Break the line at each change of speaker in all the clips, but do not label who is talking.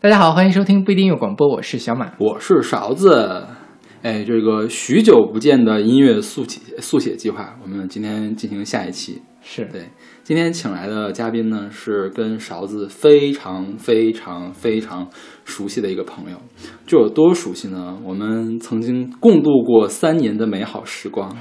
大家好，欢迎收听不一定有广播，我是小马。
我是勺子。哎，这个许久不见的音乐速写速写计划，我们今天进行下一期。
是
对，今天请来的嘉宾呢，是跟勺子非常非常非常熟悉的一个朋友。这有多熟悉呢？我们曾经共度过三年的美好时光。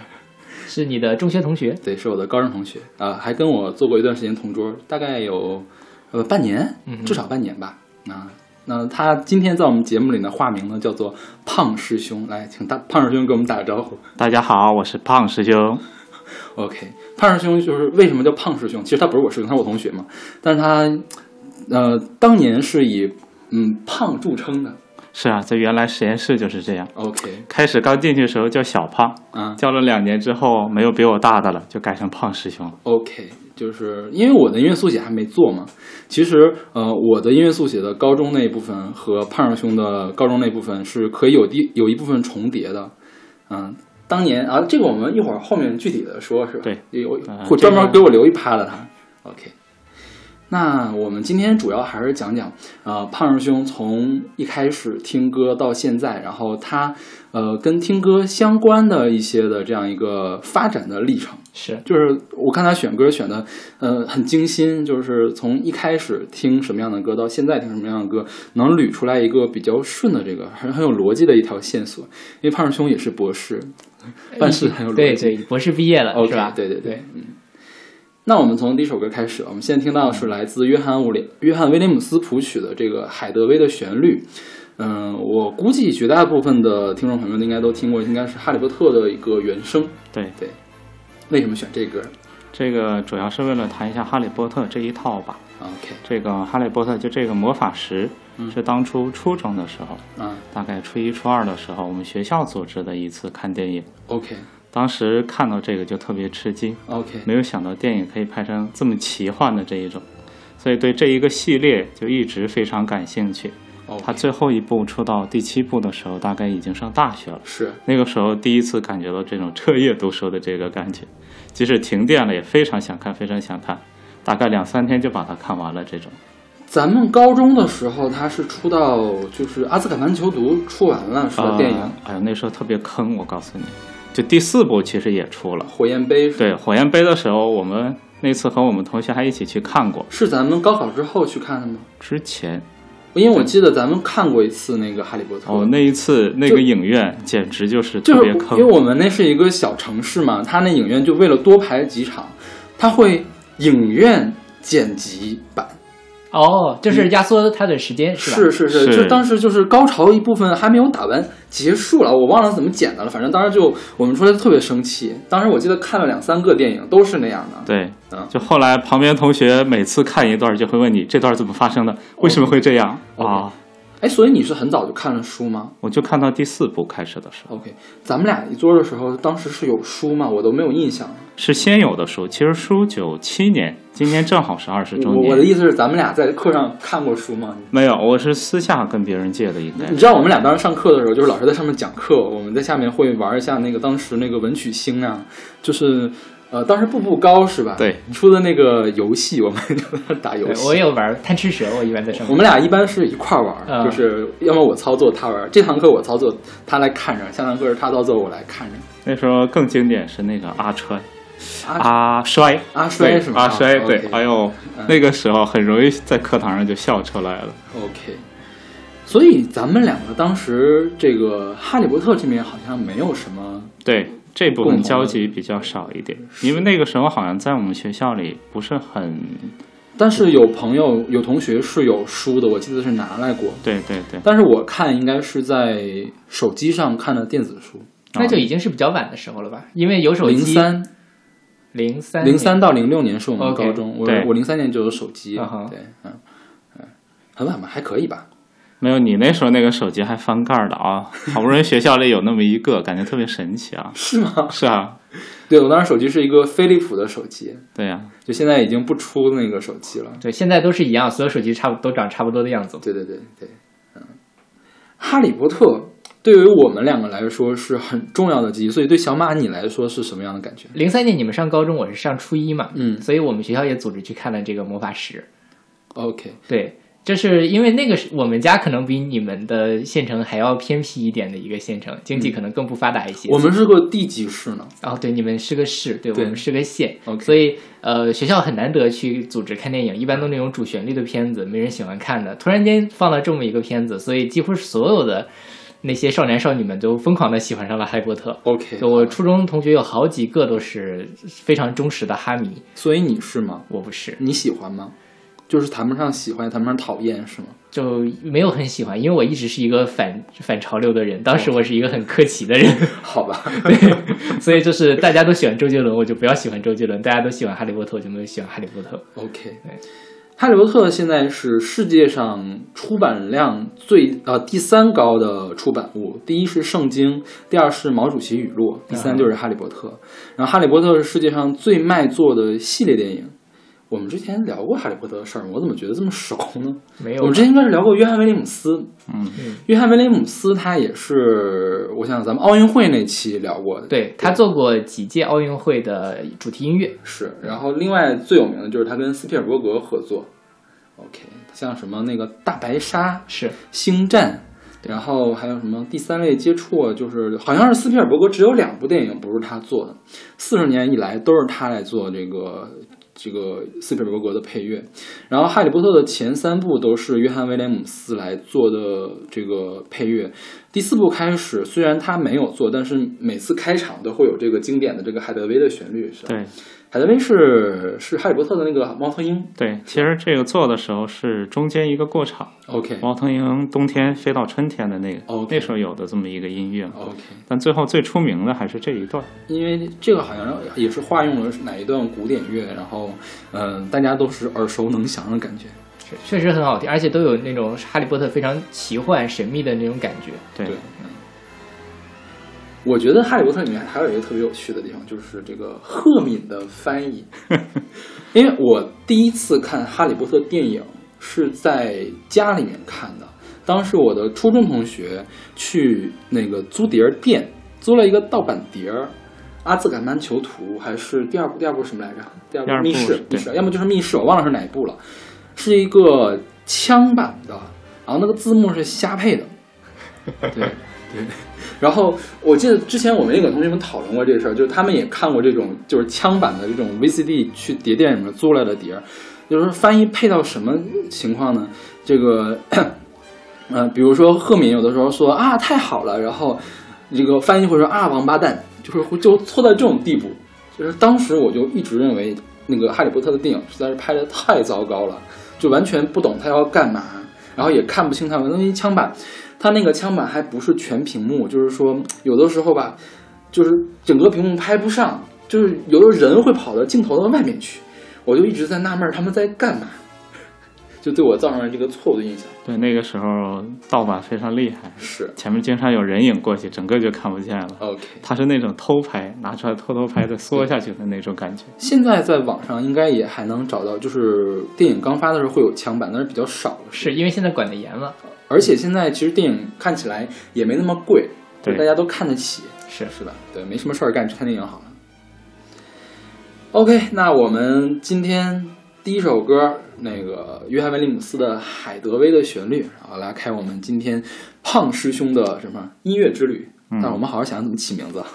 是你的中学同学，
对，是我的高中同学啊、还跟我做过一段时间同桌，大概有呃半年，至少半年吧。啊，那他今天在我们节目里呢，化名呢叫做胖师兄，来，请大胖师兄给我们打个招呼。
大家好，我是胖师兄。
OK，胖师兄就是为什么叫胖师兄？其实他不是我师兄，他是我同学嘛。但是他呃当年是以嗯胖著称的。
是啊，这原来实验室就是这样。
OK
开始刚进去的时候叫小胖，
啊
教了两年之后没有比我大的了，就改成胖师兄了。
，OK，就是因为我的音乐速写还没做嘛。其实呃我的音乐速写的高中那一部分和胖师兄的高中那部分是可以有一有一部分重叠的。嗯、当年啊，这个我们一会儿后面具体的说，是吧？
对，
有
啊
会专
这
门
个
给我留一趴的他。OK，那我们今天主要还是讲讲，呃，胖师兄从一开始听歌到现在，然后他呃跟听歌相关的一些的这样一个发展的历程。
是
就是我看他选歌选的，呃，很精心，就是从一开始听什么样的歌，到现在听什么样的歌，能捋出来一个比较顺的这个很很有逻辑的一条线索。因为胖师兄也是博士，办事很有
嗯对
逻辑。
对，博士毕业了
OK，
是吧？
对对对
对，
嗯。那我们从第一首歌开始，我们现在听到是来自约翰·伍里约翰·威廉姆斯谱曲的这个《海德薇》的旋律。嗯、我估计绝大部分的听众朋友们应该都听过，应该是《哈利波特》的一个原声。
对，
对，为什么选这歌
这个主要是为了谈一下《哈利波特》这一套吧。
？OK，
这个《哈利波特》就这个魔法石，是当初初中的时候，
啊
大概初一、初二的时候，我们学校组织的一次看电影。
，OK，OK，、
当时看到这个就特别吃惊，没有想到电影可以拍成这么奇幻的这一种，所以对这一个系列就一直非常感兴趣。
哦，
他最后一部出到第七部的时候，大概已经上大学了。
是
那个时候第一次感觉到这种彻夜读书的这个感觉，即使停电了也非常想看，非常想看，大概两三天就把它看完了。这种
咱们高中的时候，他是出到就是《阿兹卡班囚徒》出完了，是吧？电影
呃哎呀，那时候特别坑，我告诉你，就第四部其实也出了。
《火焰杯》是
对，火焰杯的时候，我们那次和我们同学还一起去看过。
是咱们高考之后去看的吗？
之前
因为我记得咱们看过一次那个《哈利波特》
哦，那一次那个影院简直就是
就
特
是
别
因
坑
为，我们那是一个小城市嘛，他那影院就为了多排几场，他会影院剪辑版，
哦，就是压缩它的时间是吧？
是是是，
是
就当时就是高潮一部分还没有打完，结束了，我忘了怎么剪的了。反正当时就我们出来特别生气，当时我记得看了两三个电影都是那样的。
对
嗯，
就后来旁边同学每次看一段就会问你这段怎么发生的，
哦
为什么会这样啊？
哎，所以你是很早就看了书吗
我就看到第四部开始的时候，
？OK，咱们俩一桌的时候，当时是有书吗？我都没有印象。
是先有的书，其实书九七年，今年正好是二十周
我我的
年。
意思是，咱们俩在课上看过书吗？
没有，我是私下跟别人借的，应该
你知道我们俩当时上课的时候，就是老师在上面讲课，我们在下面会玩一下那个当时那个文曲星啊，就是呃，当时步步高是吧？
对，
出的那个游戏，我们 就在那打游
对，
戏。
我也有玩儿贪吃蛇，我一般在上
我
面。
们俩一般是一块儿玩儿，
嗯
就是要么我操作他玩儿，这堂课我操作他来看着，下堂课是他操作我来看着。
那时候更经典是那个阿川
啊
阿衰
阿衰
对
是吗
阿衰
啊
对
OK，
哎呦，那个时候很容易在课堂上就笑出来了。
，OK。所以咱们两个当时这个《哈利波特》这边好像没有什么
对这部
共同
分
的
交集比较少一点，因为那个时候好像在我们学校里不是很
但是有朋友有同学是有书的，我记得是拿来过。
对对对。
但是我看应该是在手机上看的电子书，
那就已经是比较晚的时候了吧？因为有手
零
机，
三
零三
零三到零六年是我们
OK，
高中，
对
我我零三年就有手机，
啊哈
对，嗯嗯，很晚吧，还可以吧。
没有，你那时候那个手机还翻盖儿的啊，好不容易学校里有那么一个，感觉特别神奇啊。
是吗？
是啊，
对，我当时手机是一个飞利浦的手机，
对啊呀、
就现在已经不出那个手机了。
对，现在都是一样，所有手机差不都长差不多的样子。
对对对对，嗯，哈利波特对于我们两个来说是很重要的记忆，所以对小马你来说是什么样的感觉？
零三年你们上高中，我是上初一嘛，
嗯
所以我们学校也组织去看了这个魔法石。
，OK，
对，就是因为那个是我们家可能比你们的县城还要偏僻一点的一个县城，经济可能更不发达一些。
嗯我们是个地级市呢，
哦，对，你们是个市，对
对
我们是个县
OK
所以呃，学校很难得去组织看电影，一般都那种主旋律的片子，没人喜欢看的。突然间放了这么一个片子，所以几乎所有的那些少男少女们都疯狂的喜欢上了《哈利波特》。
OK，
就我初中同学有好几个都是非常忠实的哈迷，
所以你是吗？
我不是，
你喜欢吗？就是谈不上喜欢，谈不上讨厌是吗？
就没有很喜欢，因为我一直是一个反反潮流的人，当时我是一个很客气的人。
好吧，
对，所以就是大家都喜欢周杰伦，我就不要喜欢周杰伦；大家都喜欢哈利波特，我就没有喜欢哈利波特。
OK，
对
哈利波特现在是世界上出版量最呃第三高的出版物，第一是圣经，第二是毛主席语
啊
录，第三就是哈利波特。然后哈利波特是世界上最卖座的系列电影。我们之前聊过哈利波特的事儿吗？我怎么觉得这么熟呢？
没有
我们之前应该是聊过约翰威廉姆斯，
嗯，
约翰威廉姆斯他也是，我想咱们奥运会那期聊过的，
对他做过几届奥运会的主题音乐，
是，然后另外最有名的就是他跟斯皮尔伯格合作，OK，像什么那个大白鲨、
是
星战，然后还有什么第三类接触啊，就是好像是斯皮尔伯格只有两部电影不是他做的，四十年以来都是他来做这个这个斯皮尔伯格的配乐，然后《哈利波特》的前三部都是约翰威廉姆斯来做的这个配乐，第四部开始虽然他没有做，但是每次开场都会有这个经典的这个海德薇的旋律，是吧？
对
海德薇是是哈利波特的那个猫头鹰。
对，其实这个做的时候是中间一个过场，
OK
哦猫头鹰冬天飞到春天的那个
OK
那时候有的这么一个音乐嘛。
OK，
但最后最出名的还是这一段，
哦因为这个好像也是化用了哪一段古典乐，然后嗯、呃大家都是耳熟能详的感觉。
是确实很好听，而且都有那种哈利波特非常奇幻神秘的那种感觉。
对，
嗯我觉得《哈利波特》里面还有一个特别有趣的地方，就是这个赫敏的翻 译。因为我第一次看《哈利波特》电影是在家里面看的，当时我的初中同学去那个租碟儿店租了一个盗版碟儿，《阿兹卡班囚徒》还是第二部，第二部是什么来着？第二
第二部
密室
是，
密
对
室，要么就是密室，我忘了是哪一部了，是一个枪版的，然后那个字幕是瞎配的， 对。然后我记得之前我们也跟同学们讨论过这事儿，就是他们也看过这种就是枪版的这种 VCD 去碟店里面租来的碟儿，就是翻译配到什么情况呢？这个，呃，比如说赫敏有的时候说啊太好了，然后这个翻译会说啊王八蛋，就是会就错到这种地步。就是当时我就一直认为那个《哈利波特》的电影实在是拍的太糟糕了，就完全不懂他要干嘛，然后也看不清他们因为枪版。它那个枪版还不是全屏幕，就是说有的时候吧，就是整个屏幕拍不上，就是有的人会跑到镜头的外面去，我就一直在纳闷儿他们在干嘛，就对我造成了这个错误的印象。
对，那个时候盗版非常厉害，
是
前面经常有人影过去，整个就看不见了。
OK，
它是那种偷拍，拿出来偷偷拍再缩下去的那种感觉。
现在在网上应该也还能找到，就是电影刚发的时候会有枪版，但是比较少了。
是因为现在管得严了，
而且现在其实电影看起来也没那么贵，就
对
大家都看得起。
是
是吧？对，没什么事儿干，去看电影好了。OK，那我们今天第一首歌，那个约翰威廉姆斯的《海德薇的旋律》，然后来开我们今天胖师兄的什么音乐之旅。
嗯
但我们好好想想怎么起名字。啊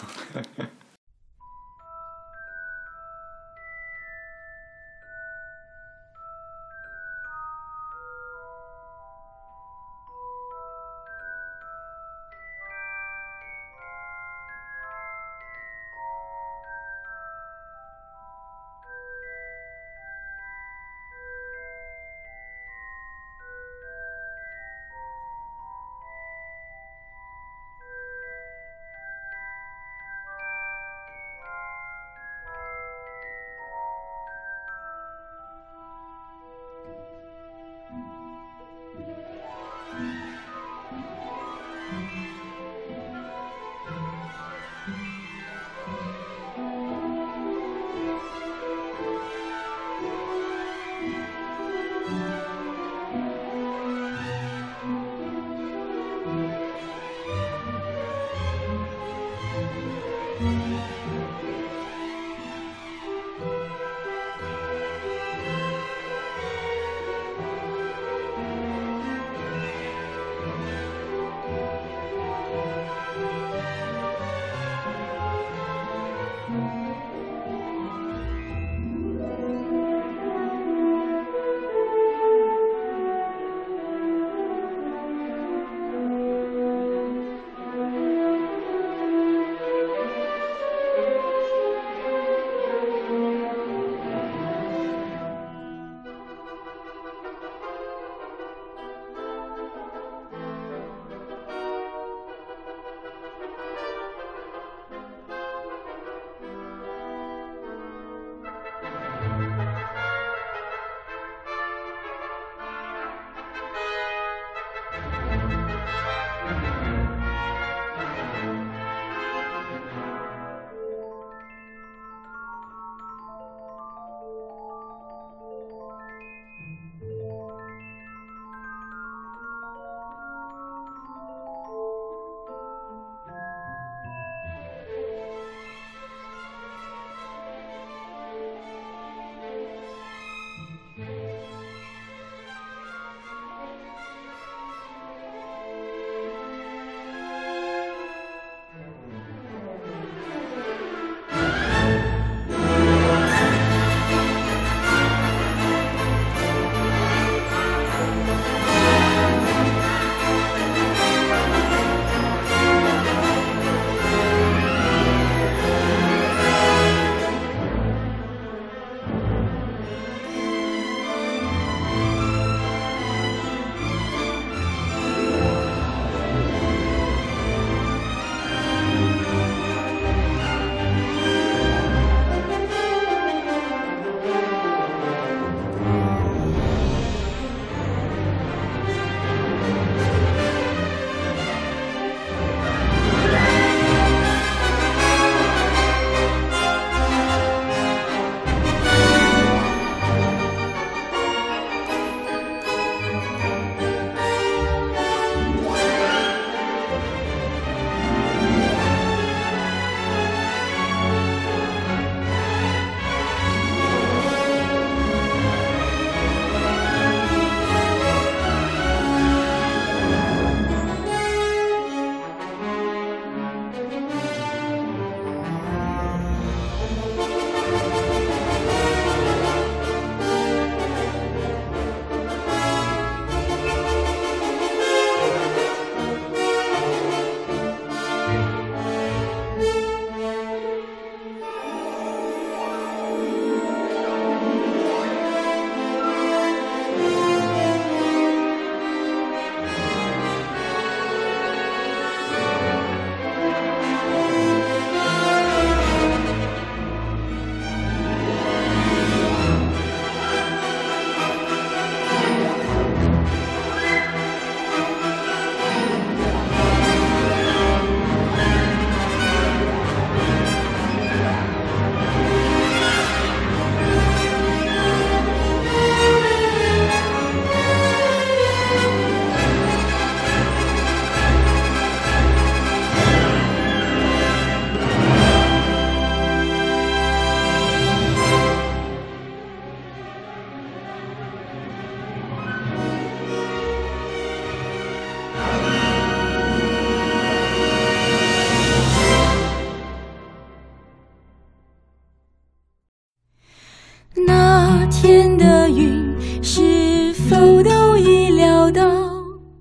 天的云是否都已料到？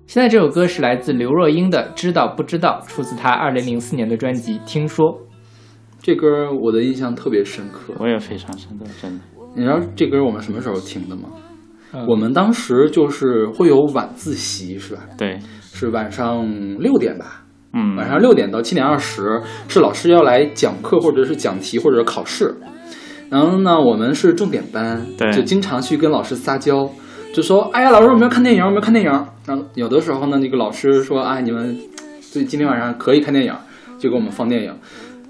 现在这首歌是来自刘若英的《知道不知道》，出自她2004年的专辑《听说》。
这歌我的印象特别深刻。
我也非常深刻，真的。
你知道这歌我们什么时候听的吗？我们当时就是会有晚自习，是吧？
对，
是晚上六点吧，
嗯，
晚上六点到七点二十是老师要来讲课，或者是讲题，或者是考试。然后呢，我们是重点班，
对
就经常去跟老师撒娇，就说：“哎呀，老师，我们要看电影，我们要看电影。”然后有的时候呢，那个老师说：“哎，你们这今天晚上可以看电影，就给我们放电影。”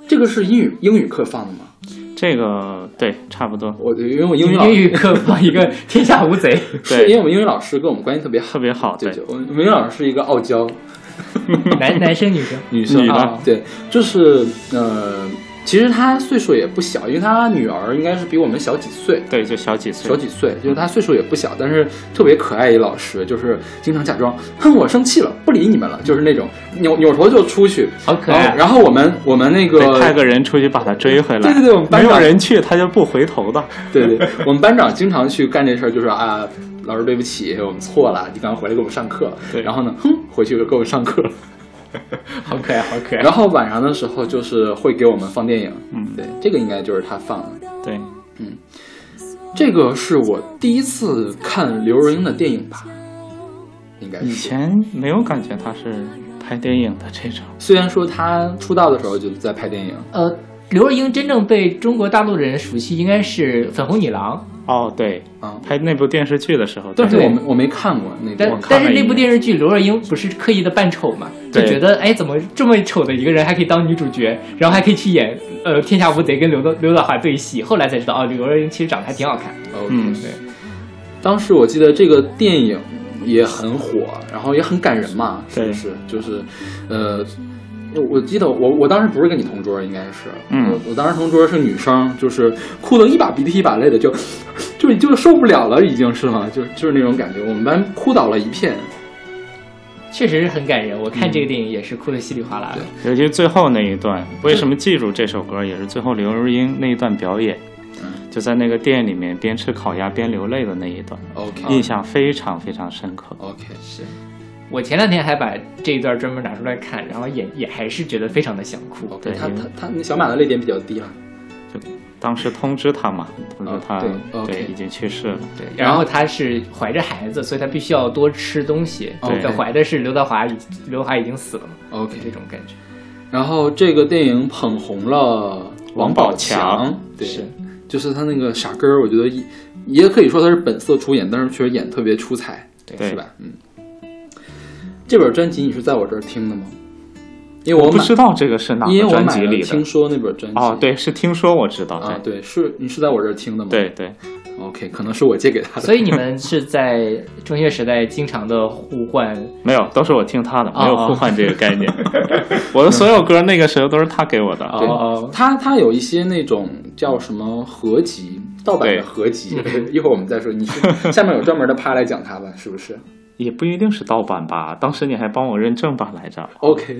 这个是英语英语课放的吗？
这个对，差不多，
我因为我英语老
英语课 放一个《天下无贼》，
是因为
对，
我们英语老师跟我们关系特别好
特，别好，
啊对，
对，
就我们英语老师是一个傲娇，
男男生女生，嗯哦
女
女的
啊，对，就是呃，其实她岁数也不小，因为她女儿应该是比我们小几岁，
对，就小几岁，
小几岁，就是她岁数也不小，但是特别可爱一老师，就是经常假装哼我生气了，不理你们了，就是那种扭扭头就出去，
好可
然后
爱。
然后我们我们那
得派
个。
个人出去把他追回来。
对对对我们班
没有
长
人去，他就不回头的。
对对，我们班长经常去干这事儿，就是啊，老师对不起，我们错了，你刚刚回来给我们上课，
对
然后呢，哼，回去就给我们上课了。
好可爱，好可爱。
然后晚上的时候就是会给我们放电影，
嗯
对，这个应该就是他放的。
对，
嗯这个是我第一次看刘若英的电影吧，应该
以
是。
前没有感觉他是拍电影的这种。
虽然说她出道的时候就在拍电影，
呃，刘若英真正被中国大陆的人熟悉，应该是《粉红女郎
哦，对，
啊
拍那部电视剧的时候，
但是
对
我没我没看过那》
但
个，我看
但
了
是
一
那部
眼
电视剧刘若英不是刻意的扮丑嘛，就
对
觉得哎，怎么这么丑的一个人还可以当女主角，然后还可以去演呃《天下无贼》跟刘德刘德华对戏，后来才知道哦，刘若英其实长得还挺好看。
哦 OK
嗯
对，
当时我记得这个电影也很火，然后也很感人嘛，是不
对
是？就是，呃，我记得我我当时不是跟你同桌，应该是，
嗯
我我当时同桌是女生，就是哭得一把鼻涕一把泪的，就 就就受不了了，已经是吗？就就是那种感觉，我们班哭倒了一片，
确实是很感人。我看
嗯
这个电影也是哭得稀里哗啦的。
尤其最后那一段，为什么记住这首歌，也是最后刘若英那一段表演，
嗯
就在那个店里面边吃烤鸭边流泪的那一段，
OK
印象非常非常深刻。
OK，
是我前两天还把这一段专门拿出来看，然后也也还是觉得非常的想哭。
OK，
对
他
因为
他他那小马的泪点比较低啊了，
当时通知他嘛，通知他、
啊对
对
OK
已经去世了，
对，然后她是怀着孩子，所以她必须要多吃东西。
对
但怀的是刘德华已，刘德华已经死了嘛，
OK，
这种感觉。
然后这个电影捧红了王宝强，对，
是
就是他那个傻根儿，我觉得也也可以说他是本色出演，但是确实演得特别出彩，
对
是吧？嗯，这本专辑你是在我这儿听的吗？因为我
不
买，
知道这个是哪
因为
个
我
专
买
辑
了
里
听
的。
说那本专辑
哦，对，是听说我知道，
啊，对，是你是在我这儿听的吗？
对对
，OK，可能是我借给他的，
所以你们是在中学时代经常的互换，
没有，都是我听他的，
哦
没有互换这个概 念。我的所有歌那个时候都是他给我的，
对
哦
他他有一些那种叫什么合集，盗版的
对
合集， 一会儿我们再说。你是下面有专门的趴来讲他吧，是不 是
也不一定是盗版吧。当时你还帮我认正版 来着，
？OK，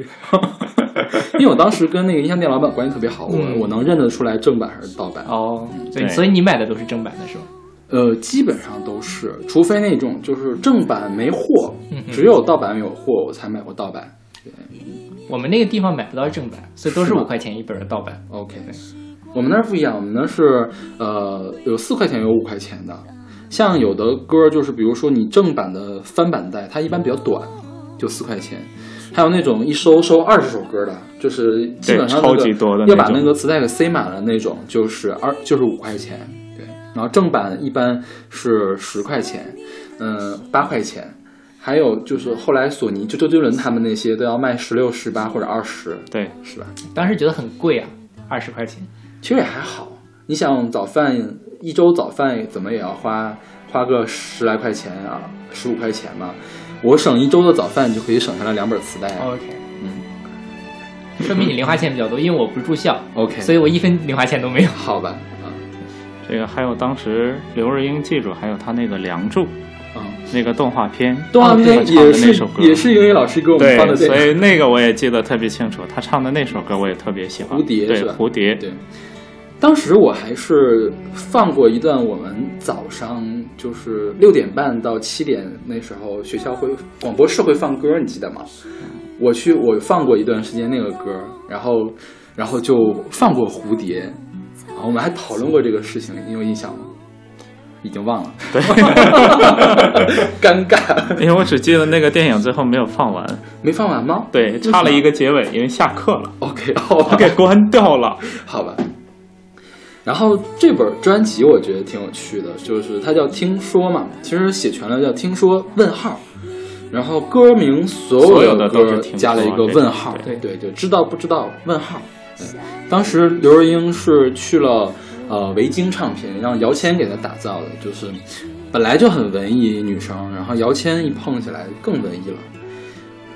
因 为我当时跟那个音像店老板关系特别好，我、
嗯
我能认得出来正版还是盗版，
哦，所以
对
所以你买的都是正版的是吗？
呃，基本上都是，除非那种就是正版没货
嗯，哼
只有盗版有货，我才买过盗版。
我们那个地方买不到正版，所以都是
是吗
五块钱一本的盗版。
OK，我们那儿不一样，我们那儿是呃有四块钱有五块钱的，像有的歌就是比如说你正版的翻版带，它一般比较短，就四块钱。还有那种一收收二十首歌的，就是基本上、那个、
对超级多的那
要
种
把那个磁带给塞满了那种，就是二就是五块钱，对。然后正版一般是十块钱，嗯、八块钱。还有就是后来索尼就周杰伦他们那些都要卖十六、十八或者二十，
对，
是吧？
当时觉得很贵啊，二十块钱。
其实也还好。你想早饭一周早饭怎么也要花花个十来块钱啊，十五块钱吧。我省一周的早饭就可以省下来两本磁带。啊
哦
OK，嗯，说明你零花钱比较多，因为我不是住校，
OK，
所以我一分零花钱都没有。
好吧，啊，
这个还有当时刘若英记住，还有她那个《梁祝》
嗯，
那个动画片，
动画片
她啊唱的
也
那
是
首歌
也是英语老师给我们
对
放的，
所
个
以那个我也记得特别清楚，她唱的那首歌我也特别喜欢。
蝴蝶
对
是吧
蝴蝶，
对，当时我还是放过一段我们早上就是六点半到七点那时候学校会广播室会放歌，你记得吗？我去我放过一段时间那个歌，然后然后就放过蝴蝶，然后我们还讨论过这个事情，你有印象吗？已经忘了，
对，
尴尬，
因为我只记得那个电影最后没有放完，
没放完吗？
对，插了一个结尾，因为下课了，
OK，好吧
我嗯给关掉了。
好吧。然后这本专辑我觉得挺有趣的，就是它叫《听说》嘛，其实写全了叫《听说》问号，然后歌名所
所
有
有的都
歌
是听说
加了一个问号，
对
对对，知道不知道问号。对，当时刘若英是去了呃维京唱片，让姚谦给她打造的，就是本来就很文艺女生，然后姚谦一碰起来更文艺了。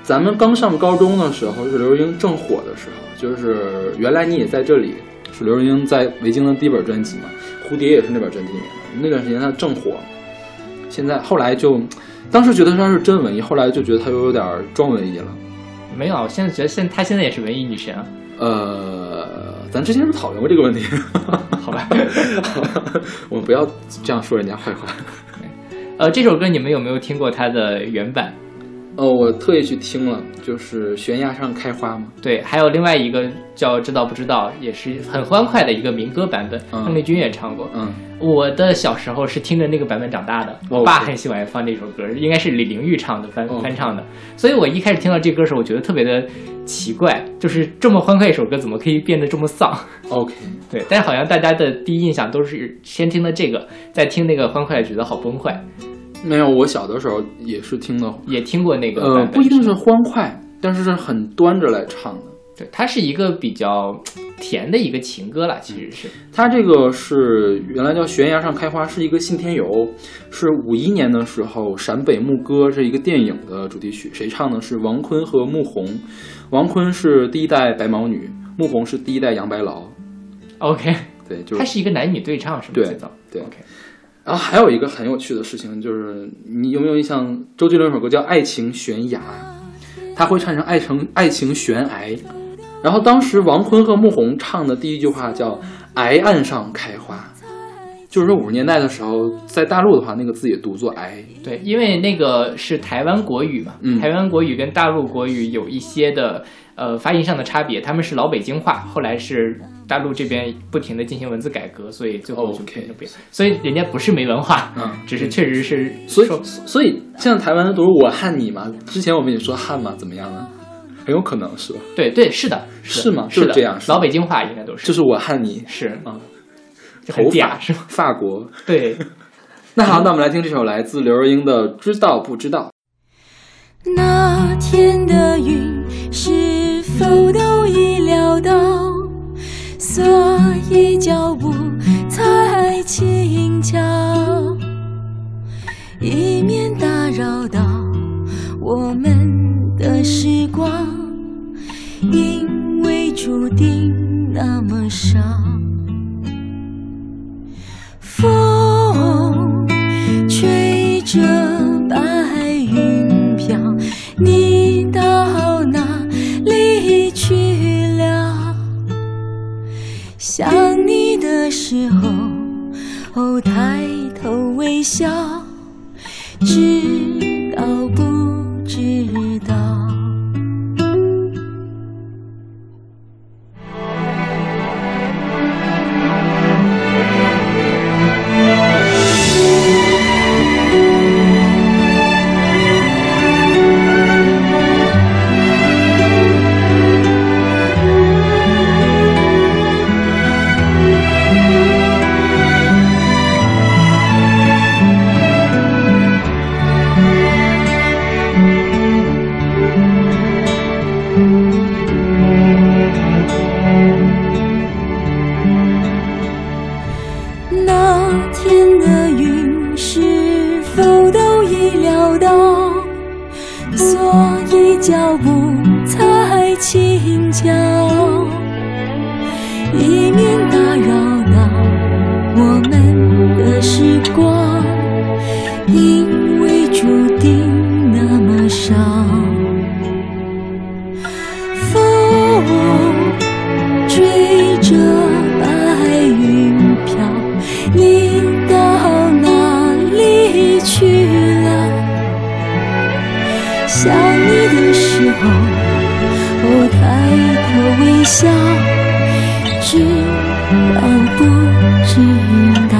咱们刚上高中的时候是刘若英正火的时候，就是原来你也在这里是刘若英在维京的第一本专辑嘛，《蝴蝶》也是那本专辑里面的。那段时间她正火，现在后来就，当时觉得她是真文艺，后来就觉得她又有点装文艺了。
没有，我现在觉得现她现在也是文艺女神啊。
呃，咱之前是不是讨论过这个问题？
好 吧，
我们不要这样说人家坏话。
呃，这首歌你们有没有听过它的原版？
哦，我特意去听了，就是悬崖上开花嘛。
对，还有另外一个叫《知道不知道》，也是很欢快的一个民歌版本，
嗯
邓丽君也唱过。
嗯，
我的小时候是听着那个版本长大的，
哦
我爸
是
很喜欢放这首歌，应该是李玲玉唱的翻
哦
翻唱的，所以我一开始听到这歌的时候，我觉得特别的奇怪，就是这么欢快一首歌，怎么可以变得这么丧？
OK，
对，但是好像大家的第一印象都是先听了这个，再听那个欢快，觉得好崩坏。
没有，我小的时候也是听的，
也听过那个版
呃，
本，
不一定是欢快，但是是很端着来唱的。
对，它是一个比较甜的一个情歌啦，其实是。
它这个是原来叫《悬崖上开花》，是一个信天游，是五一年的时候陕北牧歌这一个电影的主题曲，谁唱的是王坤和穆弘。王坤是第一代白毛女，穆弘是第一代杨白劳。
OK，
对，就是
它是一个男女对唱，是吗？
对
最早
对
OK，
然后还有一个很有趣的事情，就是你有没有印象？周杰伦有首歌叫《爱情悬崖》，他会唱成爱成爱情悬崖。然后当时王坤和穆弘唱的第一句话叫“崖岸上开花”，就是说五十年代的时候，在大陆的话，那个字也读作“崖
对，因为那个是台湾国语嘛，
嗯
台湾国语跟大陆国语有一些的呃发音上的差别，他们是老北京话，后来是大陆这边不停的进行文字改革，所以最后就
哦 OK
变成不一样。所以人家不是没文化”。，
嗯，
只是确实是
所以
受
所以现在台湾都是我汉你嘛，之前我们也说汉嘛，怎么样呢？很有可能是吧？
对对是的，
是
是
吗
的
就是
的
这样是吗
老北京话应该都是
就是我汉你，
是
啊，
就很
头
嗲
发
是吧？
法国。
对，
那好，那我们来听这首来自刘若英的《知道不知道》。
那天的云是否都已料到，所以脚步才轻巧，以免打扰到我们的时光，因为注定那么少。风吹着白云飘，你到哪里去了？想你的时候，哦，抬头微笑，知道不知道？那天的云是否都已料到，所以脚步才轻巧，以免打扰到我们的时光，因为注定那么少。风。追着白云
笑，知道不知道？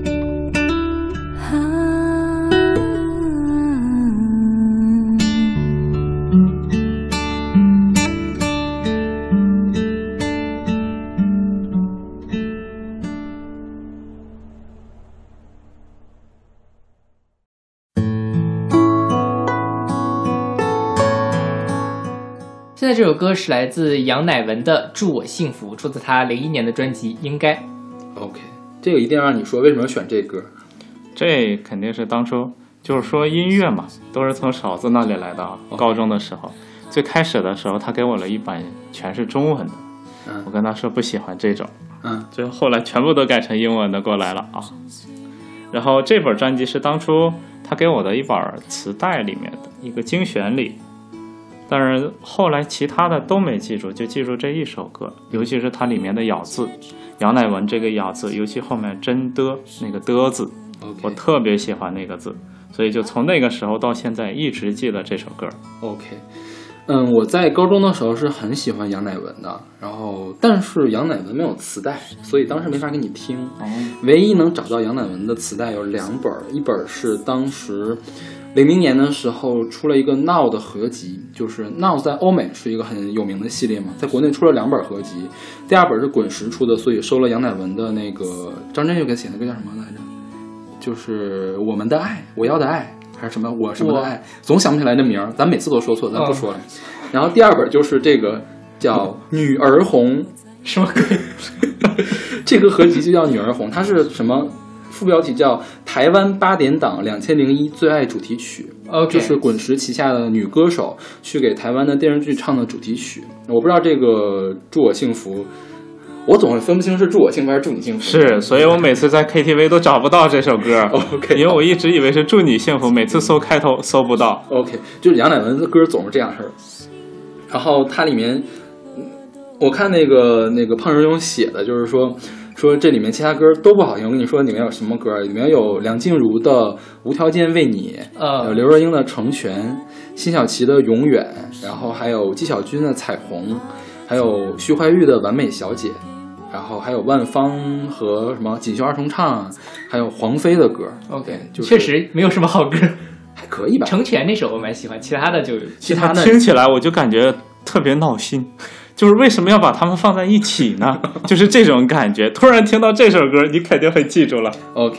啊。
现在这首歌是来自杨乃文的《祝我幸福》，出自他零一年的专辑《应该》。
OK，这个一定要让你说为什么要选这歌。
这肯定是当初就是说音乐嘛，都是从嫂子那里来的啊。高中的时候，最开始的时候，他给我了一版全是中文的，我
嗯
跟他说不喜欢这种，
嗯
最后后来全部都改成英文的过来了啊。然后这本专辑是当初他给我的一本磁带里面的一个精选里，但是后来其他的都没记住，就记住这一首歌，尤其是它里面的咬字，杨乃文这个咬字，尤其后面真的那个的字，我
，OK
特别喜欢那个字，所以就从那个时候到现在一直记得这首歌。
OK，嗯，我在高中的时候是很喜欢杨乃文的，然后但是杨乃文没有磁带，所以当时没法给你听。唯一能找到杨乃文的磁带有两本儿，一本儿是当时零零年的时候出了一个 Now 的合集，就是 Now 在欧美是一个很有名的系列嘛，在国内出了两本合集，第二本是滚石出的，所以收了杨乃文的那个张震岳给写那个叫什么来着？就是我们的爱，我要的爱。还是什么我什么的爱，哎总想不起来这名儿，咱每次都说错，咱不说了。然后第二本就是这个叫《女儿红》，
什么鬼？
这个合集就叫《女儿红》，它是什么？副标题叫《台湾八点档两千零一最爱主题曲》，
OK
就是滚石旗下的女歌手去给台湾的电视剧唱的主题曲。我不知道这个《祝我幸福》，我总是分不清是祝我幸福还是祝你幸福。
是，所以我每次在 KTV 都找不到这首 歌
OK
因为我一直以为是“祝你幸福”，每次搜开头搜不到。
OK，就是杨乃文的歌总是这样式儿。然后它里面，嗯我看那个那个胖师兄写的，就是说说这里面其他歌都不好听。我跟你说里面有什么歌儿？里面有梁静茹的《无条件为你》，
呃
有刘若英的《成全》，辛晓琪的《永远》，然后还有纪晓君的《彩虹》，还有徐怀钰的《完美小姐》，然后还有万芳和什么锦绣二重唱，还有黄飞的歌儿，
，OK，
就是
确实没有什么好歌。
还可以吧？
成全那首我蛮喜欢，其他的就
其他的
听起来我就感觉特别闹心，就是为什么要把它们放在一起 呢？就是这种感觉。突然听到这首歌，你肯定会记住了。
OK，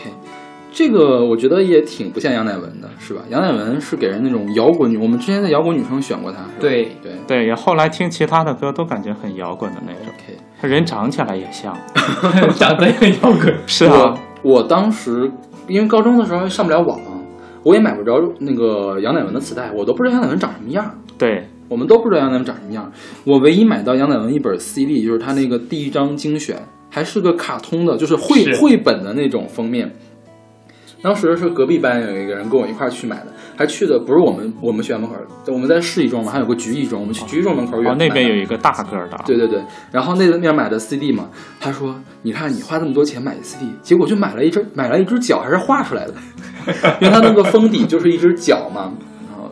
这个我觉得也挺不像杨乃文的，是吧？杨乃文是给人那种摇滚女，我们之前在摇滚女生选过她，是吧
对
对。
对，后来听其他的歌都感觉很摇滚的那种，
OK，
他人长起来也像。
长得也很摇滚。
是啊，
我我当时因为高中的时候上不了网，我也买不着那个杨乃文的磁带，我都不知道杨乃文长什么样。
对，
我们都不知道杨乃文长什么样。我唯一买到杨乃文一本 CD，就是他那个第一张精选，还是个卡通的，就是绘
是
绘本的那种封面。当时是隔壁班有一个人跟我一块儿去买的，还去的不是我们我们学校门口，我们在市一中嘛，还有个局一中，我们去局一中门口远
哦，那边有
有。
一个大个儿的，
对对对，然后那面买的 CD 嘛，他说：“你看你花这么多钱买 CD，结果就买了一只买了 一只脚，还是画出来的，因为他那个封底就是一只脚嘛。”然后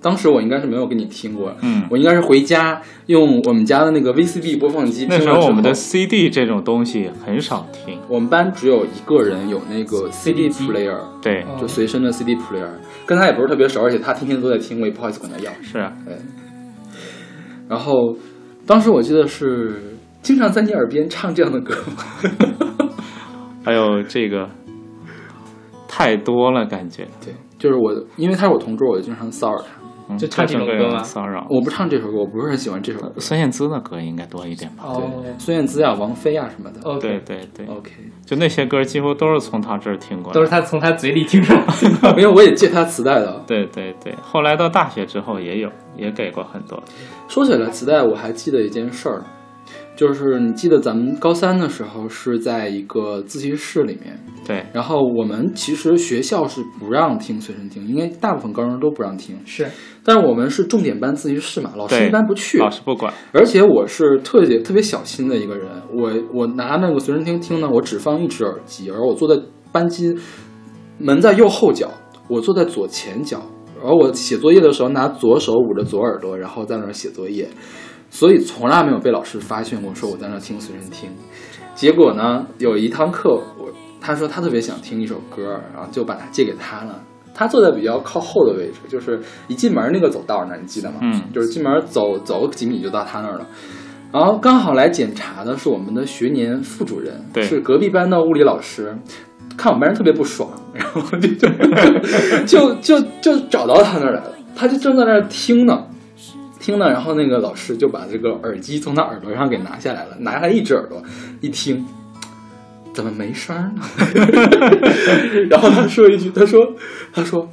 当时我应该是没有跟你听过，
嗯
我应该是回家用我们家的那个 VCD 播放机听
那
了之
时
后。
候我们的 CD 这种东西很少听，
我们班只有一个人有那个 CD
CD
player，
对，
哦
就随身的 CD player，跟他也不是特别熟，而且他天天都在听，我也不好意思管他要。
是啊
对。然后，当时我记得是经常在你耳边唱这样 的歌，
还有这个太多了，感觉
对，就是我，因为他是我同桌，我就经常骚扰他。
嗯
就唱这种
各
歌
种
吗
骚扰。
我不唱这首歌，我不是很喜欢这首歌。
孙燕姿的歌应该多一点吧？
哦
对，孙燕姿呀、王菲呀、什么的。
，OK，
对对对，
OK，
就那些歌几乎都是从他这儿听过来的，
都是他从他嘴里听出来的。
没有，我也借他磁带的。
对对对，后来到大学之后也有，也给过很多。
说起来磁带，我还记得一件事儿，就是你记得咱们高三的时候是在一个自习室里面，
对，
然后我们其实学校是不让听随身听，因为大部分高中都不让听，
是，
但是我们是重点班自习室嘛，老师
对
一般不去，
老师不管，
而且我是特别特别小心的一个人，我我拿那个随身听听呢，我只放一只耳机，而我坐在班级门在右后角，我坐在左前角，而我写作业的时候拿左手捂着左耳朵，然后在那儿写作业，所以从来没有被老师发现过说我在那儿听随身听。结果呢，有一堂课，我他说他特别想听一首歌，然后就把它借给他了。他坐在比较靠后的位置，就是一进门那个走道那儿，你记得吗？
嗯
就是进门走走几米就到他那儿了。然后刚好来检查的是我们的学年副主任，
对
是隔壁班的物理老师，看我们班人特别不爽， 然后就就就就 就找到他那儿来了，他就正在那儿听呢，听呢，然后那个老师就把这个耳机从他耳朵上给拿下来了，拿下来一只耳朵，一听，怎么没声 儿呢？然后他说一句，他说，他说，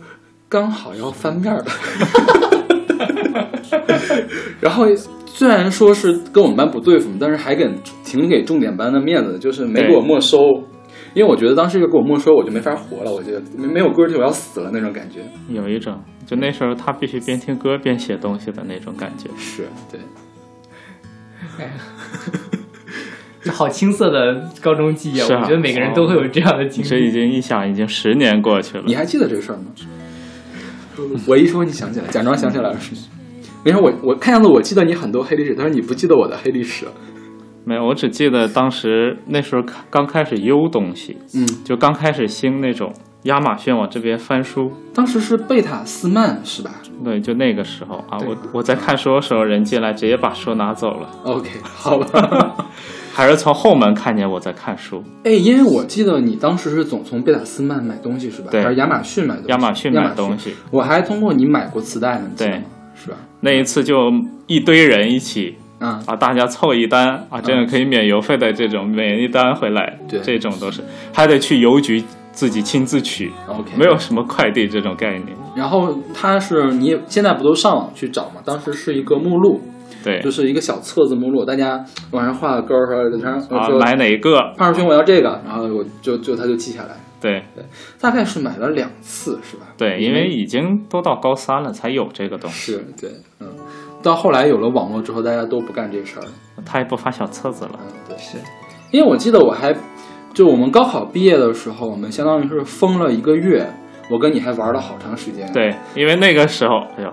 刚好要翻面儿了。然后虽然说是跟我们班不对付，但是还给挺给重点班的面子，就是没给我没收。因为我觉得当时就给我没收，我就没法活了，我觉得没没有歌就我要死了那种感觉。
有一种就那时候他必须边听歌边写东西的那种感觉。
是对，
这好青涩的高中记忆啊！
是啊
我觉得每个人都会有这样的经
这
历。
已经一想，已经十年过去
你
了。
还记得这个事儿吗？我一说你想起来，假装想起来了是吗。没事，我我看样子我记得你很多黑历史，但是你不记得我的黑历史。
没有，我只记得当时那时候刚开始邮东西，
嗯，
就刚开始兴那种亚马逊往这边翻书，
当时是贝塔斯曼是吧
对，就那个时候啊，
对
我我在看书的时候，人进来直接把书拿走了，
？OK，好吧。
还是从后门看见我在看书，
哎，因为我记得你当时是总从贝塔斯曼买东西是吧？
对
还是亚马逊买东西？
亚马逊买东西。
我还通过你买过磁带呢，你记得吗？是吧？
那一次就一堆人一起
啊、
啊，大家凑一单啊，这样可以免邮费的这种免一单回来，
对
这种都是还得去邮局自己亲自取，
o k
没。有什么快递这种概念。
然后它是你也现在不都上网去找吗？当时是一个目录，
对
就，是一个小册子目录，大家往上画个勾儿，说然后呃
啊，
说
买哪一个？
胖师兄我要这个，然后我就就他就记下来，
对
大概是买了两次是吧？
对，因为已经都到高三了才有这个东西，
是对，嗯，到后来有了网络之后，大家都不干这事儿了，
他也不发小册子了
嗯，对，是因为我记得我还就我们高考毕业的时候，我们相当于是封了一个月，我跟你还玩了好长时间，，
对，因为那个时候，哎呦，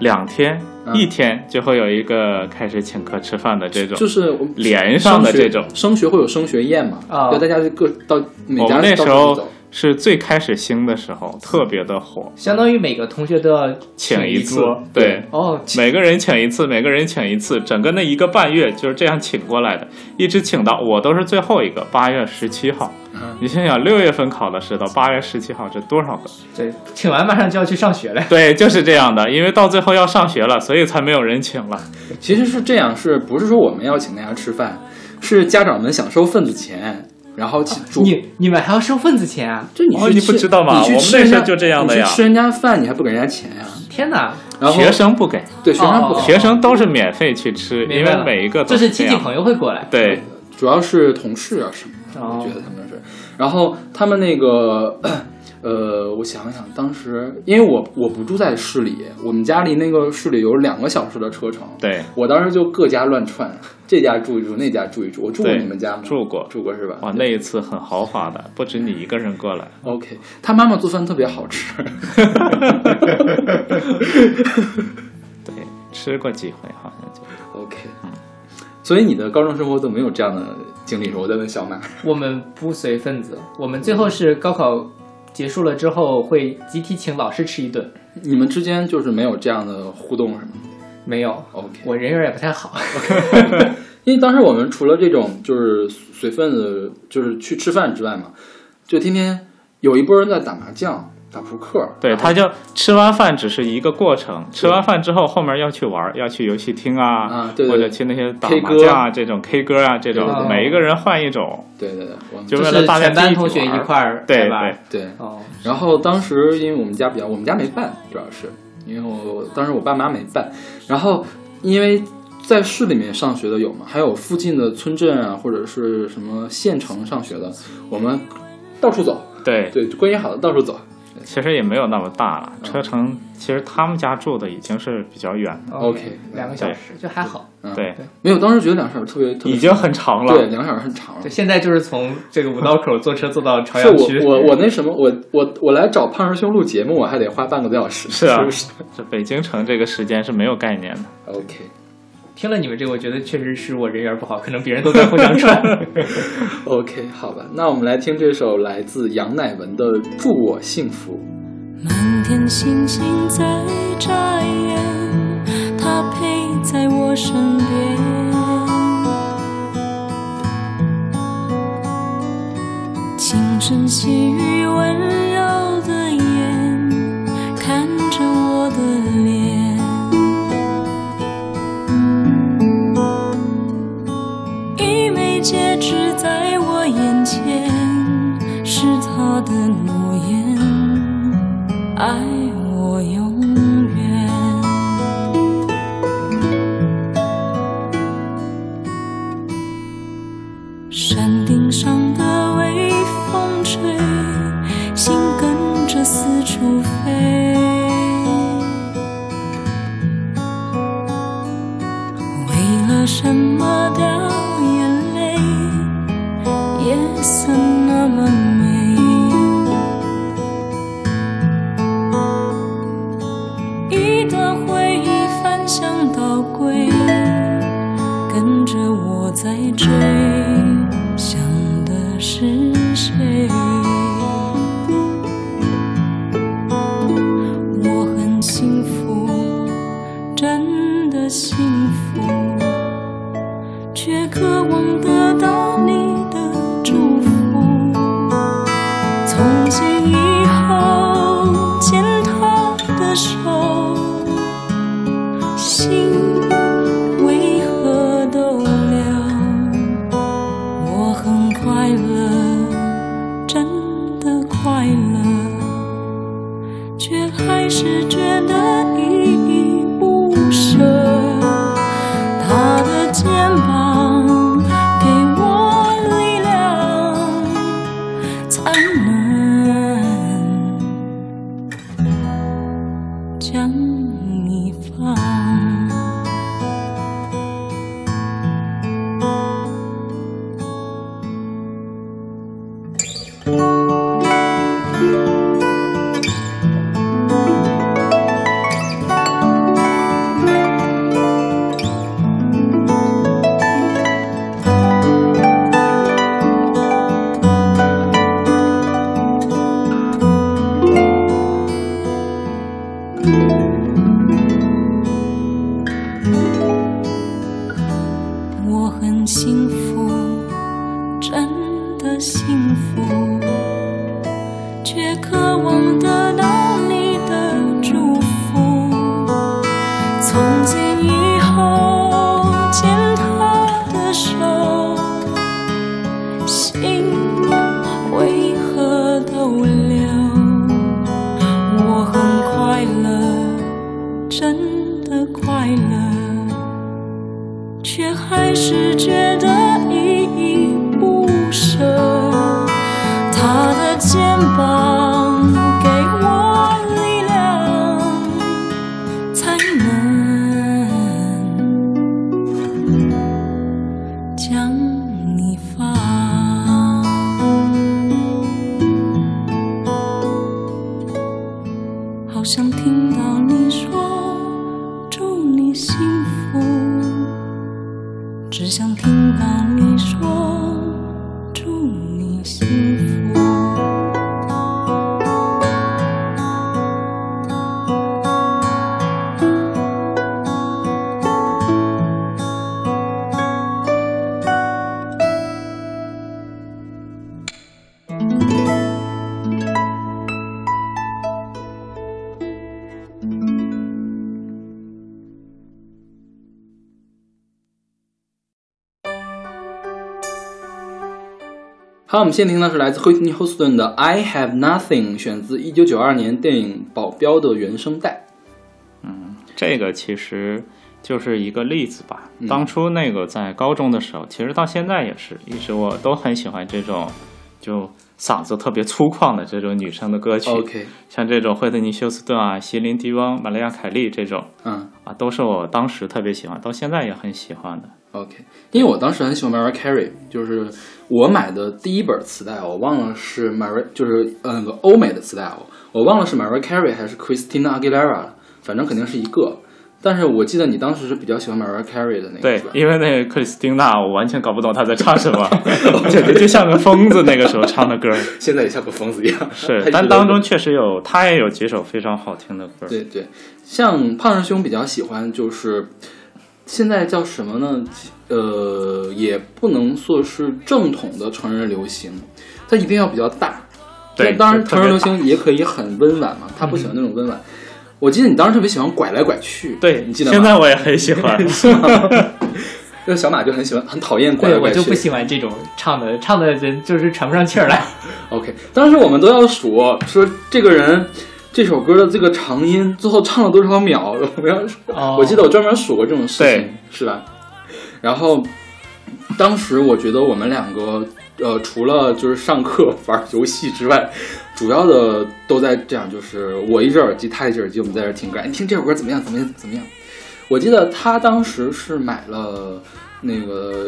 两天、
嗯
一天就会有一个开始请客吃饭的这种，
就是我们
连上的
升学
这种。
升学会有升学宴嘛，
啊
对，大家就各到每
我
家
们那
到
时
处
候
走，
是最开始兴的时候，特别的火，
相当于每个同学都要
请
一
一次
桌，
对，
哦，
每个人请一次，每个人请一次，整个那一个半月就是这样请过来的，一直请到我都是最后一个，八月十七号。
嗯
你想想，六月份考的试到八月十七号，这多少个？
对，请完马上就要去上学了。
对，就是这样的，因为到最后要上学了，所以才没有人请了。
其实是这样，是不是说我们要请大家吃饭，是家长们想收份子钱，然后去煮。
你你们还要收份子钱啊！
就你去
哦
吃
你不知道吗
你去
我们
吃
那时候
人家
就这样的呀
你去吃人家饭，你还不给人家钱呀、
天哪，
然后
学生不给，
对学生不
哦
给，
学生都是免费去吃，因
明白
为
了
每一个都
就是
这
亲戚
样。
朋友会过来。
对，
主要是同事啊什么的，
哦
我觉得他们是。然后他们那个， 呃，我想想，当时因为我我不住在市里，我们家离那个市里有两个小时的车程，
对，
我当时就各家乱窜， 这家住一住，那家住一住。我住过
对
你们家吗？
住过
住过是吧？
哇，那一次很豪华的，不止你一个人过来，
OK，他妈妈做饭特别好吃。
对，吃过几回好像就。
OK，所以你的高中生活都没有这样的经历是吧？我在问小马。
我们不随份子，我们最后是高考结束了之后会集体请老师吃一顿。
你们之间就是没有这样的互动是吗
没有，
？OK，
我人缘也不太好。
因为当时我们除了这种就是随份子，就是去吃饭之外嘛，就天天有一波人在打麻将、打扑克。
对，
然后
他就吃完饭只是一个过程，吃完饭之后后面要去玩儿，要去游戏厅啊，
啊对对
或者去那些打
K
麻
歌
将啊这种 K 歌啊这种，
对对对
每一个人换一种，
对对对，我们
就为
是
了大家
全班
集体
同学
玩
一
儿
块儿
对
来玩儿。
对
对。
哦，
然后当时因为我们家比较，我们家没办，主要是因为我当时我爸妈没办，然后因为在市里面上学的有嘛，还有附近的村镇啊或者是什么县城上学的，我们到处走，
对，
对，关系好的到处走。
其实也没有那么大了。车程其实他们家住的已经是比较远，
哦
OK，
两个小时就还好。
嗯，，
对，
没有，当时觉得两个小时特别特别
已经很长
对，
了。
两个小时很长了
就。现在就是从这个五道口坐车坐到朝
是
阳区，
我我我那什么，我我我来找胖师兄录节目，我还得花半个多小时，
是啊
不是
这北京城这个时间是没有概念的。
？OK
听了你们这个，我觉得确实是我人缘不好，可能别人都在互相 传。
OK，好吧，那我们来听这首来自杨乃文的《祝我幸福》。
满天星星在眨眼，它陪在我身边。轻声细语，温柔的眼看着我的脸。一枚戒指在我眼前，是他的诺言。爱我永远。山顶上的微风吹，心跟着四处飞。为了什么掉眼泪？夜色那么美。一段回忆翻箱倒柜，跟着我在追，想的是谁？我很幸福，真的幸福，却渴望得到你的祝福。从今以后牵他的手，心为何逗留？我很快乐，真的快乐，却还是觉得依依不舍。他的肩膀给我力量。才能将你放。我很幸福，真的幸福，却渴望得到你的祝福。从今以后牵他的手，心为何逗留？我很快乐，真的快乐。却还是觉得依依膀，给我力量，才能将你放。好想听到你说祝你幸福，只想听到你说祝你幸福。
好，我们现在听到是来自 Whitney Houston 的《I Have Nothing》，选自1992年电影《保镖》的原声带。
这个其实就是一个例子吧。
嗯
当初那个在高中的时候，其实到现在也是，一直我都很喜欢这种，就嗓子特别粗犷的这种女生的歌曲，
OK，
像这种惠特尼休斯顿啊、席琳迪翁、玛丽亚凯莉这种
嗯
啊，都是我当时特别喜欢，到现在也很喜欢的。
，OK，因为我当时很喜欢 Mariah Carey，就是我买的第一本磁带，哦我忘了是 Mariah，就是呃那个欧美的磁带，我我忘了是 Mariah Carey 还是 Christina Aguilera，了反正肯定是一个。但是我记得你当时是比较喜欢 Mariah Carey 的那个，
对
是吧，
因为那个克里斯汀娜，我完全搞不懂她在唱什 么，简直就像个疯子那个时候唱的歌。
现在也像个疯子一样。
是
他一直，
但
在
当中确实有，她也有几首非常好听的歌。
对对，像胖师兄比较喜欢就是现在叫什么呢？呃，也不能说是正统的成人流行，它一定要比较大。
对，
那当然
就特
成
别
人流
大
行也可以很温婉嘛，他不喜欢那种温婉。我记得你当时特别喜欢拐来拐去，
对，
你记得吗？
现在我也很 喜欢。
那小马就很喜欢，很讨厌拐
对
来
我
拐去。
就不喜欢这种唱的，唱的人就是喘不上气儿来。
OK，当时我们都要数说这个人这首歌的这个长音最后唱了多少秒， 我们要数
哦
我记得我专门数过这种事情
对，
是吧？然后当时我觉得我们两个呃，除了就是上课玩游戏之外，主要的都在这样，就是我一只耳机，他一只耳机，我们在这儿听歌，哎你听这首歌怎么样？怎么样？怎么样？我记得他当时是买了那个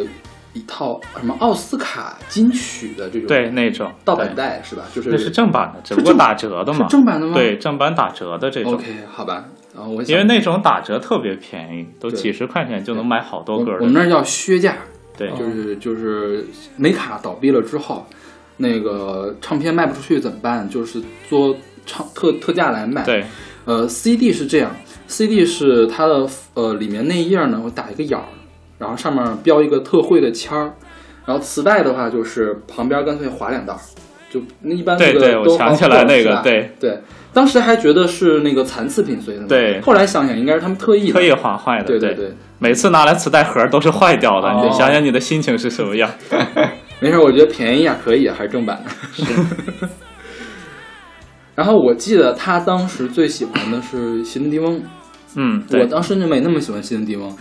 一套什么奥斯卡金曲的这种
对，那种
盗版
对
带是吧？就是
那是正版的，只
是
不过
正
打折的嘛。
是正版的吗？哦
对，正版打折的这种，
，OK，好吧。然后我想
因为那种打折特别便宜，都
对
几十块钱就能买好
我
多歌
我们那
的。
儿叫削价，
对，
就是就是美卡倒闭了之后，那个唱片卖不出去怎么办？就是做唱特特价来卖。，
对，
呃，CD 是这样，CD 是它的呃里面那一页呢，我打一个眼儿，然后上面标一个特惠的签儿，然后磁带的话就是旁边干脆划两道儿，就那一般那
对
个
对，我
都
想
划
起来
破了
那
是
个
吧，
对，
对，当时还觉得是那个残次品随的嘛，
对
后来想想应该是他们特意的
特意划坏的。
对对对，
每次拿来磁带盒都是坏掉的，
哦
你想想你的心情是什么样？
没事，我觉得便宜啊，可以啊，还是正版的。 然后我记得他当时最喜欢的是席琳迪翁，
嗯，
我
对
当时就没那么喜欢席琳迪翁，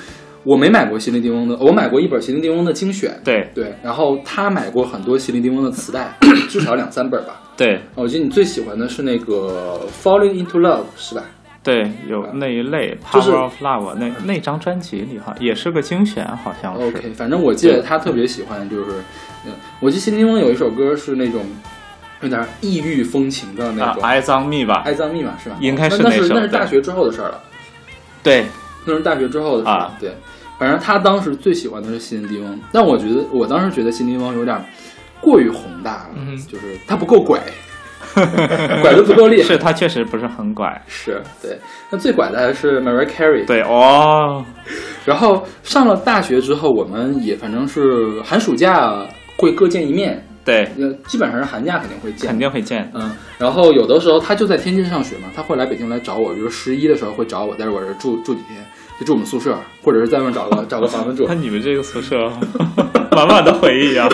我没买过席琳迪翁的，我买过一本席琳迪翁的精选，
对
对，然后他买过很多席琳迪翁的磁带， 至少两三本吧。
对
我记得你最喜欢的是那个《Falling into Love》，是吧？
对，有那一类
就是
Power of Love 那那张专辑里哈，也是个精选，好像是。
OK，反正我记得他特别喜欢，就是，嗯，我记得新金翁有一首歌是那种有点异域风情的那
啊
种，
，I 脏蜜吧
爱，藏密码》是吧？
应该是
那
那
是
首
那是大
对
学之后的事儿了，
对，
那是大学之后的事儿了
啊
对，反正他当时最喜欢的是新迪翁，但我觉得我当时觉得新迪翁有点过于宏大了，
嗯
就是他不够 拐，拐的不够厉害。
是他确实不是很拐。
是对，那最拐的还是 Mariah Carey。
对哦，
然后上了大学之后，我们也反正是寒暑假会各见一面，
对，
呃，基本上是寒假肯定会见
肯。定会见。
嗯，然后有的时候他就在天津上学嘛，他会来北京来找我，比如十一的时候会找我，在我这儿住住几天，就住我们宿舍，或者是在外面找 个找个房子住
那。你们这个宿 舍，满满的回忆啊！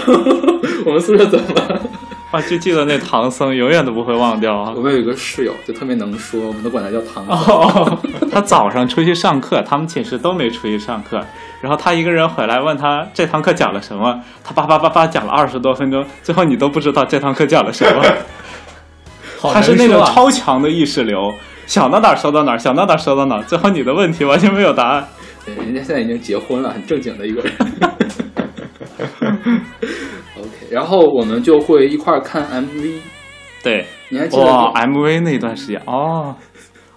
我们宿舍怎么了？
啊，就记得那唐僧，永远都不会忘掉啊
我。们有一个室友就特别能说，我们都管他叫唐僧。
哦， 他早上出去上课，他们寝室都没出去上课。然后他一个人回来，问他这堂课讲了 什么，他叭叭叭叭讲了二十多分钟，最后你都不知道这堂课讲了什么。
好
他是
难
那种
说啊
超强的意识流，想到哪儿说到哪儿，想到哪儿说到哪儿，最后你的问题完全没有答案。
对人家现在已经结婚了，很正经的一个人。OK，然后我们就会一块儿看 MV。
对，
你还记得
哇，MV 哎那段时间哦，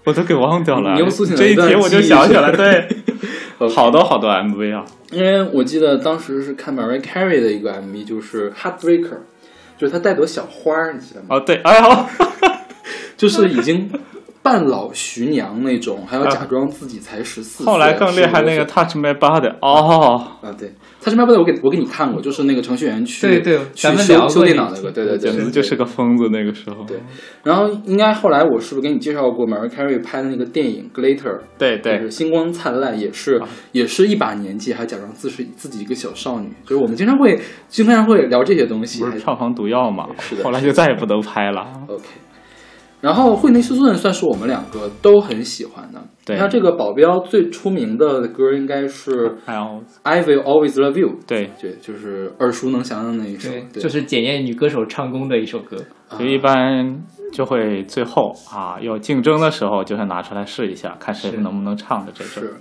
我都给忘掉了。
你又苏醒了
这一
一段
题我就
记忆
想起来，
是吧
对
OK，
好多好多 MV 啊，
因为我记得当时是看 Mariah Carey 的一个 MV，就是《Heartbreaker》，就是她带朵小花儿，你记得吗？
哦对，哎呦，
就是已经半老徐娘那种，还要假装自己才十四岁。
啊后来更厉害那个
15
Touch My Body，哦，
岁啊，对，他这边不对，我给我给你看过，就是那个程序员去
对对
去
咱们聊
修
过
修电
那
脑
个
那个，对对对，
简直
对
就是。个疯子那个时候。
对然后应该后来我是不是给你介绍过 Mariah Carey 拍的那个电影《Glitter》？就
对
是
对，啊
星光灿烂，也是、也是一把年纪还假装自是自己一个小少女，就是我们经常会经常会聊这些东西
不。是票房毒药嘛
是，的
后来就再也不能拍了。
OK，然后惠内休斯顿算是我们两个都很喜欢的。
对
那这个保镖最出名的歌应该是《
哎呦，
I Will Always Love You》，
对，
对，就是耳熟能详的那一首。
对，
对，
就是检验女歌手唱功的一首歌。
啊
就一般就会最后啊，要竞争的时候就会拿出来试一下，看谁
是
能不能唱的这种。
是。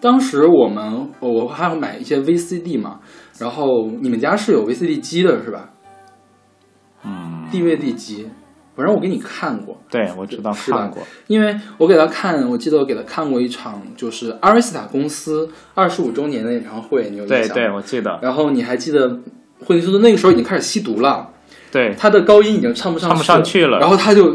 当时我们我还要买一些 VCD 嘛，然后你们家是有 VCD 机的是吧
嗯，
？DVD 机，反正我给你看过。
对，我知道
是吧
看过，
因为我给他看，我记得我给他看过一场，就是阿瑞斯塔公司二十五周年的演唱会，你有印象
对
吗？
对，我记得，
然后你还记得惠尼休斯顿那个时候已经开始吸毒了，
对，
他的高音已经唱不上
唱不上去了
然后他就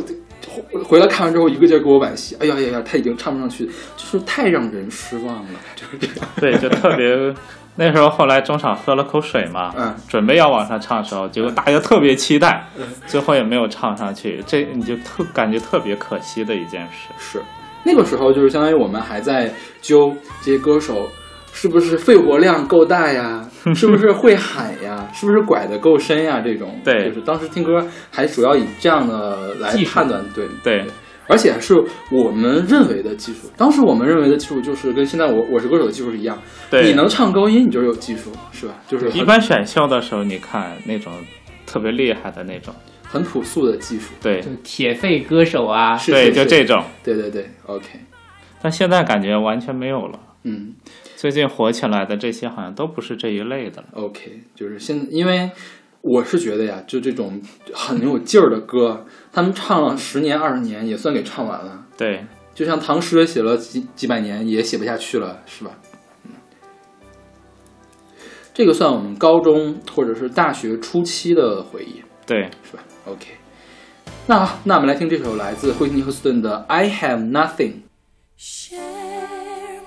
回回来看完之后，一个劲儿给我惋惜，哎呀哎呀呀，他已经唱不上去，就是太让人失望了，就是这样。
对，就特别。那时候后来中场喝了口水嘛，
嗯
准备要往上唱的时候，结果大家特别期待，最后也没有唱上去，这你就特感觉特别可惜的一件事。
是那个时候，就是相当于我们还在揪这些歌手。是不是肺活量够大呀？是不是会喊呀？是不是拐的够深呀？这种
对
就是当时听歌还主要以这样的来
技术
判断，对
对，
而且是我们认为的技术。当时我们认为的技术就是跟现在我我是歌手的技术是一样，
对，
你能唱高音，你就是有技术，是吧？就是
一
很
般选秀的时候，你看那种特别厉害的那种，
很朴素的技术。
对
就铁肺歌手啊，
是
对，
是
就这种。
对对对，OK，
但现在感觉完全没有了。
嗯
最近火起来的这些好像都不是这一类的了。
，OK，就是现因为我是觉得呀，就这种很有劲儿的歌，他们唱了十年二十年也算给唱完了。
对，
就像唐诗写了几几百年也写不下去了，是吧？嗯，这个算我们高中或者是大学初期的回忆。
对，
是吧？OK，那好，那我们来听这首来自惠特尼休斯顿的《I Have Nothing》。
Share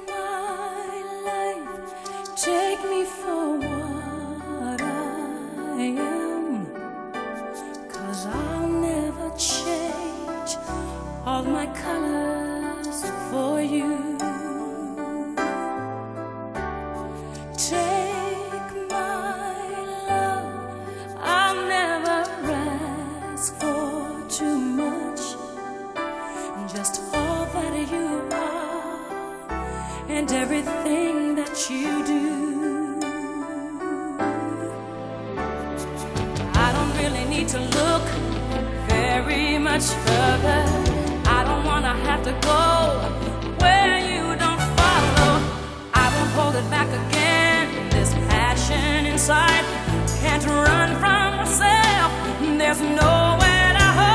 my life, take me for what I am. Cause I'll never change all my colors for you. Take my love, I'll never ask for too much just all that you are and everything that you do. I don't really need to look very much further. I don't want to have to go where you don't follow. I won't hold it back again. This passion inside can't run from myself. There's nowhere to hide.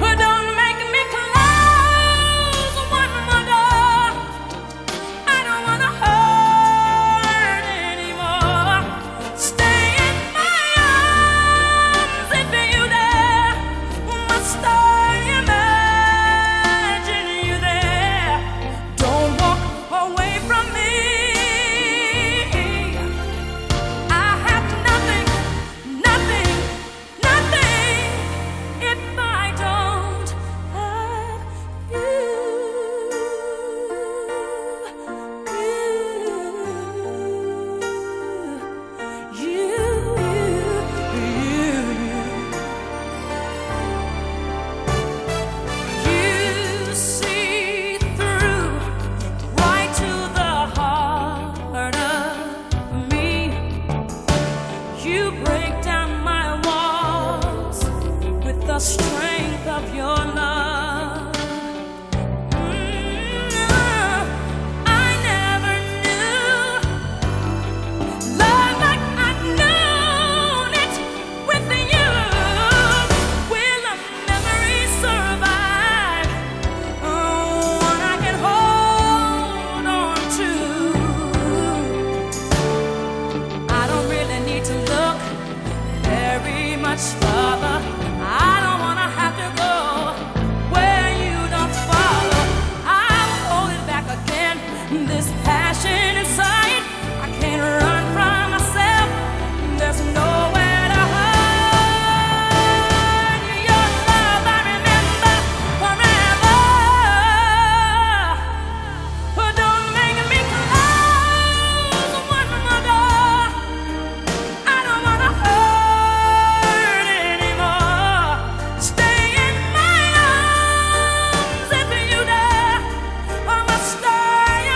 But don't make me close one more door. I don't wanna hurt anymore. Stay in my arms if you dare. Must I imagine you there? Don't walk away from me. the strength of your love. Mm, I never knew love like I've known it with you. Will a memory survive? Oh, one I can hold on to. I don't really need to look very much farther. I don't wanna have to go where you don't follow. I'm holding back again. This passion inside, I can't run from myself. There's nowhere to hide. Your love, I remember forever. Don't make me close one more door. I don't wanna hurt anymore. Stay in my arms if you dare. I must I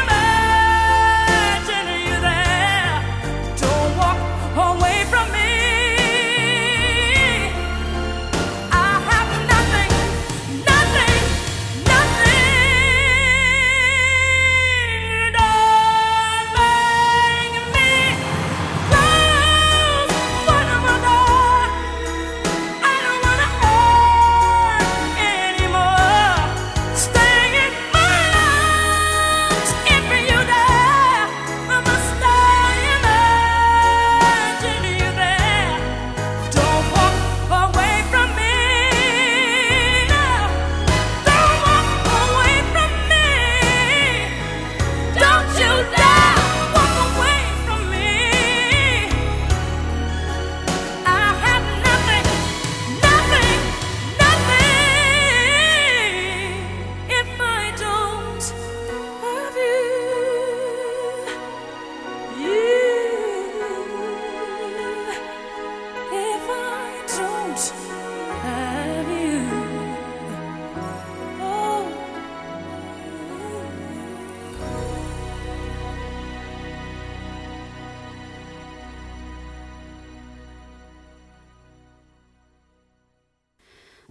imagine you there? Don't walk away from me. I have nothing, nothing, nothing. Don't bang me. Don't you dare walk away from me. I have nothing, nothing, nothing if I don't have you. You, if I don't have you. Oh.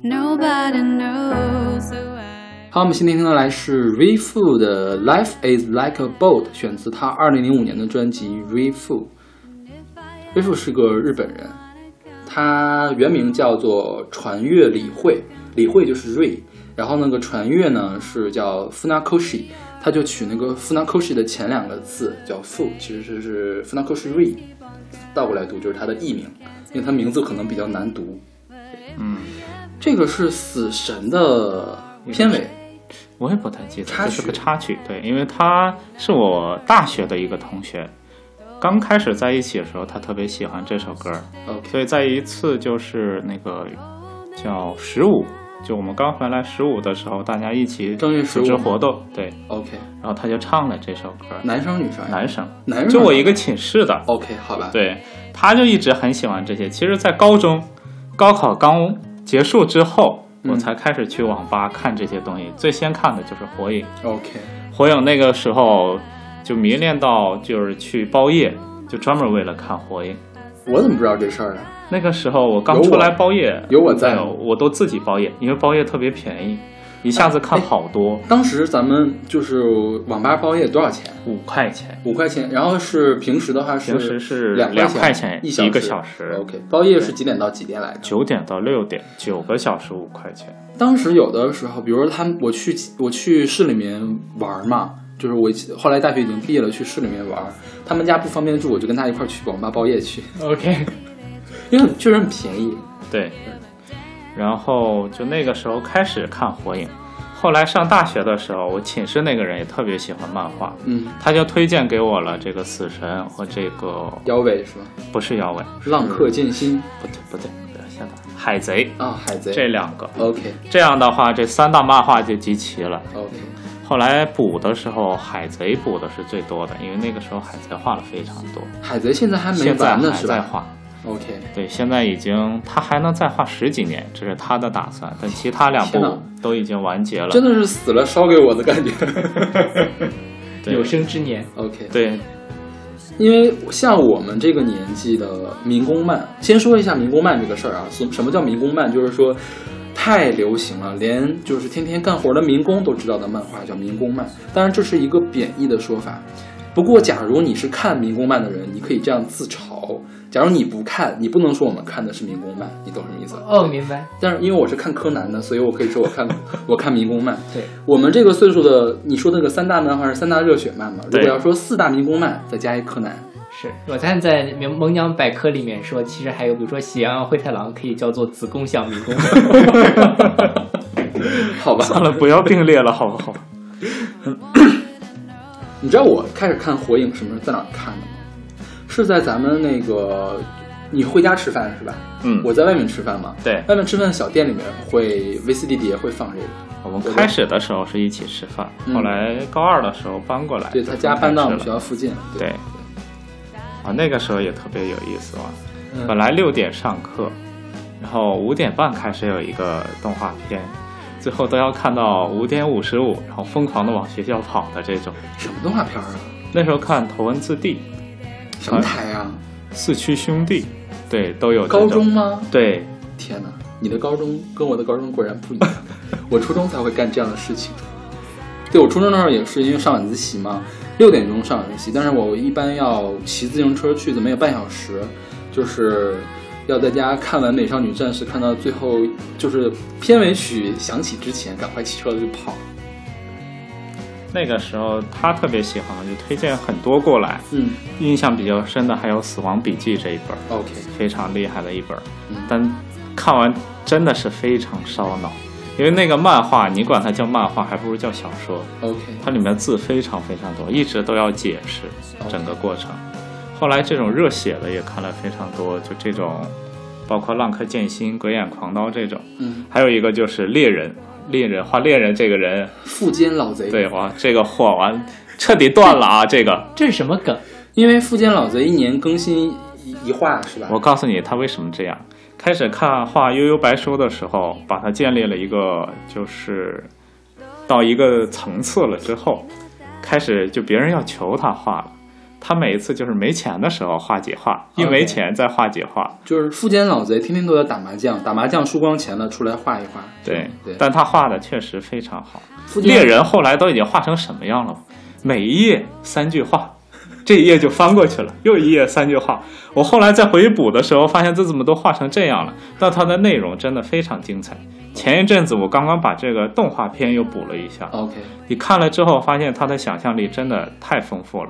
Nobody knows who I
好，我们今天听到来是 r e f u 的《Life Is Like a Boat》，选自他二零零五年的专辑《r e f u r e f u 是个日本人，他原名叫做船越理惠，理惠就是 Re，然后那个船越呢是叫 Funakoshi，他就取那个 Funakoshi 的前两个字叫 Fu，其实是是 Funakoshi Re，倒过来读就是他的艺名，因为他名字可能比较难读。
嗯，
这个是《死神》的片尾。
我也不太记得，
插
这是
曲
个插曲。对，因为他是我大学的一个同学，刚开始在一起的时候，他特别喜欢这首歌，
OK，
所以在一次就是那个叫十五，就我们刚回来十五的时候，大家一起
正月
组织
15
活动，对，
OK，
然后他就唱了这首歌，
男生女生呀？
男生，
男生
就我一个寝室的，
OK，好吧。
对，他就一直很喜欢这些。其实，在高中高考刚结束之后，
嗯
我才开始去网吧看这些东西。最先看的就是《火影》，
OK，
《火影》那个时候就迷恋到就是去包夜，就专门为了看《火影》。
我怎么不知道这事儿啊？
那个时候我刚
有
出
我
来包夜，
有我在
没有我都自己包夜，因为包夜特别便宜，一下子
哎
看好多，
当时咱们就是网吧包夜多少钱？
五块钱。
五块钱。然后是平时的话是
平时是
两
两
块
块钱
一小
一个小时
OK，包夜是几点到几点来着？
九点到六点，九个小时五块钱。
当时有的时候，比如说他们，我去我去市里面玩嘛。就是我后来大学已经毕业了，去市里面玩，他们家不方便住，我就跟他一块儿去网吧包夜去，
OK，
因为很确实很便宜。
对，然后就那个时候开始看《火影》，后来上大学的时候，我寝室那个人也特别喜欢漫画，
嗯，
他就推荐给我了这个《死神》和这个
腰尾是吧？
不是妖尾，
浪
嗯
客剑心
不对不对，不要吓到海贼
啊，海贼。
这两个。
OK
这样的话，这三大漫画就集齐了。
OK，
后来补的时候，海贼补的是最多的，因为那个时候海贼画了非常多，
海贼现在还没
现在
完呢
还
是
在
吧
画。
？OK，
对，现在已经他还能再画十几年，这是他的打算。但其他两
天哪
部都已经完结了，
真的是死了烧给我的感觉。
对
有生之年
OK，
对
因为像我们这个年纪的民工漫，先说一下民工漫这个事儿啊。什什么叫民工漫？就是说，太流行了，连就是天天干活的民工都知道的漫画叫民工漫。当然，这是一个贬义的说法。不过，假如你是看民工漫的人，你可以这样自嘲；假如你不看，你不能说我们看的是民工漫，你懂什么意思？
哦，明白。
但是因为我是看柯南的，所以我可以说我看 我看民工漫。
对，
我们这个岁数的，你说那个三大漫画是三大热血漫嘛？如
对
果要说四大民工漫，再加一柯南，
是我看在《蒙蒙娘百科》里面说，其实还有比如说喜羊羊灰太狼可以叫做子宫向迷 宫。
好吧？
算了，不要并列了，好不好？
你知道我开始看《火影》什么时候在哪儿看的吗？是在咱们那个你回家吃饭是吧？
嗯，
我在外面吃饭嘛，
对，
外面吃饭的小店里面会 VCD 碟会放这个，
我们开始的时候是一起吃饭，
嗯
后来高二的时候搬过来，
对他家搬到我们学
就分
校附近，
开吃了。对，啊，那个时候也特别有意思啊。
嗯
本来六点上课，然后五点半开始有一个动画片，最后都要看到五点五十五，然后疯狂的往学校跑的这种。
什么动画片儿啊？
那时候看《头文字 D》《
什么台啊？
四驱兄弟》，对，都有这种
高中吗？
对，
天哪，你的高中跟我的高中果然不一样， 我初中才会干这样的事情。对我初中那时候也是因为上晚自习嘛，六点钟上晚自习，但是我一般要骑自行车去，怎么有半小时，就是要在家看完《美少女战士》，看到最后就是片尾曲响起之前，赶快骑车就跑。
那个时候他特别喜欢，就推荐很多过来。
嗯
印象比较深的还有《死亡笔记》这一本，
，OK，
非常厉害的一本
嗯，
但看完真的是非常烧脑，因为那个漫画，你管它叫漫画，还不如叫小说，
OK，
它里面字非常非常多，一直都要解释
哦
整个过程。后来这种热血的也看了非常多，就这种，包括《浪客剑心》《鬼眼狂刀》这种，
嗯，
还有一个就是猎人，猎人画猎人这个人，
富坚老贼，
对哇，这个货完彻底断了啊，这个。
这是什么梗？
因为富坚老贼一年更新一一话是吧？
我告诉你他为什么这样。开始看画《悠悠白书》的时候，把它建立了一个就是到一个层次了之后，开始就别人要求他画了。他每一次就是没钱的时候画几画，一
OK
没钱再画几画。
就是富坚老贼天天都在打麻将，打麻将输光钱了，出来画一画。
对，
对，
但他画的确实非常好。
富坚
猎人后来都已经画成什么样了？每一页三句话，这一页就翻过去了，又一页三句话。我后来再回去补的时候，发现这怎么都画成这样了？但它的内容真的非常精彩。前一阵子我刚刚把这个动画片又补了一下，
OK，
你看了之后发现他的想象力真的太丰富了。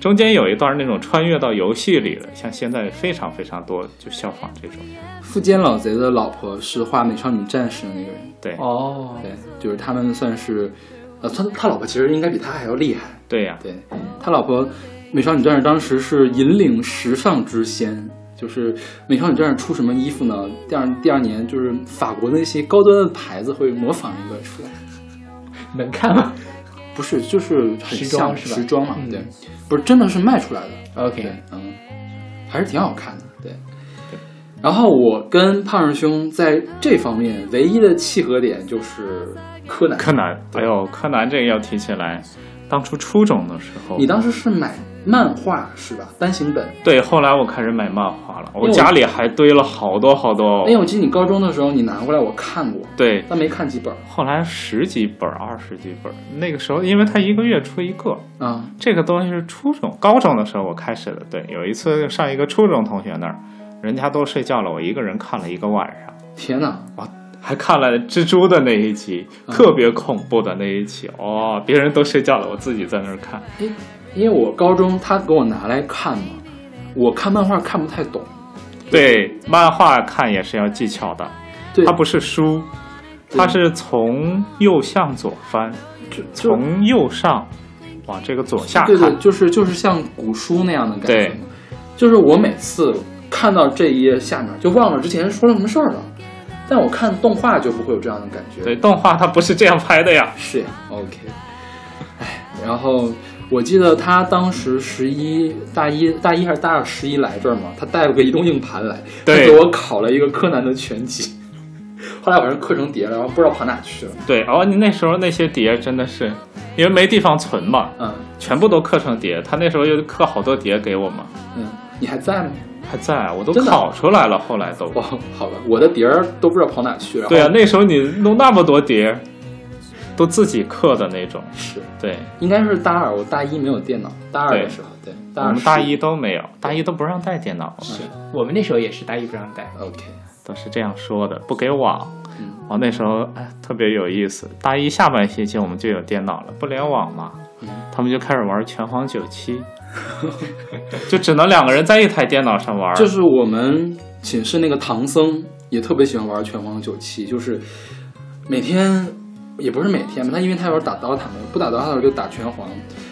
中间有一段那种穿越到游戏里了，像现在非常非常多就效仿这种，
富坚老贼的老婆是画《美少女战士》的那个人，
对、
哦，
对，就是他们算是，呃，他他老婆其实应该比他还要厉害，
对呀、
对
嗯
他老婆，《美少女战士》当时是引领时尚之先。就是《美少女战士》出什么衣服呢？第二第二年，就是法国那些高端的牌子会模仿一个出来，
能看吗
不是，就是很
时装
像
是吧
时装嘛，
嗯
对，不是真的是卖出来的，对
？OK，，
嗯，还是挺好看的，对。然后我跟胖师兄在这方面唯一的契合点就是柯南。
柯南，
对
哎呦，柯南这个要提起来，当初初中的时候，
你当时是买漫画是吧？单行本。
对，后来我开始买漫画了，
为
我
我
家里还堆了好多好多
因为。我记得你高中的时候你拿过来我看过，
对，
但没看几本儿
后来十几本儿、二十几本儿，那个时候因为它一个月出一个，
啊。
这个东西是初中、高中的时候我开始的。对，有一次上一个初中同学那儿，人家都睡觉了，我一个人看了一个晚上，
天哪，
还看了蜘蛛的那一集，
嗯
特别恐怖的那一集。哦，别人都睡觉了，我自己在那儿看。
因为我高中他给我拿来看嘛，我看漫画看不太懂。
对，漫画看也是要技巧的，
对，
它不是书，
对
它是从右向左翻，
就就
从右上往这个左下
对对，
看。
就是就是像古书那样的感觉
对
嘛。就是我每次看到这一页下面，就忘了之前说了什么事儿了。但我看动画就不会有这样的感觉。
对，，动画它不是这样拍的呀。
是呀。OK。哎，然后我记得他当时十一大一大一还是大二十一来这儿嘛，他带了个移动硬盘来，他
对
给我拷了一个柯南的全集。后来我让课程叠了，然后不知道跑哪去了。
对，哦，你那时候那些碟真的是，因为没地方存嘛，
嗯
全部都刻成碟。他那时候又刻好多碟给我嘛。
嗯，你还在吗？
还在，啊我都
真的啊
考出来了，后来都。
哇，好吧，我的碟儿都不知道跑哪去了。
对啊，那时候你弄那么多碟儿，都自己刻的那种。
是
对，
应该是大二，我大一没有电脑，大二的时候，对，大
我
二
们
是
大一都没有，大一都不让带电脑，
是
我们那时候也是大一不让带，
OK，
都是这样说的，不给网。
嗯
我那时候哎特别有意思，大一下半学期我们就有电脑了，不联网嘛，
嗯
他们就开始玩拳皇九七， 就只能两个人在一台电脑上玩。
就是我们寝室那个唐僧也特别喜欢玩拳皇九七，就是每天也不是每天吧，他因为他玩打刀塔嘛，不打刀塔的时候就打拳皇。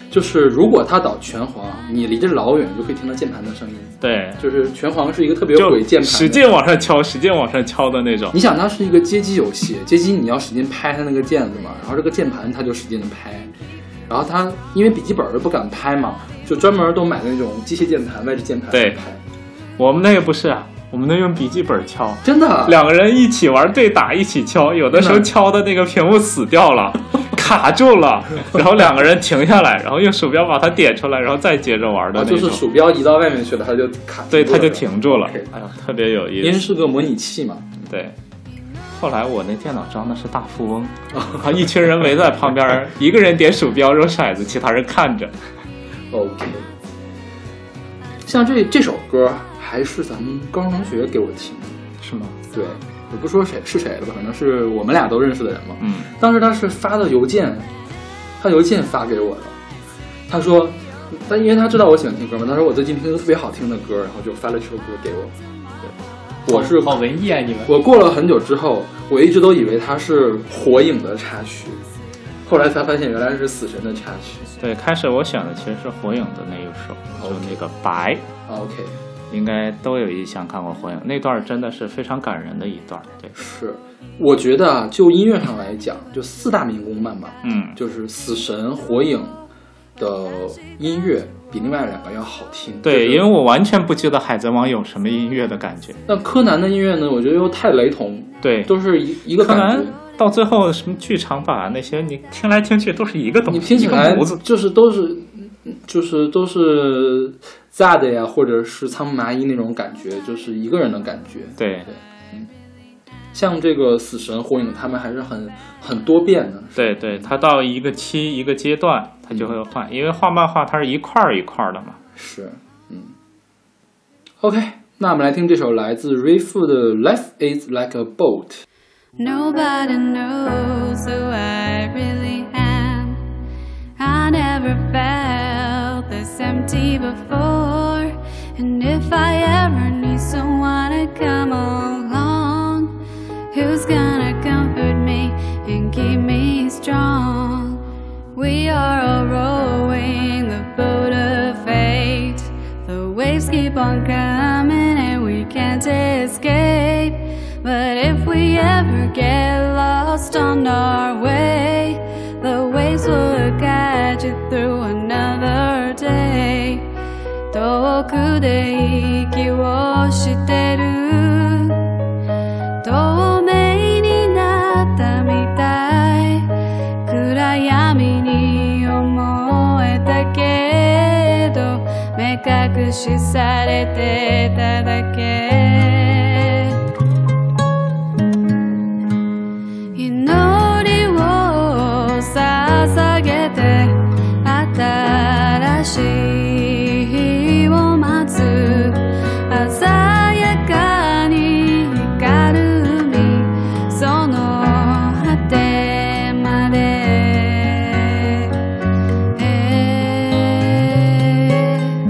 就是如果他打拳皇，你离着老远就可以听到键盘的声音。
对，
就是拳皇是一个特别有
就
鬼键盘的，
使劲往上敲，使劲往上敲的那种。
你想，它是一个街机游戏，街机你要使劲拍它那个键子嘛，然后这个键盘它就使劲的拍，然后它因为笔记本儿都不敢拍嘛，就专门都买那种机械键盘、外置键盘
对
拍，
我们那个不是啊，我们那用笔记本敲，
真的啊
两个人一起玩对打，一起敲，有的时候
真的
敲的那个屏幕死掉了， 卡住了，然后两个人停下来，然后用鼠标把它点出来，然后再接着玩的
啊，
那
就是
种。
鼠标移到外面去了，它就卡，
对，它就，停住了
OK，
哎呀，特别有
因
意
为
思。
是个模拟器嘛，
对，后来我那电脑装的是大富翁，然后一群人围在旁 边，一个人点鼠标扔骰子，其他人看着。
OK，像这这首歌还是咱们高中同学给我听的，
是吗？
对，也不说谁是谁了吧，反正是我们俩都认识的人嘛。
嗯，
当时他是发的邮件，他邮件发给我的，他说，但因为他知道我喜欢听歌嘛，他说我最近听一个特别好听的歌，然后就发了这首歌给我。对，我是
好文艺啊你们。
我过了很久之后，我一直都以为它是《火影》的插曲，后来才发现原来是《死神》的插曲。
对，开始我选的其实是《火影》的那一首，就
OK
那个白。
啊 OK，
应该都有印象看过《火影》那段，儿真的是非常感人的一段儿。对，
是，我觉得啊，就音乐上来讲，就四大民工漫吧，
嗯，
就是《死神》《火影》的音乐比另外两个要好听。
对，
就是
因为我完全不记得《海贼王》有什么音乐的感觉。
那柯南的音乐呢，我觉得又太雷同，
对，
都是一一个
柯
感
南
觉。
到最后什么剧场版啊那些，你听来听去都是一个东西，
你听起
一
来
个模子。
就是都是，就是都是 ZAD 呀，或者是仓木麻衣那种感觉，就是一个人的感觉。
对
像这个死神、火影，他们还是很很多变的。
对对，它到一个期一个阶段，它就会换，因为画漫画它是一块儿一块儿的嘛。
是，嗯。OK，那我们来听这首来自 Refu 的《Life Is Like a Boat》。
Nobody knows who I really am. I never felt this empty before. And if I ever need someone to come along, who's gonna comfort me and keep me strong? We are all rowing the boat of fate. The waves keep on coming and we can't escape. But if we ever get lost on our way, the waves will guide you through another day. 遠くで息をしてる透明になったみたい暗闇に思えたけど目隠しされてただけ祈りを捧げて新しい日を待つ鮮やかに光る海その果てまで、えー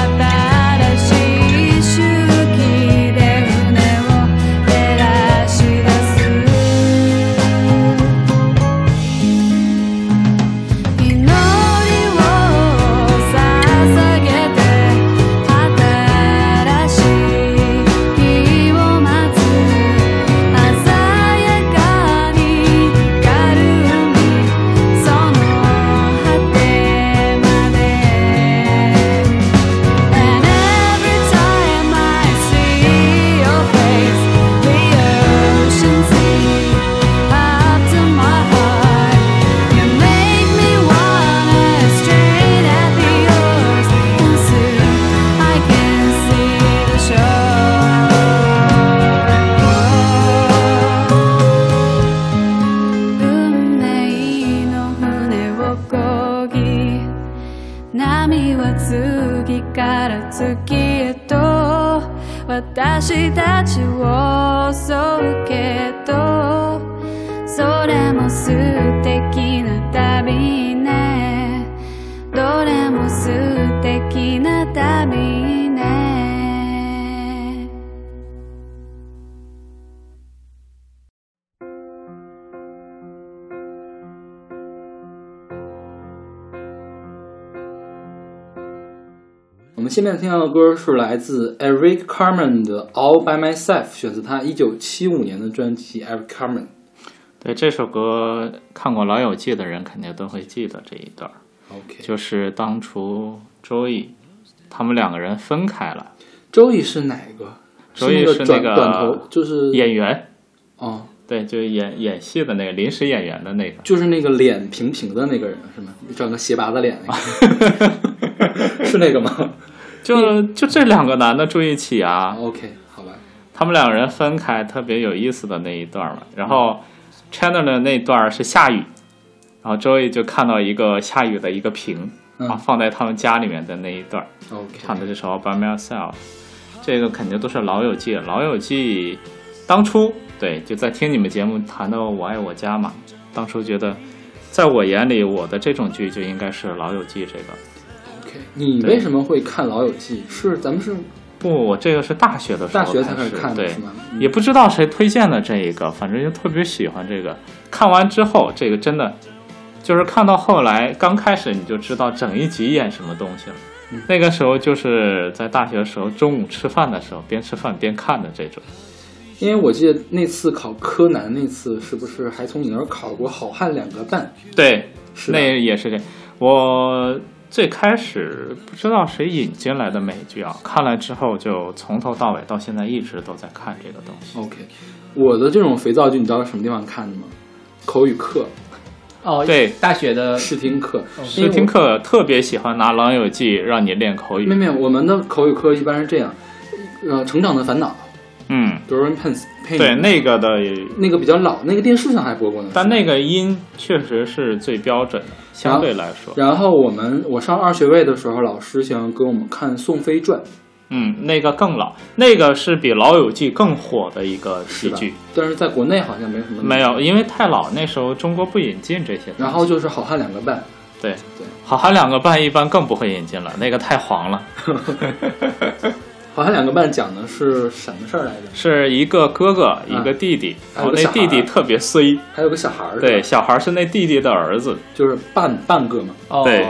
Oh, 月へと私たちを襲うけどそれも素敵な旅ねどれも素敵な旅ね
我们现在听到的歌是来自 Eric Carmen 的《All by Myself》，选自他一九七五年的专辑《Eric Carmen》。
对这首歌，看过《老友记》的人肯定都会记得这一段儿，
OK，
就是当初周易他们两个人分开了，
周易是哪个？
周易
是
是
短
那个
短头，就是
演员
哦，
对，就是演演戏的那个临时演员的那个，
就是那个脸平平的那个人是吗？长个斜拔的脸那 个，是那个吗
就就这两个男的住一起啊，
？OK，好吧，
他们两个人分开特别有意思的那一段嘛。然后 Chandler 的那段是下雨，然后周易就看到一个下雨的一个瓶，
嗯
啊，放在他们家里面的那一段，唱
，OK，
的这首《By Myself》，这个肯定都是老友记了《老友记》。当初对就在听你们节目谈到《我爱我家》嘛，当初觉得，在我眼里，我的这种剧就应该是《老友记》这个。
OK，你为什么会看《老友记》？是咱们是
不，我这个是大学的时
大
候
学才
开
开始看的
对
是吗，嗯
也不知道谁推荐的这一个，反正就特别喜欢这个。看完之后，这个真的就是看到后来，刚开始你就知道整一集演什么东西了。
嗯
那个时候就是在大学时候，中午吃饭的时候，边吃饭边看的这种。
因为我记得那次考柯南那次，是不是还从你那儿考过“好汉两个半
对，
是啊的
那也是这。我最开始不知道谁引进来的美剧啊，看了之后就从头到尾到现在一直都在看这个东西。
？”OK，我的这种肥皂剧，你知道在什么地方看的吗？口语课、
哦，
对
大学的
试听课、因为
试
我
听。课特别喜欢拿《老友记》让你练口
妹
语。嗯
妹，我们的口语课一般是这样，呃，《成长的烦恼
嗯，》
，Dorian Pence，
对，那个的，
那个比较老，那个电视上还播过呢。
但那个音确实是最标准的，相对来说，
然后我们我上二学位的时候，老师想给我们看《宋飞传》，
嗯，那个更老，那个是比《老友记》更火的一个
是
喜
吧
剧。？
但是在国内好像没什么。
没。有，因为太老，那时候中国不引进这些东西。
然后就是《好汉两个半》，
对，
对
好汉两个半一般更不会引进了，那个太黄了。
《好汉两个半》讲的是什么事儿来着？
是一个哥哥，一个弟弟，
还
然
有个嗯
后那
啊小孩儿
弟弟特别衰，
还有个小孩儿，
对，
是吧
小孩是那弟弟的儿子，
就是半半个嘛，
哦，
对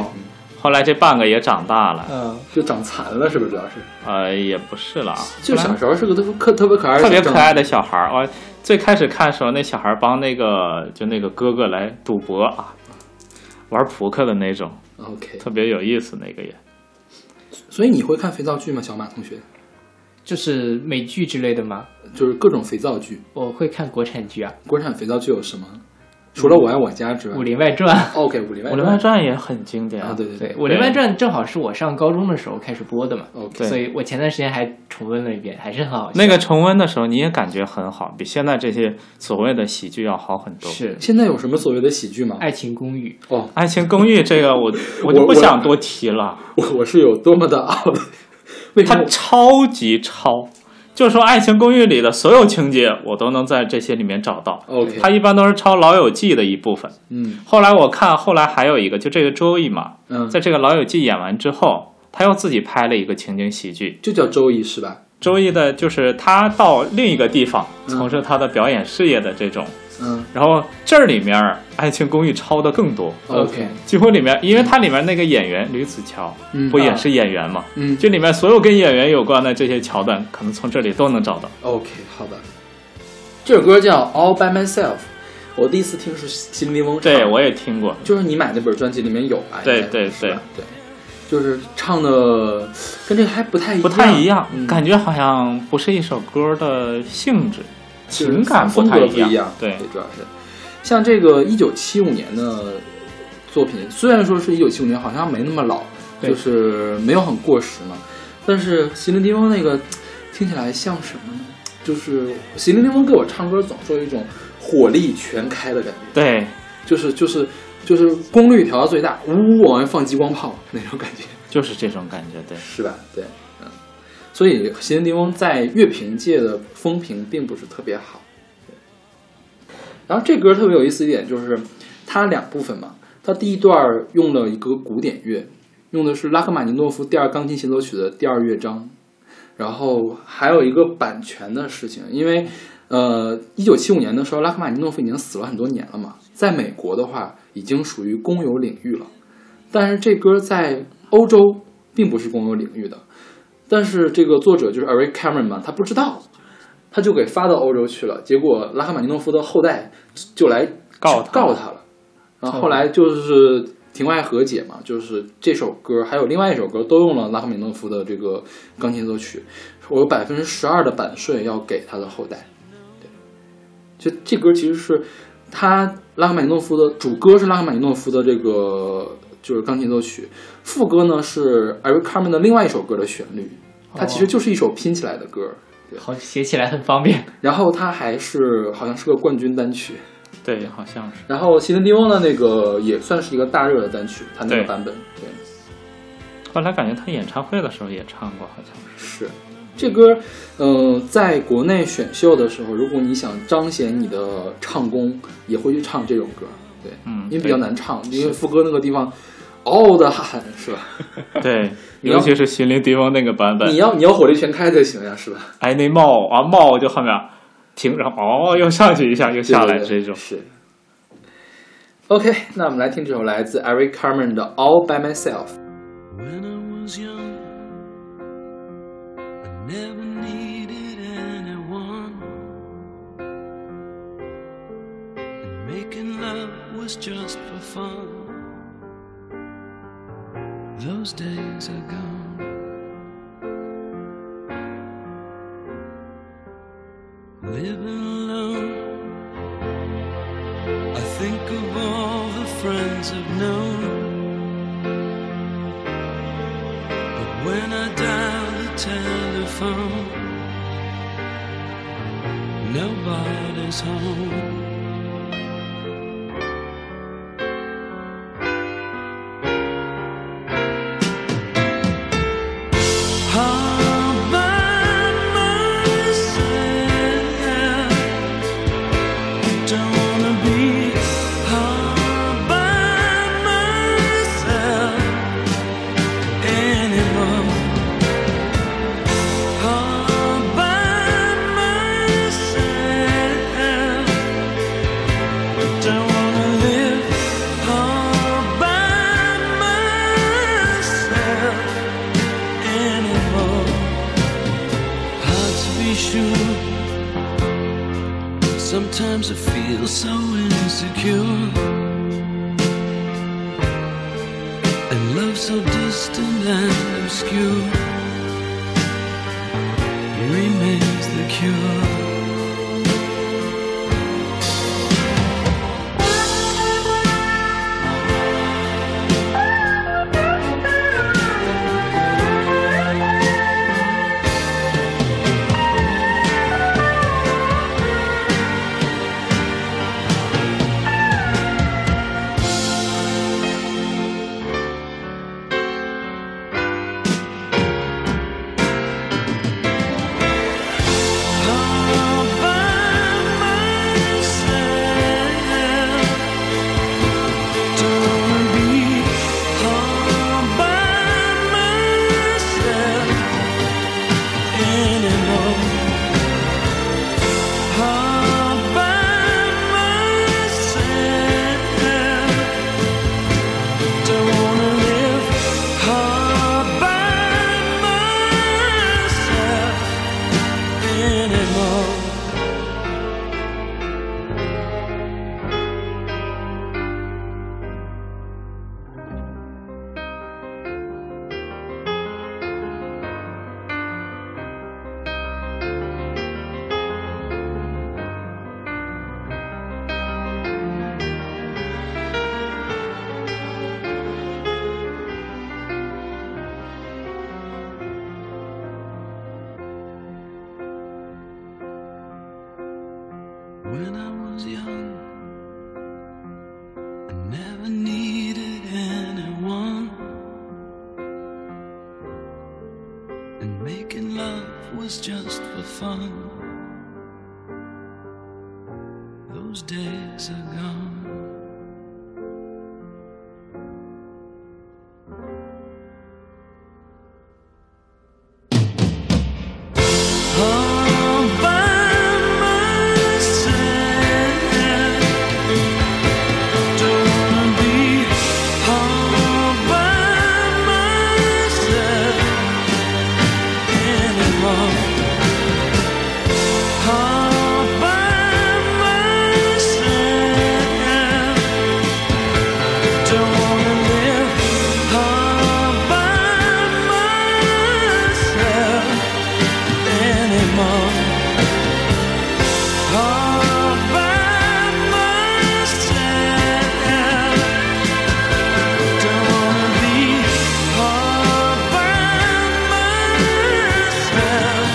后来这半个也长大了，
嗯，
就长残了，是不是？主要是，
呃，也不是了啊，
就
后来
小时候是个特别可特别可爱的
特别
小
可
正
爱的小孩儿。我最开始看的时候，那小孩儿帮那个就那个哥哥来赌博啊，玩扑克的那种，
男。OK，
特别有意思。那个也
所以你会看肥皂剧吗，小马同学？
就是美剧之类的吗？
就是各种肥皂剧，
我会看国产剧啊，
国产肥皂剧有什么？除了《我爱我家》之
《
外
武林外传》。
，OK，《武林
《
外
武林外传》也很经典
啊，对对
对，《武林
对
外传》正好是我上高中的时候开始播的嘛，
，OK，
对
所以我前段时间还重温了一遍，还是很好笑。
那个重温的时候，你也感觉很好，比现在这些所谓的喜剧要好很多。
是《
现在有什么所谓的喜剧吗？
哎
爱情公寓
哦，
爱情公寓》这个 我我就
我
不想多提 了，
我我是有多么的 out，为什
它
么？
超级超。就说《爱情公寓》里的所有情节，我都能在这些里面找到。
OK
它一般都是抄《老友记》的一部分。
嗯
后来我看，后来还有一个，就这个周易嘛，
嗯，
在这个《老友记》演完之后，他又自己拍了一个情景喜剧。
就叫周易是吧？
周易的就是他到另一个地方从事他的表演事业的这种，
嗯
然后这里面《爱情公寓》抄的更多，
，OK，
几乎里面，因为它里面那个演员吕子乔
嗯
不也是演员嘛，
嗯
这里面所有跟演员有关的这些桥段，可能从这里都能找到。
，OK，好的。这首歌叫《All by Myself》，我第一次听是新林翁唱的
对，我也听过，
就是你买那本专辑里面有啊，
对
应该
对
是吧对，就是唱的跟这个还不太一样
不太一样，
嗯
感觉好像不是一首歌的性质，
就是
情感
风
太
格不
样。
样，
对，
主要是像这个一九七五年的作品，虽然说是一九七五年，好像没那么老，
对
就是没有很过时嘛，但是席琳迪翁那个听起来像什么呢？就是席琳迪翁给我唱歌总是有一种火力全开的感觉，
对，
就是就是就是功率调到最大，呜往外放激光炮那种感觉。
就是这种感觉。对，
是吧？对，嗯，所以《行天地翁》在乐评界的风评并不是特别好。然后这歌特别有意思一点就是，它两部分嘛，它第一段儿用了一个古典乐，用的是拉赫玛尼诺夫第二钢琴协奏曲的第二乐章，然后还有一个版权的事情，因为呃，一九七五年的时候，拉赫玛尼诺夫已经死了很多年了嘛，在美国的话已经属于公有领域了，但是这歌在欧洲并不是公有领域的，但是这个作者就是 Eric Cameron 嘛，他不知道，他就给发到欧洲去了，结果拉赫玛尼诺夫的后代就来
告他
告他了，然后后来就是庭外和解嘛，就是这首歌还有另外一首歌都用了拉赫玛尼诺夫的这个钢琴协奏曲，我有百分之十二的版税要给他的后代。就这歌其实是他拉赫玛尼诺夫的主歌是拉赫玛尼诺夫的这个就是钢琴协奏曲，副歌呢是 Eric Carmen 的另外一首歌的旋律，它其实就是一首拼起来的歌，
好写起来很方便。
然后它还是好像是个冠军单曲。
对，好像是。
然后席琳迪翁的那个也算是一个大热的单曲，它那个
对
版本对
后来感觉他演唱会的时候也唱过，好像是。
是。这歌，呃，在国内选秀的时候，如果你想彰显你的唱功，也会去唱这种歌，对，
嗯
因为比较难唱，因为副歌那个地方嗷嗷的喊，是吧？
对，
你要
尤其是心灵迪翁那个版本
你，要你要火力全开才行呀，是吧？
哎，那帽啊帽就后面停，然后哦又上去一下，又下来
对
这种。
是。OK，那我们来听这首来自 Eric Carmen 的《All by Myself》。
When I was young, I never needed anyone. And making love was just for fun. Those days are gone. Living alone, I think of all the friends I've known. But when I dial the telephone, nobody's home. All by myself. Don't wanna be all by myself anymore. All by myself. Don't wanna live all by myself anymore. Hard to be sure. Sometimes I feel so insecure. and love so distant and obscure remains the cure. All by myself, don't be all by myself anymore. All by myself, don't wanna live all by myself anymore. When I was young, I never needed anyone. And making love was just for fun. Those days are gone. All by myself. Don't wanna be all by myself anymore. All by myself. Don't wanna live all by myself anymore. All by myself. Don't wanna be all by myself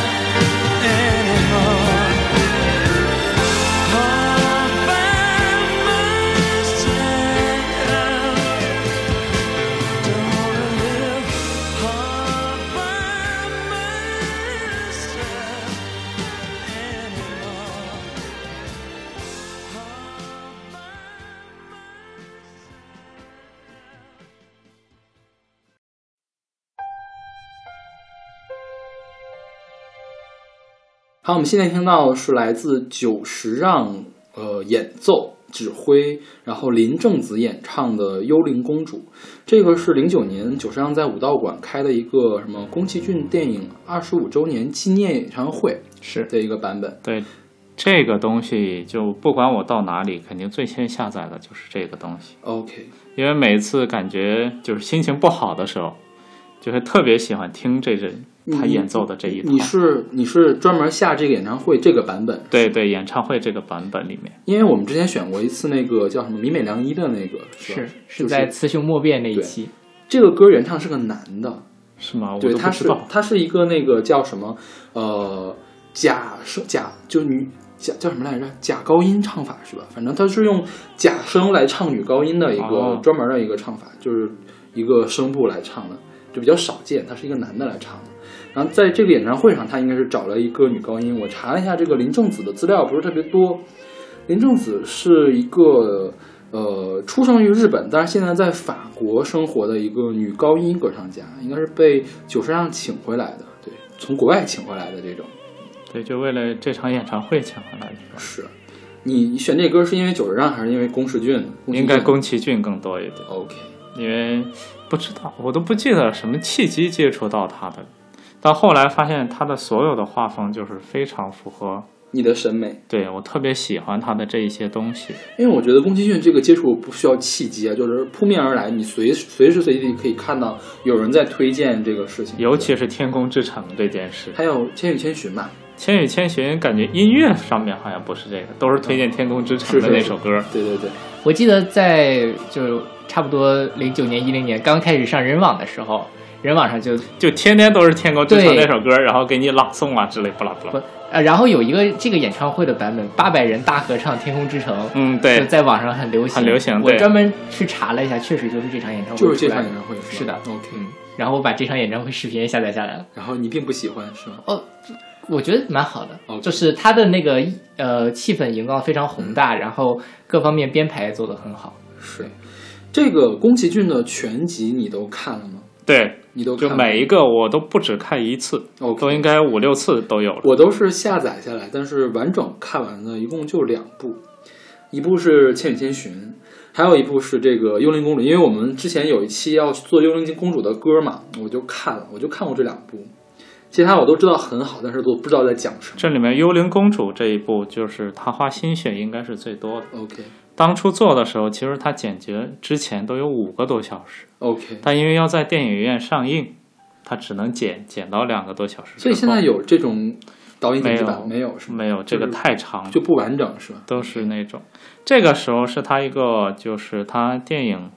anymore. All by myself. Don't wanna live all by myself anymore.
好，我们现在听到的是来自久石让呃演奏、指挥，然后林正子演唱的《幽灵公主》。这个是零九年久石让在武道馆开的一个什么宫崎骏电影二十五周年纪念演唱会
是
的一个版本。
对这个东西，就不管我到哪里，肯定最先下载的就是这个东西，
OK，
因为每次感觉就是心情不好的时候，就会特别喜欢听这这他演奏的这一套。
你是你是专门下这个演唱会这个版本，
对对，演唱会这个版本里面，
因为我们之前选过一次那个叫什么米美良一的那个，是
是
吧就是
在雌雄莫辩那一
对
期，
这个歌原唱是个男的，
是吗？我
对，
都不
他
知
是
道。
他是一个那个叫什么呃假声假就女假叫什么来着？假高音唱法是吧？反正他是用假声来唱女高音的一个、
哦
专门的一个唱法，就是一个声部来唱的，就比较少见。他是一个男的来唱的。然后在这个演唱会上，他应该是找了一个女高音。我查了一下这个林正子的资料，不是特别多。林正子是一个呃出生于日本，但是现在在法国生活的一个女高音歌唱家，应该是被久石让请回来的，对，从国外请回来的这种。
对，就为了这场演唱会请回来的，
是，你你选这歌是因为久石让还是因为宫崎骏？崎骏
应该宫崎骏更多一点，
OK。
因为不知道，我都不记得什么契机接触到他的，但后来发现他的所有的画风就是非常符合，
你的审美，
对我特别喜欢他的这一些东西。
因为我觉得宫崎骏这个接触不需要契机啊，就是扑面而来，你随随时随地可以看到有人在推荐这个事情，
尤其是《天空之城》这件事，《
还有《千与千寻》嘛，
千与千寻》感觉音乐上面好像不是这个，都是推荐《天空之城
是》
的
是
那
是
首歌。
对对对，
我记得在就差不多零九年一零年刚开始上人网的时候，人网上就
就天天都是《天空之城》
对
那首歌，然后给你朗诵啊之类，不啦不
不
啦。
呃，然后有一个这个演唱会的版本，八百人大合唱《天空之城》。
嗯，
就
对，
在网上很流行，
很流行
我
对
专门去查了一下，确实就是这场演唱会出
就
来的，
是这场演唱会吧
是的
，OK。
嗯，然后我把这场演唱会视频也下载下来了。
然后你并不喜欢是吗？
哦，我觉得蛮好的
OK
就是他的那个呃气氛营造非常宏
嗯
大，然后各方面编排做得很好。
是。这个宫崎骏的全集你都看了吗？
对，
你都看
就
了
每一个我都不止看一次，都
OK，
应该五六次都有了。
我都是下载下来，但是完整看完的一共就两部，一部是《千与千寻》，还有一部是这个《幽灵公主》。因为我们之前有一期要做《幽灵公主》的歌嘛，我就看了，我就看过这两部，其他我都知道很好，但是都不知道在讲什么。
这里面《幽灵公主》这一部，就是她花心血应该是最多的。
OK
当初做的时候，其实她剪辑之前都有五个多小时，
OK，
但因为要在电影院上映，她只能剪剪到两个多小时之后。
所以现在有这种导演剪辑版
没
没有是吗？
没有这个太长了，
就不完整是吧？
都是那种。这个时候是她一个就是她电影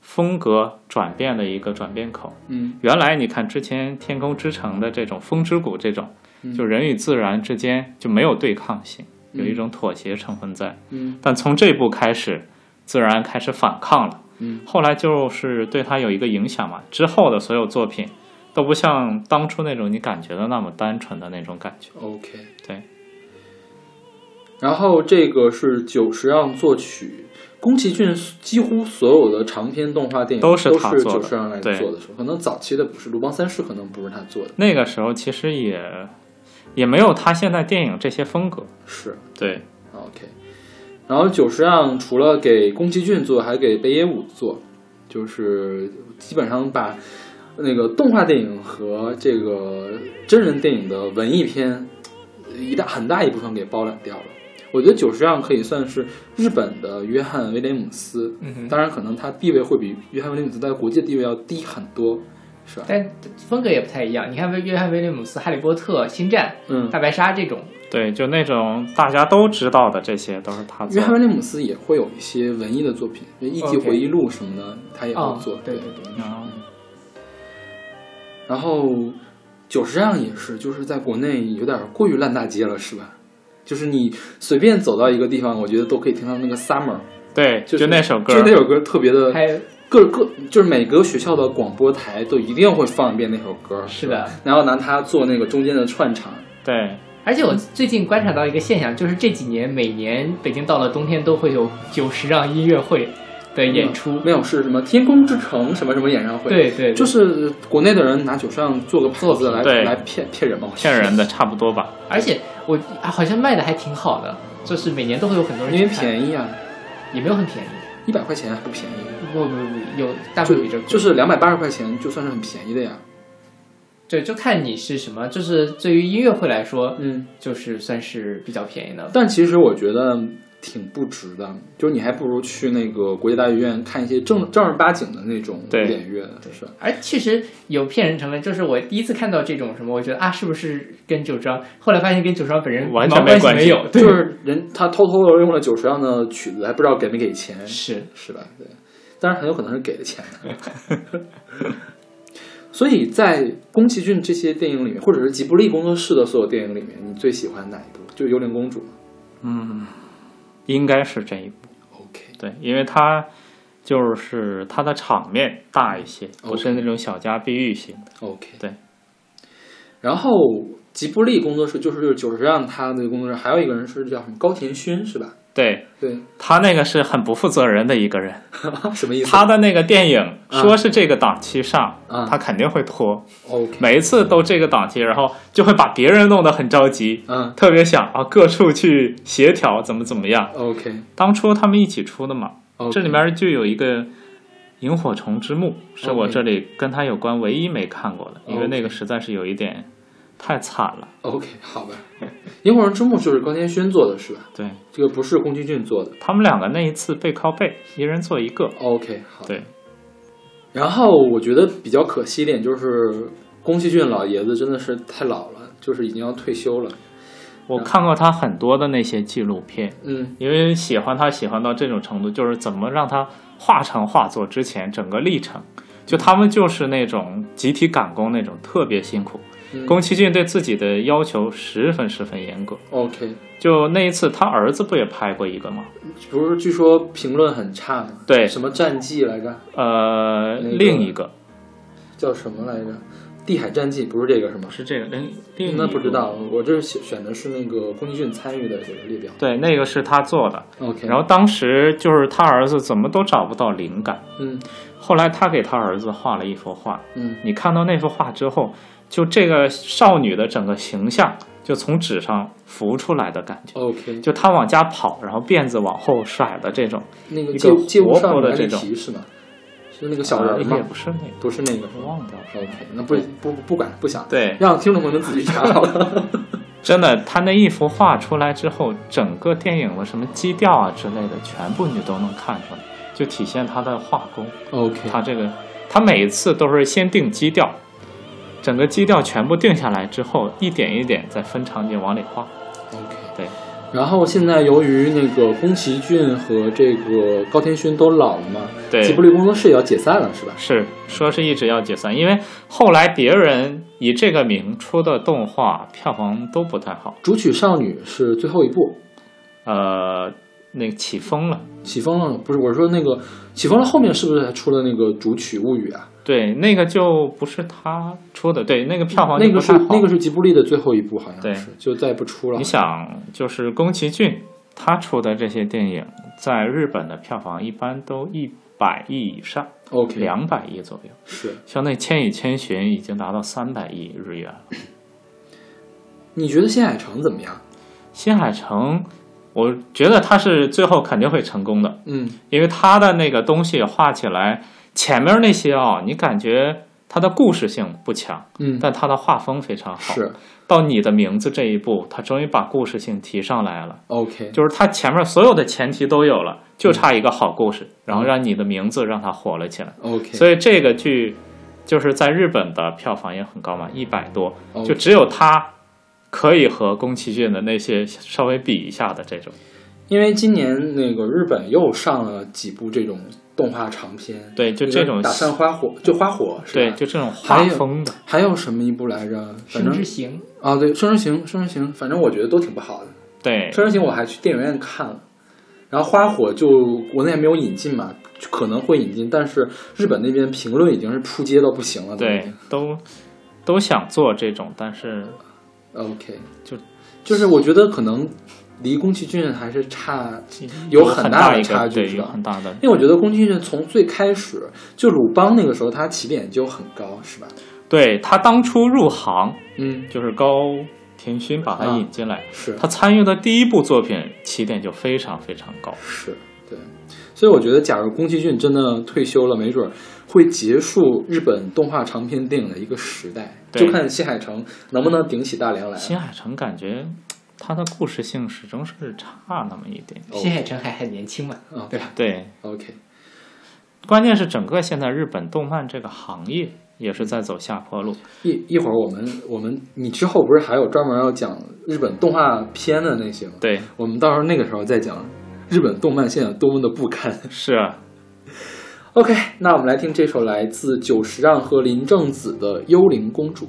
风格转变的一个转变口。
嗯，
原来你看之前《天空之城》的这种《风之谷》这种，
嗯
就人与自然之间就没有对抗性，有一
嗯
种妥协成分在。
嗯
但从这部开始，自然开始反抗了。
嗯
后来就是对他有一个影响嘛，之后的所有作品都不像当初那种你感觉的那么单纯的那种感觉。
OK，
对，
然后这个是久石让作曲，宫崎骏几乎所有的长篇动画电影
都
是
是他做的
久石让来
对
做的，是吧可能早期的不是《鲁邦三世》，可能不是他做的，
那个时候其实也也没有他现在电影这些风格。
是
对，
OK。然后久石让除了给宫崎骏做，还给北野武做，就是基本上把那个动画电影和这个真人电影的文艺片一大很大一部分给包揽掉了。我觉得久石让可以算是日本的约翰威廉姆斯，
嗯哼
当然可能他地位会比约翰威廉姆斯在国际地位要低很多，是吧？
但风格也不太一样。你看，约翰威廉姆斯、哈利波特、星战、
嗯
大，白鲨这种，
对，就那种大家都知道的这些都是他
约
做
翰威
的。
廉姆斯也会有一些文艺的作品，《艺
OK
伎回忆录》什么的，他也会
哦
做。，
对对对，
嗯
然后久石让也是，就是在国内有点过于烂大街了，是吧？就是你随便走到一个地方，我觉得都可以听到那个 summer，
对，
就
就是那首歌
就，那首歌特别的，
还
各各就是每个学校的广播台都一定会放一遍那首歌，
是
吧
的。
然后拿它做那个中间的串场，
对，
而且我最近观察到一个现象，就是这几年每年北京到了冬天都会有久石让音乐会的演出，
嗯没有是什么天空之城什么什么演唱会，，
对对，
就是是国内的人拿久石让做个牌子来
对
来骗骗人嘛，我觉得
骗人的差不多吧。
而且我啊好像卖的还挺好的，就是每年都会有很多人
因为
去看，
便宜啊，
也没有很便宜，
一百块钱还不便宜。
不不不，有大部
就
分比这贵
就是两百八十块钱，就算是很便宜的呀。
对，就看你是什么，就是对于音乐会来说，
嗯，
就是算是比较便宜的了。
但其实我觉得挺不值的，就是你还不如去那个国际大剧院看一些正正儿八经的那种古
对
典乐，是吧？
而确实有骗人成分，就是我第一次看到这种什么，我觉得啊，是不是跟酒庄？后来发现跟酒庄本人
完全
没
没关系
没有，对，
就是人他偷偷的用了久石让的曲子，还不知道给没给钱，
是
是吧？对，当然很有可能是给了钱的。所以在宫崎骏这些电影里面，或者是吉卜力工作室的所有电影里面，你最喜欢哪一部？就《幽灵公主》。
嗯，应该是这一部。
OK，
对，因为它就是它的场面大一些，
哦
不是那种小家碧玉型的。
OK，
对。
然后吉卜力工作室就是久石让他的工作室，还有一个人是叫什么高田勋是吧？
对
对，
他那个是很不负责任的一个人，
什么意思？
他的那个电影
嗯
说是这个档期上，
嗯
他肯定会拖，
OK，
每一次都这个档期，然后就会把别人弄得很着急，
嗯
特别想啊各处去协调怎么怎么样。
，OK，
当初他们一起出的嘛，
OK
这里面就有一个《萤火虫之墓》，是我
OK
这里跟他有关唯一没看过的，因
OK
为那个实在是有一点太惨了。
OK，好吧。萤火虫之墓就是高田勋做的是吧？
对
这个不是宫崎骏做的。
他们两个那一次背靠背，一人做一个。
OK，好。
对，
然后我觉得比较可惜一点就是宫崎骏老爷子真的是太老了，就是已经要退休了。
我看过他很多的那些纪录片，
嗯，
因为喜欢他喜欢到这种程度，就是怎么让他画成画作之前整个历程，就他们就是那种集体赶工那种，特别辛苦。
嗯
宫崎骏对自己的要求十分十分严格，
OK，
就那一次他儿子不也拍过一个吗？
不是据说评论很差吗？
对
什么战绩来着？
呃，
那个
另一个
叫什么来着？地海战记不是这个是吗
不？是这个，另另一
那
个
不知道，我这选选的是那个宫崎骏参与的这个列表。
对，那个是他做的。
OK，
然后当时就是他儿子怎么都找不到灵感，
嗯
后来他给他儿子画了一幅画。
嗯
你看到那幅画之后，就这个少女的整个形象就从纸上浮出来的感觉，
，OK，
就她往家跑，然后辫子往后甩的这种。
那个
一个
借借物
活
少
泼
女
的
爱丽
这种
缇是吗？是那个小人
呃也
吗
不？是那个，嗯
不是那个。
我忘掉了。
OK，那不不不管不想，
对
让听众朋友们自己查好 了。
真的，他那一幅画出来之后，整个电影的什么基调啊之类的，全部你都能看出来，就体现他的画工。
OK，
他这个，他每一次都是先定基调，整个基调全部定下来之后，一点一点再分场景往里画。
OK，
对。
然后现在由于那个宫崎骏和这个高田勋都老了嘛，
对
吉卜力工作室也要解散了是吧？
是说是一直要解散，因为后来别人以这个名出的动画票房都不太好，
《竹取少女》是最后一部，
呃，那个起风了。
起风了不是？我说那个起风了后面是不是还出了那个《竹取物语》啊？
对，那个就不是他出的，对，那个票房就
那
不
个
太
是
好。
那个是吉卜力的最后一部，好像
对
是就再也不出了。
你想，就是宫崎骏他出的这些电影，在日本的票房一般都一百亿以上，
，OK，
两百亿左右。
是
像那《千与千寻》已经达到三百亿日元了，《
你觉得新海诚怎么样？
新海诚》，我觉得他是最后肯定会成功的，
嗯，
因为他的那个东西画起来，前面那些啊、你感觉它的故事性不强，
嗯，
但它的画风非常好。
是
到你的名字这一步，他终于把故事性提上来了。
OK，
就是他前面所有的前提都有
嗯
了，就差一个好故事，然后让你的名字让它火了起来。
OK，
所以这个剧就是在日本的票房也很高嘛，一百多，
OK
就只有它可以和宫崎骏的那些稍微比一下的这种。
因为今年那个日本又上了几部这种动画长片，
对，就
那个
这种
打散花火就花火是吧？
对，就这种画风的。
还有什么一部来着？反
甚
正
至行，
啊，对，《生之行》，《生之行》，反正我觉得都挺不好的。
对
《生之行》我还去电影院看了，然后《花火》就国内没有引进嘛，可能会引进，但是日本那边评论已经是扑街到不行了。
对，都都想做这种，但是
，OK，
就
就是我觉得可能离宫崎骏还是差，有
有
很大
大
的
一
差
个
距
对，
是
有
吧
很大的。
因为我觉得宫崎骏从最开始就鲁邦那个时候，他起点就很高，是吧？
对他当初入行
嗯，
就是高田勋把他
啊
引进来，
是
他参与的第一部作品起点就非常非常高。
是，对。所以我觉得，假如宫崎骏真的退休了，没准儿会结束日本动画长篇电影的一个时代，
对
就看新海诚能不能顶起大梁来。
新海诚感觉他的故事性始终是差那么一点。
哦
新海诚还很年轻嘛，
啊
对吧？
对，
，OK，
关键是整个现在日本动漫这个行业也是在走下坡路。
一一会儿我们我们你之后不是还有专门要讲日本动画片的那些吗？
对，
我们到时候那个时候再讲日本动漫现在有多么的不堪。
是啊
OK，那我们来听这首来自久石让和林正子的《幽灵公主》。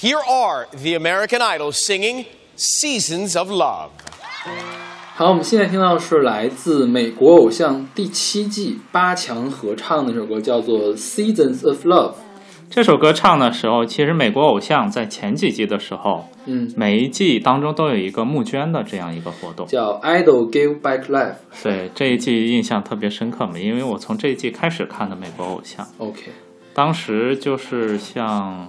Here are the American Idol singing Seasons of Love.
好，我们现在听到的是来自美国偶像第七季八强合唱的这首歌，叫做《Seasons of Love》。
这首歌唱的时候，其实美国偶像在前几季的时候，
嗯，
每一季当中都有一个募捐的这样一个活动。
叫《Idol Give Back Life》。
对这一季印象特别深刻嘛，因为我从这一季开始看的美国偶像，
OK，
当时就是像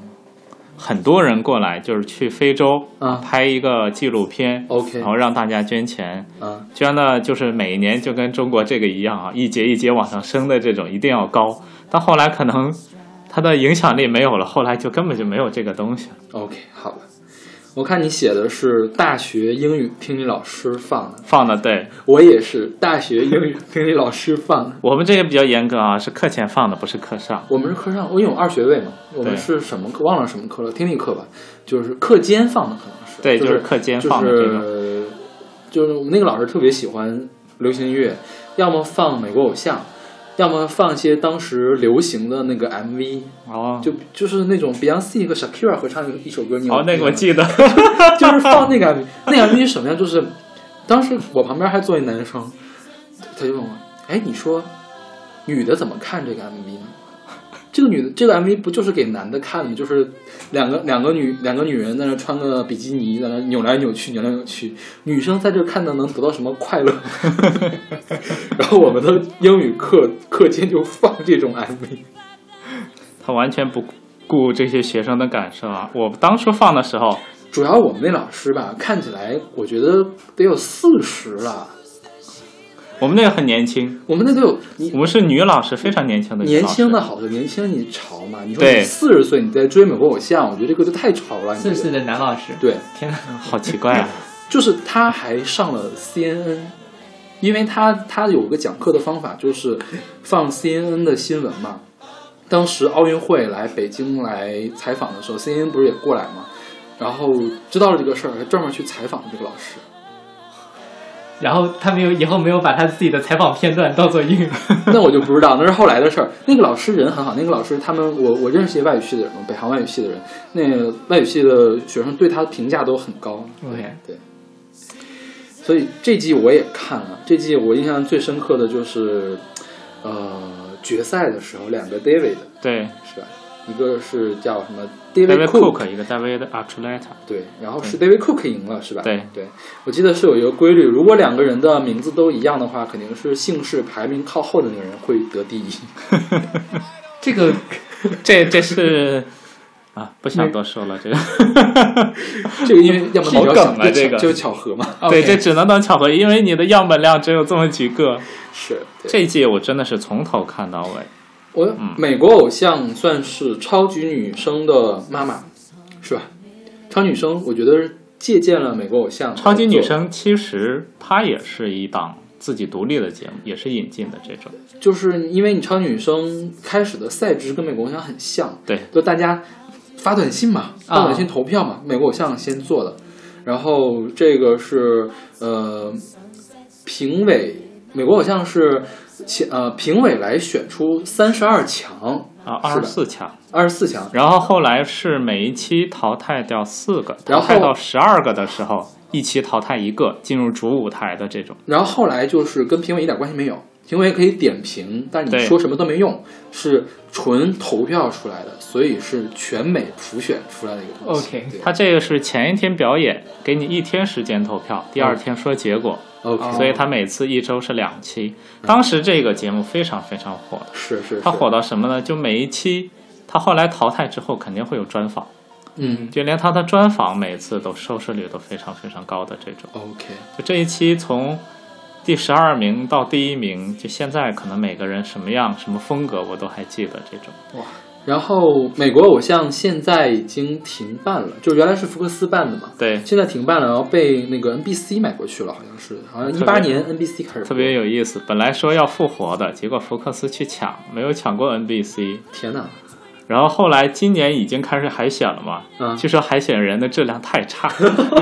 很多人过来，就是去非洲
啊
拍一个纪录片
OK
然后让大家捐钱。
啊，
捐的就是每一年就跟中国这个一样啊，一节一节往上升的这种一定要高。但后来可能它的影响力没有了，后来就根本就没有这个东西了。
OK，好吧。我看你写的是大学英语听力老师放的，
放的对
我也是大学英语听力老师放的。
我们这个比较严格啊，是课前放的，不是课上。
我们是课上，因为我有二学位嘛，我们
对
是什么课忘了什么课了，听力课吧，就是课间放的，可能是
对
就
就是课间放的这种
就是就是我们那个老师特别喜欢流行音乐，要么放美国偶像，要么放一些当时流行的那个 MV，
哦，
就就是那种 Beyonce 和 Shakira 合唱一首歌，你有
哦，那个我
印象吗
记得，
就是放那个 MV，那个 MV 是什么样？就是当时我旁边还坐一男生，他就问我：“哎，你说女的怎么看这个 MV 呢？”这个女的，这个 MV 不就是给男的看的吗？就是两个两个女两个女人在那穿个比基尼，在那扭来扭去，扭来扭去。女生在这看到能得到什么快乐？ 然后我们的英语课课间就放这种 MV。
他完全不顾这些学生的感受啊。我当初放的时候，
主要我们那老师吧，看起来我觉得得有四十了，
我们那个很年轻，
我们那得有你
我们是女老师，非常年轻的女
年
老师
轻的好的，年轻你潮嘛？你说
对
你四十岁你在追美国偶像，我觉得这个就太潮了。你
四
觉得
十岁的男老师，
对，
天哪，
好奇怪啊。
就是他还上了 CNN，因为他他有个讲课的方法，就是放 CNN 的新闻嘛。当时奥运会来北京来采访的时候，CNN 不是也过来嘛？然后知道了这个事儿，还专门去采访这个老师。
然后他没有以后没有把他自己的采访片段当做英语，
那我就不知道，那是后来的事儿。那个老师人很好，那个老师他们我我认识一些外语系的人，北航外语系的人，那个外语系的学生对他的评价都很高。
OK
对，所以这季我也看了，这季我印象最深刻的就是，呃，决赛的时候两个 David
对
是吧？一个是叫什么
，David
David
Cook 一个 David Archuleta，
对，然后是 David Cook 赢了，是吧？
对
对，我记得是有一个规律，如果两个人的名字都一样的话，肯定是姓氏排名靠后的那个人会得第一。
这个
这这是啊，不想多说了，这个
这个因为要么
好
比较
梗
巧
啊这个
就是巧合嘛。
对，
OK
这只能当巧合，因为你的样本量只有这么几个。
是，对
这一季我真的是从头看到尾，
我美国偶像算是超级女生的妈妈，是吧？超女生，我觉得是借鉴了美国偶像。
超级女生其实它也是一档自己独立的节目，也是引进的这种。
就是因为你超女生开始的赛制跟美国偶像很像，
对，
就大家发短信嘛，
啊
发短信投票嘛，美国偶像先做的。然后这个是呃，评委，美国偶像是前呃评委来选出三十二强
啊，
是
二
的
十四强，
二十四强，
然后后来是每一期淘汰掉四个，
然
淘
后
汰到十二个的时候，一期淘汰一个进入主舞台的这种。
然后后来就是跟评委一点关系没有，评委可以点评，但你
对
说什么都没用，是纯投票出来的，所以是全美普选出来的一个东西。
OK，
对
它这个是前一天表演，给你一天时间投票，
嗯
第二天说结果，
OK，
所以它每次一周是两期。当时这个节目非常非常火，
是是
它火
的，
到什么呢？就每一期，它后来淘汰之后肯定会有专访，
嗯
就连它的专访每次都收视率都非常非常高的这种。
，OK，
就这一期从第十二名到第一名，就现在可能每个人什么样、什么风格我都还记得这种。
然后美国偶像现在已经停办了，就原来是福克斯办的嘛，
对，
现在停办了，然后被那个 NBC 买过去了，好像是，好像一
特
八
别
年 NBC 开始
特别有意思，本来说要复活的，结果福克斯去抢，没有抢过 NBC，
播天哪，
然后后来今年已经开始海选了嘛，
嗯
据说海选人的质量太差，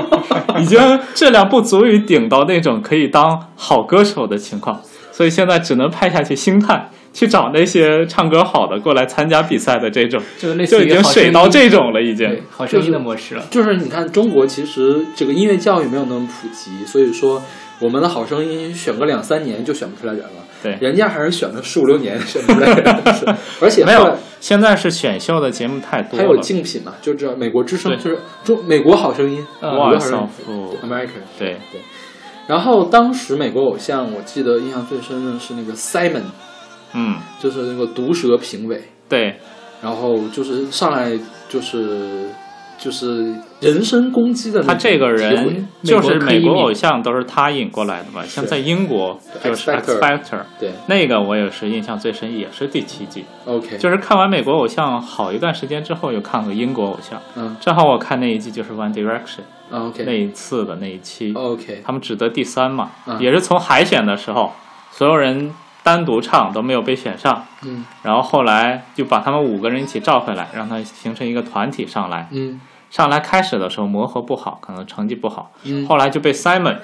已经质量不足以顶到那种可以当好歌手的情况，所以现在只能派下去星探去找那些唱歌好的过来参加比赛的这种，
就类
就
似
已
于
经
好
水
声
到
音
这种了，
对
已经。
好声音的模式了。
就是你看，中国其实这个音乐教育没有那么普及，所以说我们的好声音选个两三年就选不出来人了。
对
人家还是选个十五六年选出来人， 是而且
没
后来
有，现在是选秀的节目太多
还有
了。
竞品嘛，就这美国之声，
对
就是中美国好声音，
嗯
美
沃
国
尔
好声
桑
音
夫，
，American。
对，
然后当时美国偶像，我记得印象最深的是那个 Simon，
嗯，
就是那个毒舌评委，
对，
然后就是上来就是就是人身攻击的那
他
种
这个
诋毁
人就是美国
美国
偶像，都是他引过来的嘛。像在英国
对
就是
X
X Factor，
对
那个我也是印象最深，也是第七季。
，OK，
就是看完美国偶像好一段时间之后，又看个英国偶像。
嗯
正好我看那一季就是 One Direction
啊
那
，OK，OK，
一次的那一期，
OK
他们只得第三嘛，
哦嗯
也是从海选的时候，所有人单独唱都没有被选上，
嗯
然后后来就把他们五个人一起召回来，让他形成一个团体上来。
嗯
上来开始的时候磨合不好，可能成绩不好，
嗯，
后来就被 Simon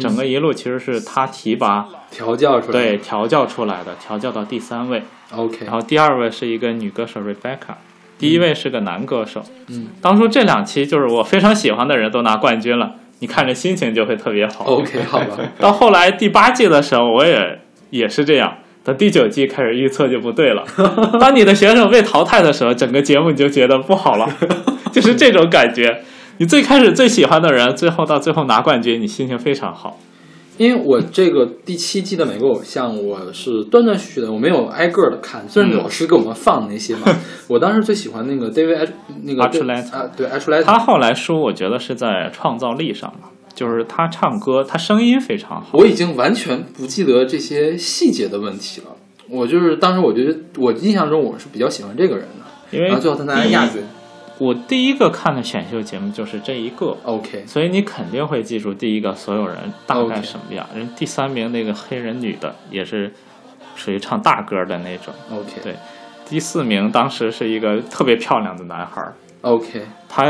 整个一路其实是他提拔，
调教出来，
对调教出来的，调教到第三位。
，OK，
然后第二位是一个女歌手 Rebecca，第一位是个男歌手。
嗯，
当初这两期就是我非常喜欢的人都拿冠军了，你看着心情就会特别好。
OK，好吧，
到后来第八季的时候，我也也是这样。等第九季开始预测就不对 了。当你的选手被淘汰的时候，整个节目你就觉得 不好了，就是这种感觉。你最开始最喜欢的人，最后到最后拿冠军，你心情非常好。
因为我这个第七季的美国偶像，我是断断续续的，我没有挨个的看，虽然
嗯
老师给我们放那些嘛，我当时最喜欢那个 David Ash- 那个
Archuleta
啊，对 Ashlet，
他后来输，我觉得是在创造力上吧，就是他唱歌，他声音非常好。
我已经完全不记得这些细节的问题了。我就是当时我觉得我印象中我是比较喜欢这个人的，
因为
然后最后他拿了亚军。
我第一个看的选秀节目就是这一个，
OK，
所以你肯定会记住第一个所有人大概
OK
什么样。人第三名那个黑人女的也是属于唱大歌的那种。
OK，
对第四名当时是一个特别漂亮的男孩儿，
OK，
他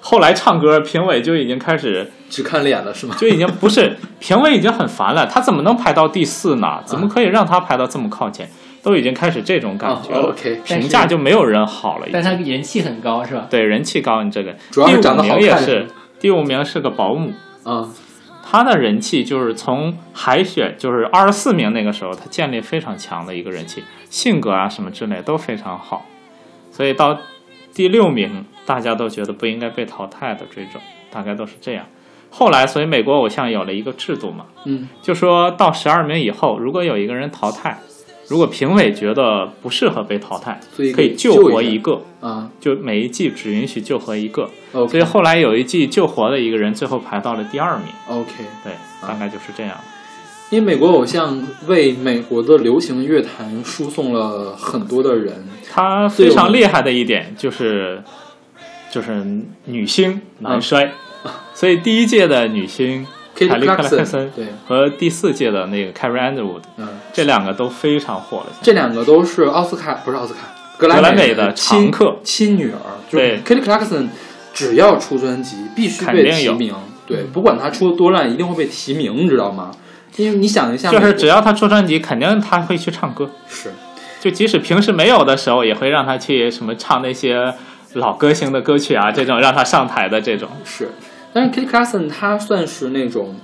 后来唱歌，评委就已经开 始
只看脸了是吗？
就已经不是评委已经很烦了，他怎么能排到第四呢？怎
啊
么可以让他排到这么靠前？都已经开始这种感觉
哦
了，
，OK
但
评
是
价就没有人好了已经。
但他人气很高是吧？
对人气高，你这个
主要是长得
第
好看
五名也是，第五名是个保姆，
啊
他的人气就是从海选，就是二十四名那个时候，他建立非常强的一个人气，性格啊什么之类都非常好，所以到第六名，大家都觉得不应该被淘汰的这种，大概都是这样。后来，所以美国偶像有了一个制度嘛，
嗯
就说到十二名以后，如果有一个人淘汰，如果评委觉得不适合被淘汰
所以，
可以
救
救活
一
一个，
啊
就每一季只允许救活一个。所以
，OK
后来有一季救活的一个人，最后排到了第二名。
OK，
对，大概就是这样。
因为美国偶像为美国的流行乐坛输送了很多的人，
他非常厉害的一点就是，就是女星男摔，所以第一届的女星
Kate
凯莉克莱克
嗯 Clarkson，
森
对
和第四届的那个 Carrie Underwood
嗯，
这两个都非常火了。
这两个都是奥斯卡不是奥斯卡格
格莱
美
美的
亲
常客
亲女儿，就是
对
Kelly Clarkson，只要出专辑必须
肯
被
定
提
有嗯
名，对，不管她出的多烂，一定会被提名，你知道吗？因为你想一下，
就是
美国
只要他出专辑，肯定他会去唱歌。
是
就即使平时没有的时候，也会让他去什么唱那些老歌星的歌曲啊，这种让他上台的这种。
是，但是 Kelly Clarkson 她算是那种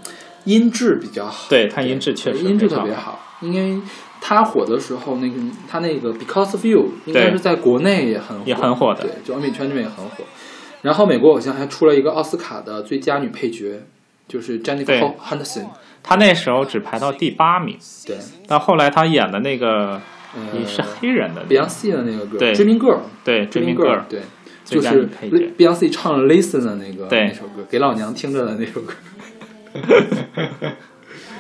音质比较好，
对他音质确实
音质
非
特
常
别好，因为她火的时候，那个她那个 Because of You 应该
对
是在国内也很火
也很火的
对，就欧美圈这边也很火。然后美国偶像还出了一个奥斯卡的最佳女配角，就是 Jennifer
对
Hudson，
他那时候只排到第八名，
对，
但后来他演的那个也
呃，
是黑人的那个，
Beyonce 的那个歌
对
Dreaming Girl，
对
Dreaming
，Dreaming
Girl，
Girl，
对，
最
就
佳
是
女配角
Beyonce 唱 Listen 的那个
对
那首歌，给老娘听着的那首歌。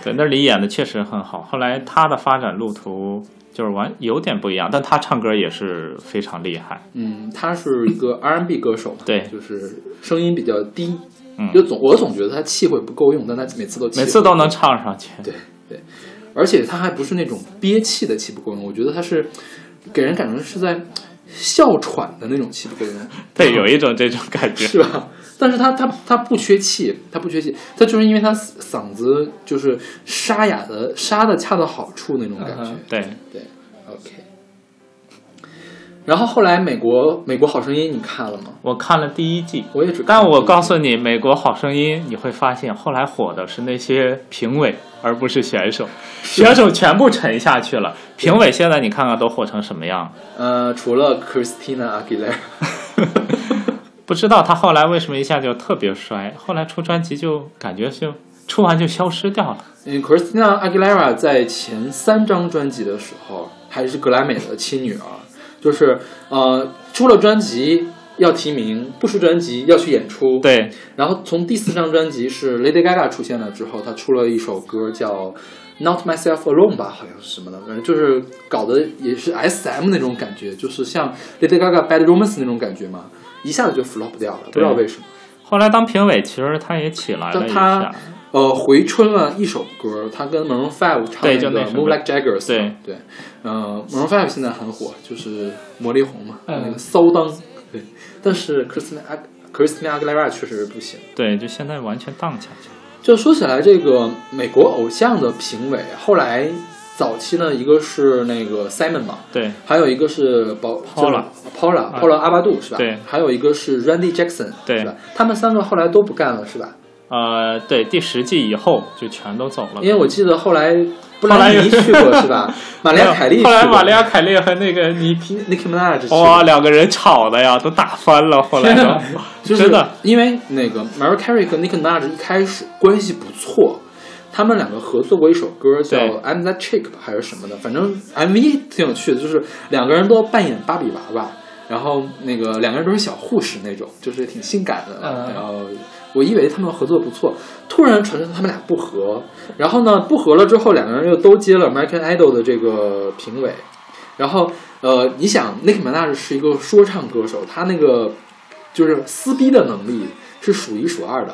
对，那里演的确实很好。后来他的发展路途就是完有点不一样，但他唱歌也是非常厉害。
嗯，她是一个 R&B 歌手嘛，
对
就是声音比较低，
嗯
就总我总觉得她气会不够用，但她每次都气
每次
会
都能唱上去，
对对，而且她还不是那种憋气的气不够用，我觉得她是给人感觉是在哮喘的那种气不够用，
对，有一种这种感觉。
是吧？但是他他他不缺气，他不缺气，他就是因为他嗓子就是沙哑的沙的恰到好处那种感觉。
嗯哼
对，
对，OK。然后后来美国美国好声音你看了吗？
我看了第一季，
我也只看了
但我
第一
告
集
诉你，美国好声音你会发现，后来火的是那些评委，而不是 选手，选手全部沉下去了，评委现在你看看都火成什 么样了。
呃，除了 Christina Aguilera，
不知道他后来为什么一下就特别衰，后来出专辑就感觉就出完就消失掉了。
嗯，Christina Aguilera 在前三张专辑的时候，还是格莱美的亲女儿，就是呃，出了专辑要提名，不出专辑要去演出。，
对，
然后从第四张专辑是 Lady Gaga 出现了之后，她出了一首歌叫《Not Myself Alone》吧，好像是什么的，反正就是搞得也是 SM 那种感觉，就是像 Lady Gaga《Bad Romance》那种感觉嘛，一下子就 flop 掉了，不知道为什么。
后来当评委其实他也起来了一
但
下
他，呃，回春了一首歌，他跟 Maroon Five 唱
对
那
就
个
那
《
什么
Move Like Jagger》。
对
对，呃，Maroon Five 现在很火，就是魔力红嘛，
嗯
那个骚当。对，但是 Christina Ag- Christina Aguilera 确实不行。
对，就现在完全荡下去了。
就说起来，这个美国偶像的评委，后来早期呢，一个是那个 Simon 嘛，
对
还有一个是保
Paula 啊
Paula Paula 阿巴杜是吧？
对
还有一个是 Randy Jackson
对
是吧？他们三个后来都不干了是吧？
呃，对，第十季以后就全都走了。
因为我记得后来布
后
兰
来
妮
有
去过是吧？玛丽
没有
亚凯莉去
后
过，
来玛丽亚凯莉和那个倪萍，
Nicki Minaj 去
哇，
过，
两个人吵的呀，都打翻了。后来
天
都
哪， 就是
真的
因为那个 Mariah Carey 和 Nicki Minaj 一开始关系不错。他们两个合作过一首歌叫
对
《I'm That Chick》吧，还是什么的，反正 MV 挺有趣的，就是两个人都扮演芭比娃娃，然后那个两个人都是小护士那种，就是挺性感的。
嗯
然后我以为他们合作不错，突然传出他们俩不和，然后呢不和了之后，两个人又都接了 American Idol 的这个评委，然后呃，你想 Nicki Minaj 是一个说唱歌手，他那个就是撕逼的能力是数一数二的。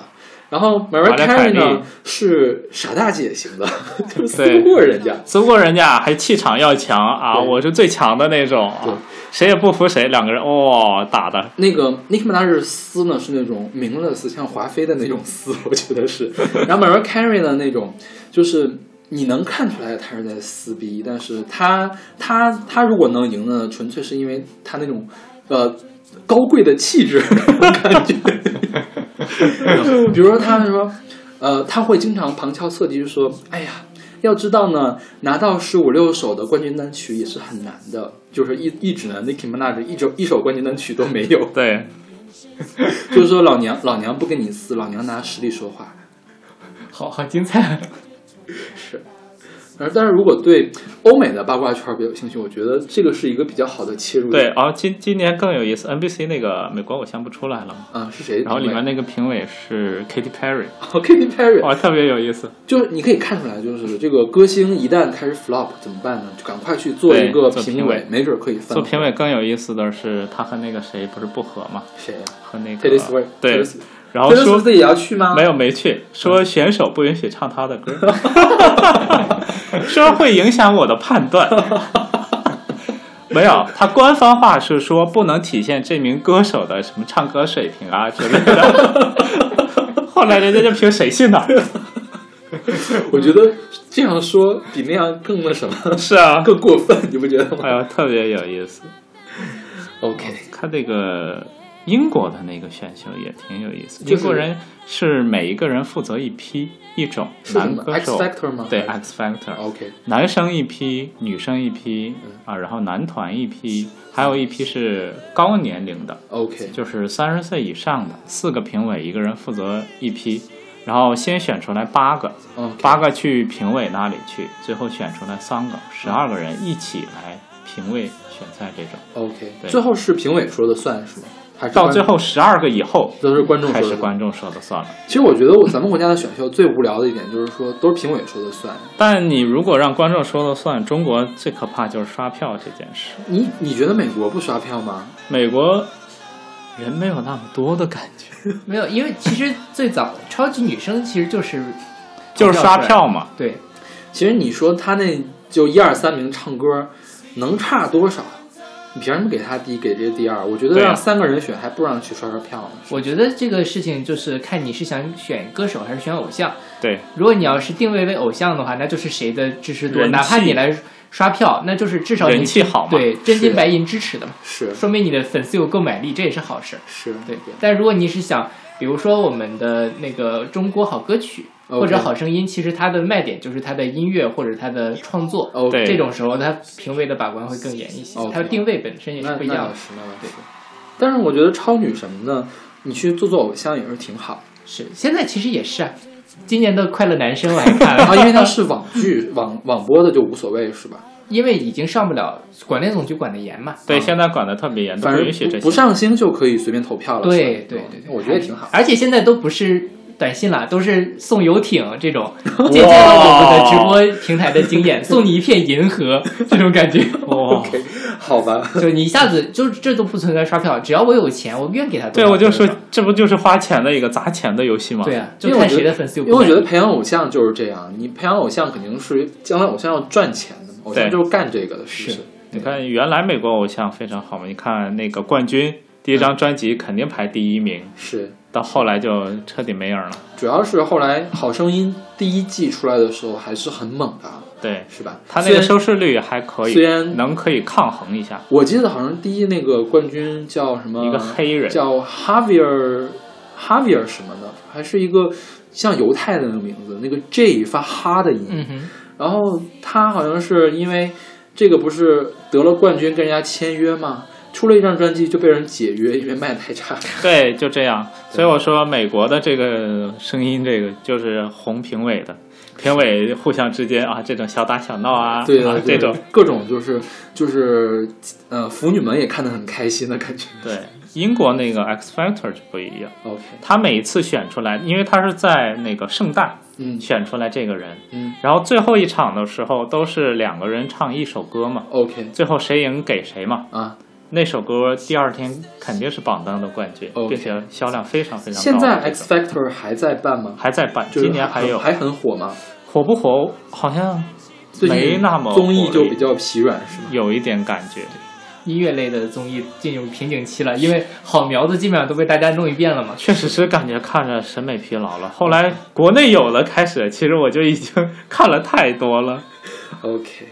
然后 Mariah Carey
Mariah 凯莉
呢是傻大姐型的， 就是撕
对
不过人家。
中国人家还气场要强啊，
对
我是最强的那种
对
啊，谁也不服谁，两个人哦打的，
那个 Nicki Minaj 撕呢是那种明了的撕，像华妃的那种撕， 我觉得是。然后 Mariah Carey 的那种，就是你能看出来她是在撕逼，但是她她她如果能赢呢，纯粹是因为她那种呃高贵的气质 感觉。比如说她说，呃，她会经常旁敲侧击地说，哎呀。要知道呢，拿到十五六首的冠军单曲也是很难的，就是一一指呢，Nicki Minaj 一首一首冠军单曲都没有，
对，
就是说老娘老娘不跟你撕，老娘拿实力说话。
好好精彩。
而但是如果对欧美的八卦圈比较有兴趣，我觉得这个是一个比较好的切入
对，
点。
哦，今今年更有意思，NBC 那个美国偶像不出来了吗？
啊，是谁的评委？哦
然后里面那个评委是 Katy Perry，
Katy Perry，、
哇，特别有意思。
就是你可以看出来，就是这个歌星一旦开始 flop 怎么办呢？就赶快去做
对
一个
做
评
评委
没准可以翻。
做评委更有意思的是，他和那个谁不是不和嘛，
谁呀、
和那
t a y l o r s w i
个
f
呃对，然后
Taylor Swift
说
自己也要去吗？
没有没去，
嗯
说选手不允许唱他 的歌，说会影响我的判断。没有，他官方话是说不能体现这名歌手的什么唱歌水平啊之类 的。后来人家就凭谁信呢？
我觉得这样说比那样更那什么，
是啊，
更过分，你不觉得
哎
吗
呀，特别有意思。
？OK，
看这个英国的那个选秀也挺有意思，
就是
英国人是每一个人负责一批一种
是什
男
么
歌
X
手，
Factor 吗？
对 X Factor，
，OK，
男生一批，女生一批
嗯
啊，然后男团一批，还有一批是高年龄的，
OK，
就是三十岁以上的，四个评委一个人负责一批，然后先选出来八个，
OK
八个去评委那里去，最后选出来三个，十二个人一起来评委选赛这种，
OK，
对
最后是评委说的算是吗？还是
到
观
最后十二个以后
都是观众
开
说
始
的算？
观众说了算了。
其实我觉得我咱们国家的选秀最无聊的一点就是说，都是评委说的算。
但你如果让观众说了算，中国最可怕就是刷票这件事，
你你觉得美国不刷票吗？
美国人没有那么多的感觉。
没有，因为其实最早超级女声其实就是
就是刷票嘛。
对，
其实你说他那就一二三名唱歌，能差多少？你凭什么给他第一，给这个第二？我觉得
对啊
让三个人选，还不如让去刷刷票呢。
我觉得这个事情就是看你是想选歌手还是选偶像。
对，
如果你要是定位为偶像的话，那就是谁的支持多，
人气
哪怕你来刷票，那就是至少你
人气好嘛
对，真金白银支持的嘛，
是
说明你的粉丝有购买力，这也是好事。
是，
对，但如果你是想，比如说我们的那个中国好歌曲
OK
或者好声音，其实它的卖点就是它的音乐或者它的创作。
哦，
对哦
这种时候，它评委的把关会更严一些，
OK
它的定位本身也是
那
不
那
一样
倒
的。
是，那倒是。但是我觉得超女什么的，你去做做偶像也是挺好
是，现在其实也是啊。今年的《快乐男声》我还看
啊，
了，
因为它是网剧、 网网播的就无所谓是吧？
因为已经上不了，广电总局管得严嘛。
对，现在管得特别严，都
反
不
正
允许这
不
些。
不上星就可以随便投票了。
对
是吧哦
对对对，
我觉得挺好。
而且现在都不是短信了，都是送游艇这 种，借鉴了我
哇
们的直播平台的经验，送你一片银河这种感觉。
哦，
OK，好吧，
就你一下子就这都不存在刷票，只要我有钱，我愿给他多
对，
少
我就
多
说
少
这不就是花钱的一个砸钱的游戏吗？
对啊，
因为
就
我
看
觉
谁
得
的粉丝有
因为我觉得
购买力
培养偶像就是这样，你培养偶像肯定是将来偶像要赚钱的嘛，偶像
对
就是干这个的，是不
是
你看原来美国偶像非常好嘛，你看那个冠军第一张专辑肯定排第一名，
是，
到后来就彻底没影儿了。
主要是后来《好声音》第一季出来的时候还是很猛的，
对，
是吧？
他那
虽
个
然
收视率还可以，
虽然
能可以抗衡一下。
我记得好像第一那个冠军叫什么？
一个黑人
叫哈维尔，哈维尔什么的，还是一个像犹太的那个名字，那个 J 发哈的音。
嗯哼，
然后他好像是因为这个不是得了冠军跟人家签约吗？出了一张专辑就被人解约，因为卖得太 差。
对，就这样。所以我说，美国的这个声音，这个就是红评委的，评委互相之间啊，这种小打小闹啊，
对啊
啊，
对
这种
各种就是就是呃，腐女们也看得很开心的感觉。
对。英国那个 X Factor 就不一样，
OK，
他每一次选出来，因为他是在那个圣诞
嗯
选出来这个人，
嗯
然后最后一场的时候都是两个人唱一首歌嘛，
，OK
最后谁赢给谁嘛。
啊，
那首歌第二天肯定是榜单的冠军
OK
并且销量非常非常
现
高。
在
这
X
种
Factor 还在办吗？
还在办，
就是
今年还
很
有
还很火吗？
火不火？好像
最近
没那么
综艺
火
就
了
比较疲软，是吗？
有一点感觉。
音乐类的综艺进入瓶颈期了，因为好苗子基本上都被大家弄一遍了嘛。
确实是感觉看着审美疲劳了。后来国内有了，开始其实我就已经看了太多了。
OK，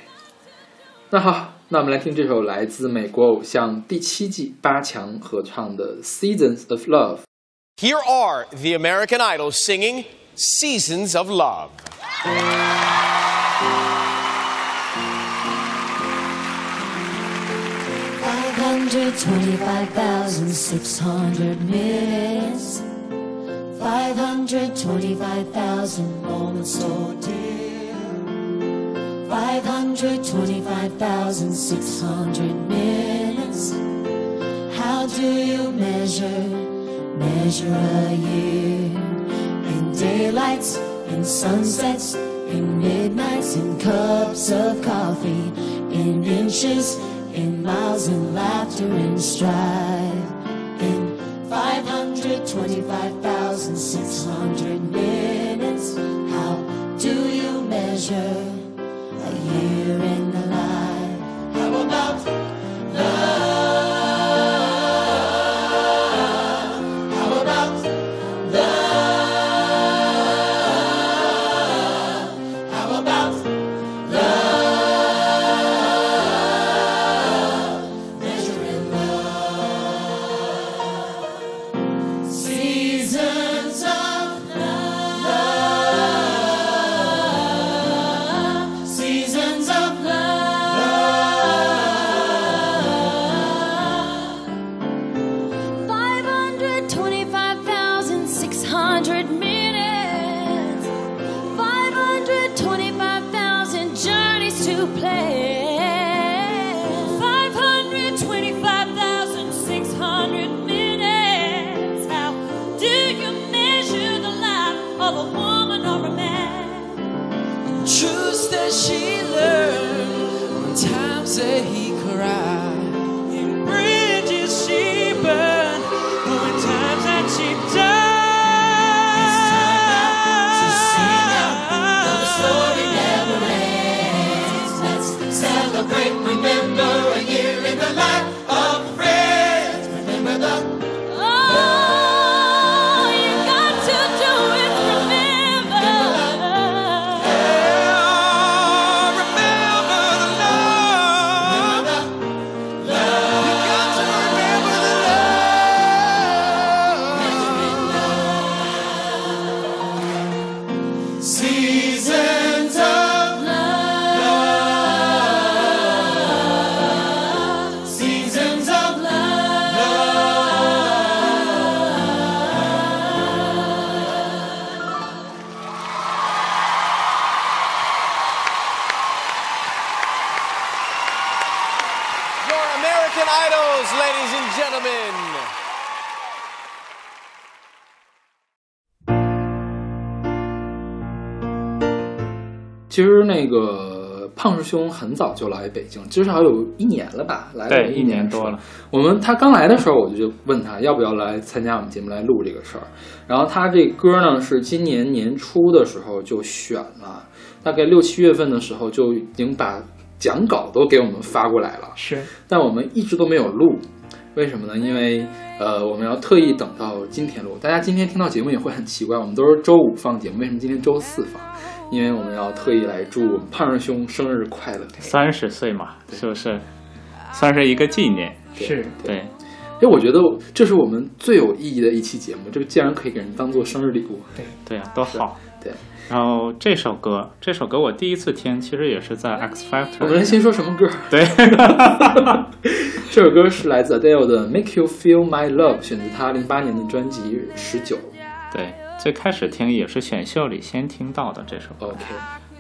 那好，那我们来听这首来自美国偶像第七季八强合唱的《Seasons of Love》。
Here are the American Idol singing Seasons of Love.
Five hundred twenty-five thousand six hundred minutes. Five hundred twenty-five thousand moments so dear. Five hundred twenty-five thousand six hundred minutes. How do you measure, measure a year? In daylights, in sunsets, in midnights, in cups of coffee, in inches, in miles, in laughter, in strife, in 525,600 minutes. How do you measure a year in the life? How about love? How about love? How about love? Measuring love. Seasons of love. Seasons of love. 525,600 minutes. 525,000 journeys to plan. 525,600 minutes. How do you measure the life of a woman or a man?
Truths that she learned, on times that he cried, in bridges she burned, on times that she died. It's time now to see now the story
Let's celebrate,
never ends.
remember a year in the life.
Oh,
American Idols, ladies and gentlemen.
其实那个胖师兄很早就来北京，至少有一年了吧，来了有
对，
一
一年
时候
多了。，
我们他刚来的时候，我就问他要不要来参加我们节目来录这个事儿。然后他这歌呢是今年年初的时候就选了，大概六七月份的时候就已经把讲稿都给我们发过来了，
是
但我们一直都没有录。为什么呢？因为呃，我们要特意等到今天录。大家今天听到节目也会很奇怪，我们都是周五放节目，为什么今天周四放？因为我们要特意来祝我们胖师兄生日快乐。
三十岁嘛，是不是？算是一个纪念。
是，
对，
因为我觉得这是我们最有意义的一期节目，这个竟然可以给人当做生日礼物。
对啊，多好。
对，
然后这首歌，这首歌我第一次听，其实也是在 X
我们
Factor。
先说什么歌？
对，
这首歌是来自 Adele 的《Make You Feel My Love》，选自她零八年的专辑《十九》。
对，最开始听也是选秀里先听到的这首歌，
OK，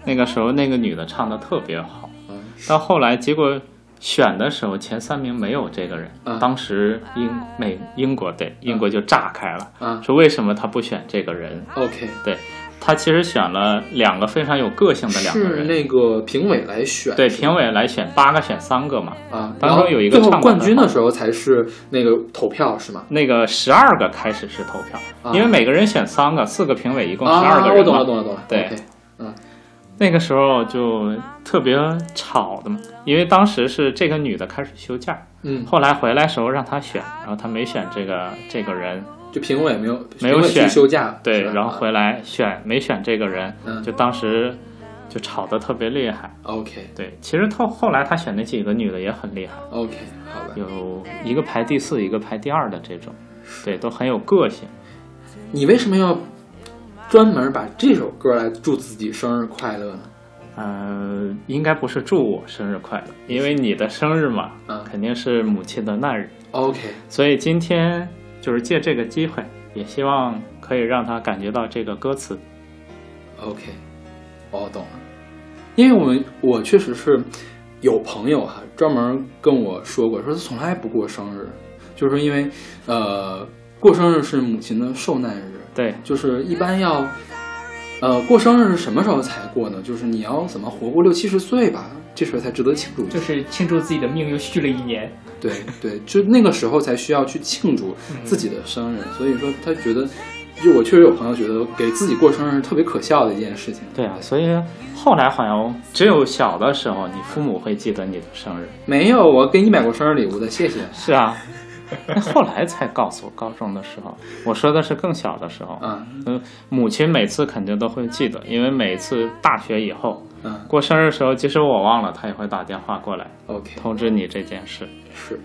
那个时候那个女的唱的特别好，
嗯，
到后来结果选的时候前三名没有这个人，
嗯
当时英美英国对英国就炸开了，
嗯
说为什么他不选这个人？
，OK，
对他其实选了两个非常有个性的两个
是
人，
那个评委来选，
对
是
评委来选八个选三个嘛，
啊，
当中
然后
有一个
最后
唱
冠
得
军的
很好
时候才是那个投票是吗？
那个十二个开始是投票，
啊
因为每个人选三个，四个评委一共十二
啊，
个
我
人
懂
嘛。
了，懂了，懂了。
对
OK，
那个时候就特别吵的嘛，因为当时是这个女的开始休假，
嗯，
后来回来时候让她选，然后她没选这个这个人，
就评委没有
没有
评委去
选
休假，
对，
是吧
然后回来选没选这个人，
嗯
就当时就吵得特别厉害。
OK
对，其实后后来她选那几个女的也很厉害，
OK，好吧。
有一个排第四，一个排第二的这种，对，都很有个性。
你为什么要专门把这首歌来祝自己生日快乐呢？
呃，应该不是祝我生日快乐，因为你的生日嘛，
嗯
肯定是母亲的那日，
OK，
所以今天就是借这个机会，也希望可以让他感觉到这个歌词。
OK，哦，懂了。因为我们我确实是有朋友哈、专门跟我说过，说他从来不过生日，就是说因为呃过生日是母亲的受难日，
对，
就是一般要呃过生日是什么时候才过呢？就是你要怎么活过六七十岁吧，这时候才值得庆祝一下。
就是庆祝自己的命又续了一年，
对对，就那个时候才需要去庆祝自己的生日，所以说他觉得，就我确实有朋友觉得给自己过生日是特别可笑的一件事情。
对啊，所以后来好像只有小的时候，你父母会记得你的生日。
没有，我给你买过生日礼物的，谢谢。
是啊，那后来才告诉我，高中的时候，我说的是更小的时候。
嗯
嗯，母亲每次肯定都会记得，因为每次大学以后
嗯
过生日的时候，即使我忘了，她也会打电话过来
，OK，
通知你这件事。
是。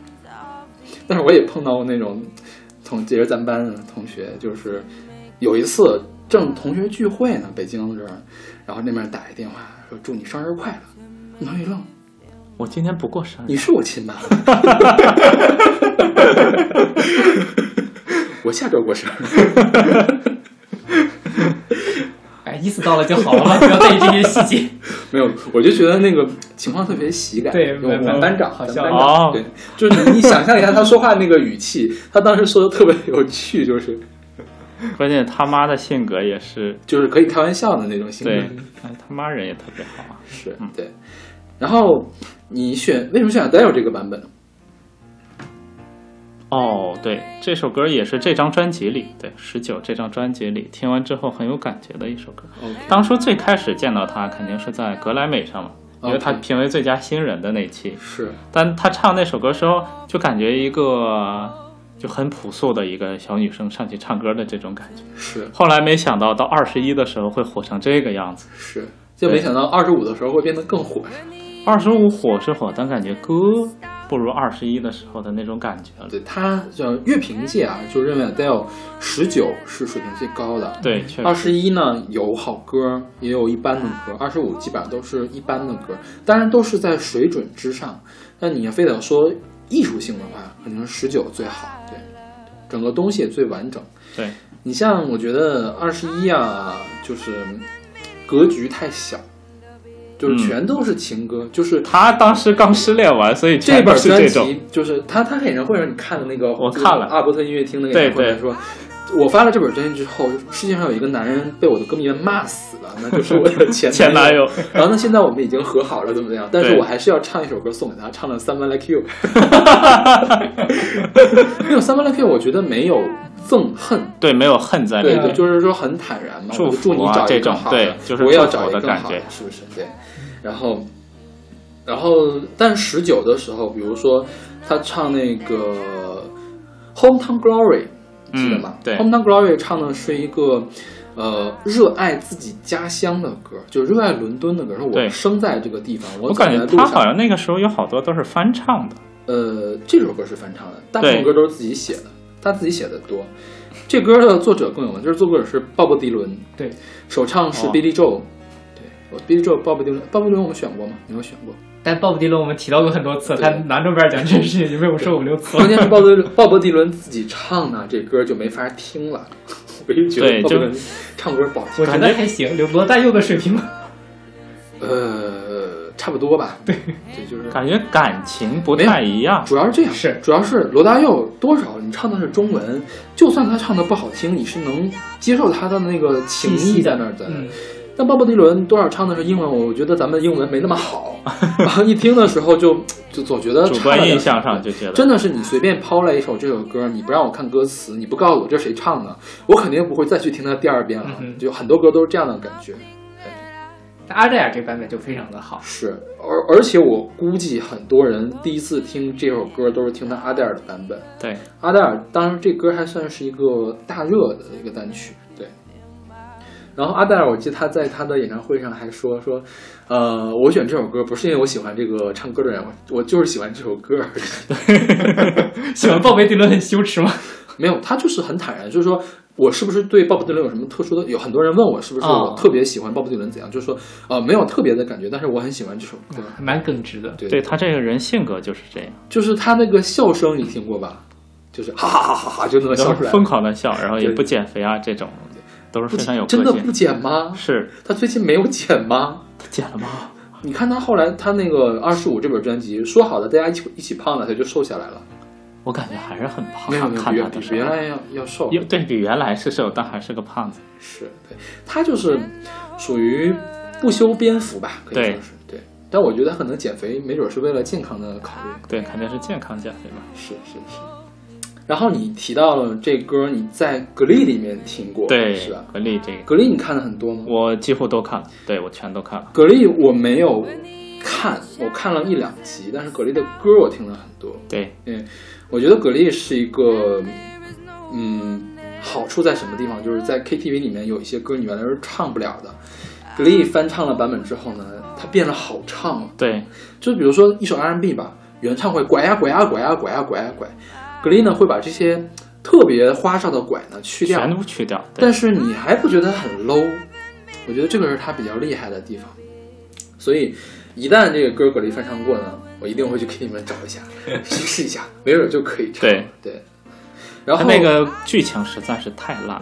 但是我也碰到过那种同也是咱们班的同学，就是有一次正同学聚会呢，北京这儿，然后那边打一电话说祝你生日快乐，我当时一愣，
我今天不过生日，
你是我亲妈。 我下周过生日，
哎，意思到了就好了，不要在意这些细节。
没有，我就觉得那个情况特别喜感。
对
因为我们班长，
好
咱
像
们
啊
班长，
哦
对，就是你想象一下他说话那个语气，他当时说的特别有趣，就是
关键他妈的性格也是
就是可以开玩笑的那种性格
对，，哎他妈人也特别好啊。
是对。然后你选为什么选 Adele 这个版本？
哦，对，这首歌也是这张专辑里，对，十九这张专辑里，听完之后很有感觉的一首歌。
OK
当初最开始见到他，肯定是在格莱美上嘛，因为他
OK
评为最佳新人的那期。
是
但他唱那首歌时候，就感觉一个就很朴素的一个小女生上去唱歌的这种感觉。
是
后来没想到到二十一的时候会火成这个样子。
是，就没
对
想到二十五的时候会变得更火。
二十五火是火，但感觉歌不如二十一的时候的那种感觉了。
对他，叫乐评界啊，就认为 Adele 十九是水平最高的。
对，确
二
实啊
十一呢有好歌，也有一般的歌；二十五基本上都是一般的歌，当然都是在水准之上。但你要非得要说艺术性的话，肯定是十九最好，对，整个东西也最完整。
对。
你像我觉得二十一啊，就是格局太小，就是
嗯
全都是情歌，就是
他当时刚失恋完，所以
这
全都
本
是
专
这种。
辑就是他他开演唱会上你看的那个，
我看了
阿伯特音乐厅那个演唱会
对
上说。我发了这本专辑之后，世界上有一个男人被我的歌迷们骂死了，那就是我的前
前男友。
然后呢，现在我们已经和好了，怎么样？但是
对
我还是要唱一首歌送给他，唱了《Someone Like You》。那种《Someone Like You》，我觉得没有憎恨，
对，没有恨在里
对，
面。
就是说很坦然嘛，
祝
我就祝
福
你
啊
找一
这
个更
种
好的
对就是
我也要
祝福
找一个
的
更
感
好
觉
是不是？对，然后，然后，但十九的时候，比如说他唱那个《Hometown Glory》，记得吗？
嗯对
Hometown Glory》唱的是一个。呃，热爱自己家乡的歌，就热爱伦敦的歌。说我
对
生在这个地方，我
我
走在
感觉
路
他
上。
好像那个时候有好多都是翻唱的。
呃，这首歌是翻唱的，大部分
对
歌都是自己写的，他自己写的多。这歌的作者更有名，就是作者是鲍勃迪伦，
对，
首唱是
哦
Billy Joel，、对，我 Billy Joel、鲍勃迪伦，鲍勃迪伦我们选过吗？没有选过。
但鲍勃迪伦我们提到过很多次，
对
他拿诺贝尔奖这件事情就被我们说五六次
关。键是鲍勃鲍勃迪伦自己唱呢，这歌就没法听了。 我就觉得
对
鲍勃迪
就
伦唱歌不好
我
听，
觉得还行，刘罗大佑的水平吧。
呃，差不多吧。对，这就是
感觉感情不太一样。
主要是这样，
是
主要是罗大佑多少你唱的是中
嗯
文，就算他唱的不好听，你是能接受他的那个情
信息
意在那儿的。
嗯，
但鲍勃迪伦多少唱的是英文，我觉得咱们英文没那么 好，然后一听的时候就就总觉得
主
差了
观
点
印象上就觉得
真的是你随便抛来一首这首歌，你不让我看歌词，你不告诉我这谁唱的，我肯定不会再去听它第二遍了。
嗯哼
就很多歌都是这样的感觉。
但阿黛尔这版本就非常的好。
是，而而且我估计很多人第一次听这首歌都是听他阿黛尔的版本。
对，
阿黛尔，当然这歌还算是一个大热的一个单曲，对。然后阿黛尔，我记得他在他的演唱会上还说说，呃，我选这首歌不是因为我喜欢这个唱歌的人，我我就是喜欢这首歌而已。
喜欢鲍勃迪伦很羞耻吗？
没有，他就是很坦然，就是说我是不是对鲍勃迪伦有什么特殊的？有很多人问我是不是
哦
我特别喜欢鲍勃迪伦怎样，就是说呃没有特别的感觉，但是我很喜欢这首
嗯
歌。
还蛮耿直的。
对
对他这个人性格就是这样，
就是他那个笑声你听过吧？就是哈哈哈哈哈，就那么
然后
笑出来，
疯狂的笑，然后也
对
不减肥啊，这种都是
不
非常有
真
个
的不
性。
减吗？
是
他最近没有减吗？
不减了吗？
你看他后来他那个二十五这本专辑，说好的大家一起一起胖了，他就瘦下来了，
我感觉还是很胖，
没有没有
看
比原
他的
比
时
比原
候，
来要要瘦，
有对比原来是瘦，但还是个胖子。
是对，他就是属于不修边幅吧，可以
对
说是对。但我觉得他可能减肥，没准是为了健康的考虑。
对，肯定是健康减肥嘛。
是是是。然后你提到了这歌，你在《格力》里面听过，
对
是啊吧，？
格力这个
《格力》你看的很多吗？
我几乎都看了，对我全都看了。
格力我没有看，我看了一两集，但是格力的歌我听了很多。
对，
嗯，我觉得格力是一个，嗯，好处在什么地方？就是在 KTV 里面有一些歌你原来是唱不了的，格力翻唱了版本之后呢，它变得好唱了。
对，
就比如说一首 R&B 吧，原唱会拐呀拐呀拐呀拐呀拐呀拐，格力呢会把这些特别花哨的拐呢去掉
全，都去掉。对
但是你还不觉得很 low，我觉得这个是他比较厉害的地方。所以一旦这个歌格力翻唱过呢，我一定会去 K 里面找一 下，去试一下，没准就可以唱。
对
然
他
后
那，个剧情实在是太烂了。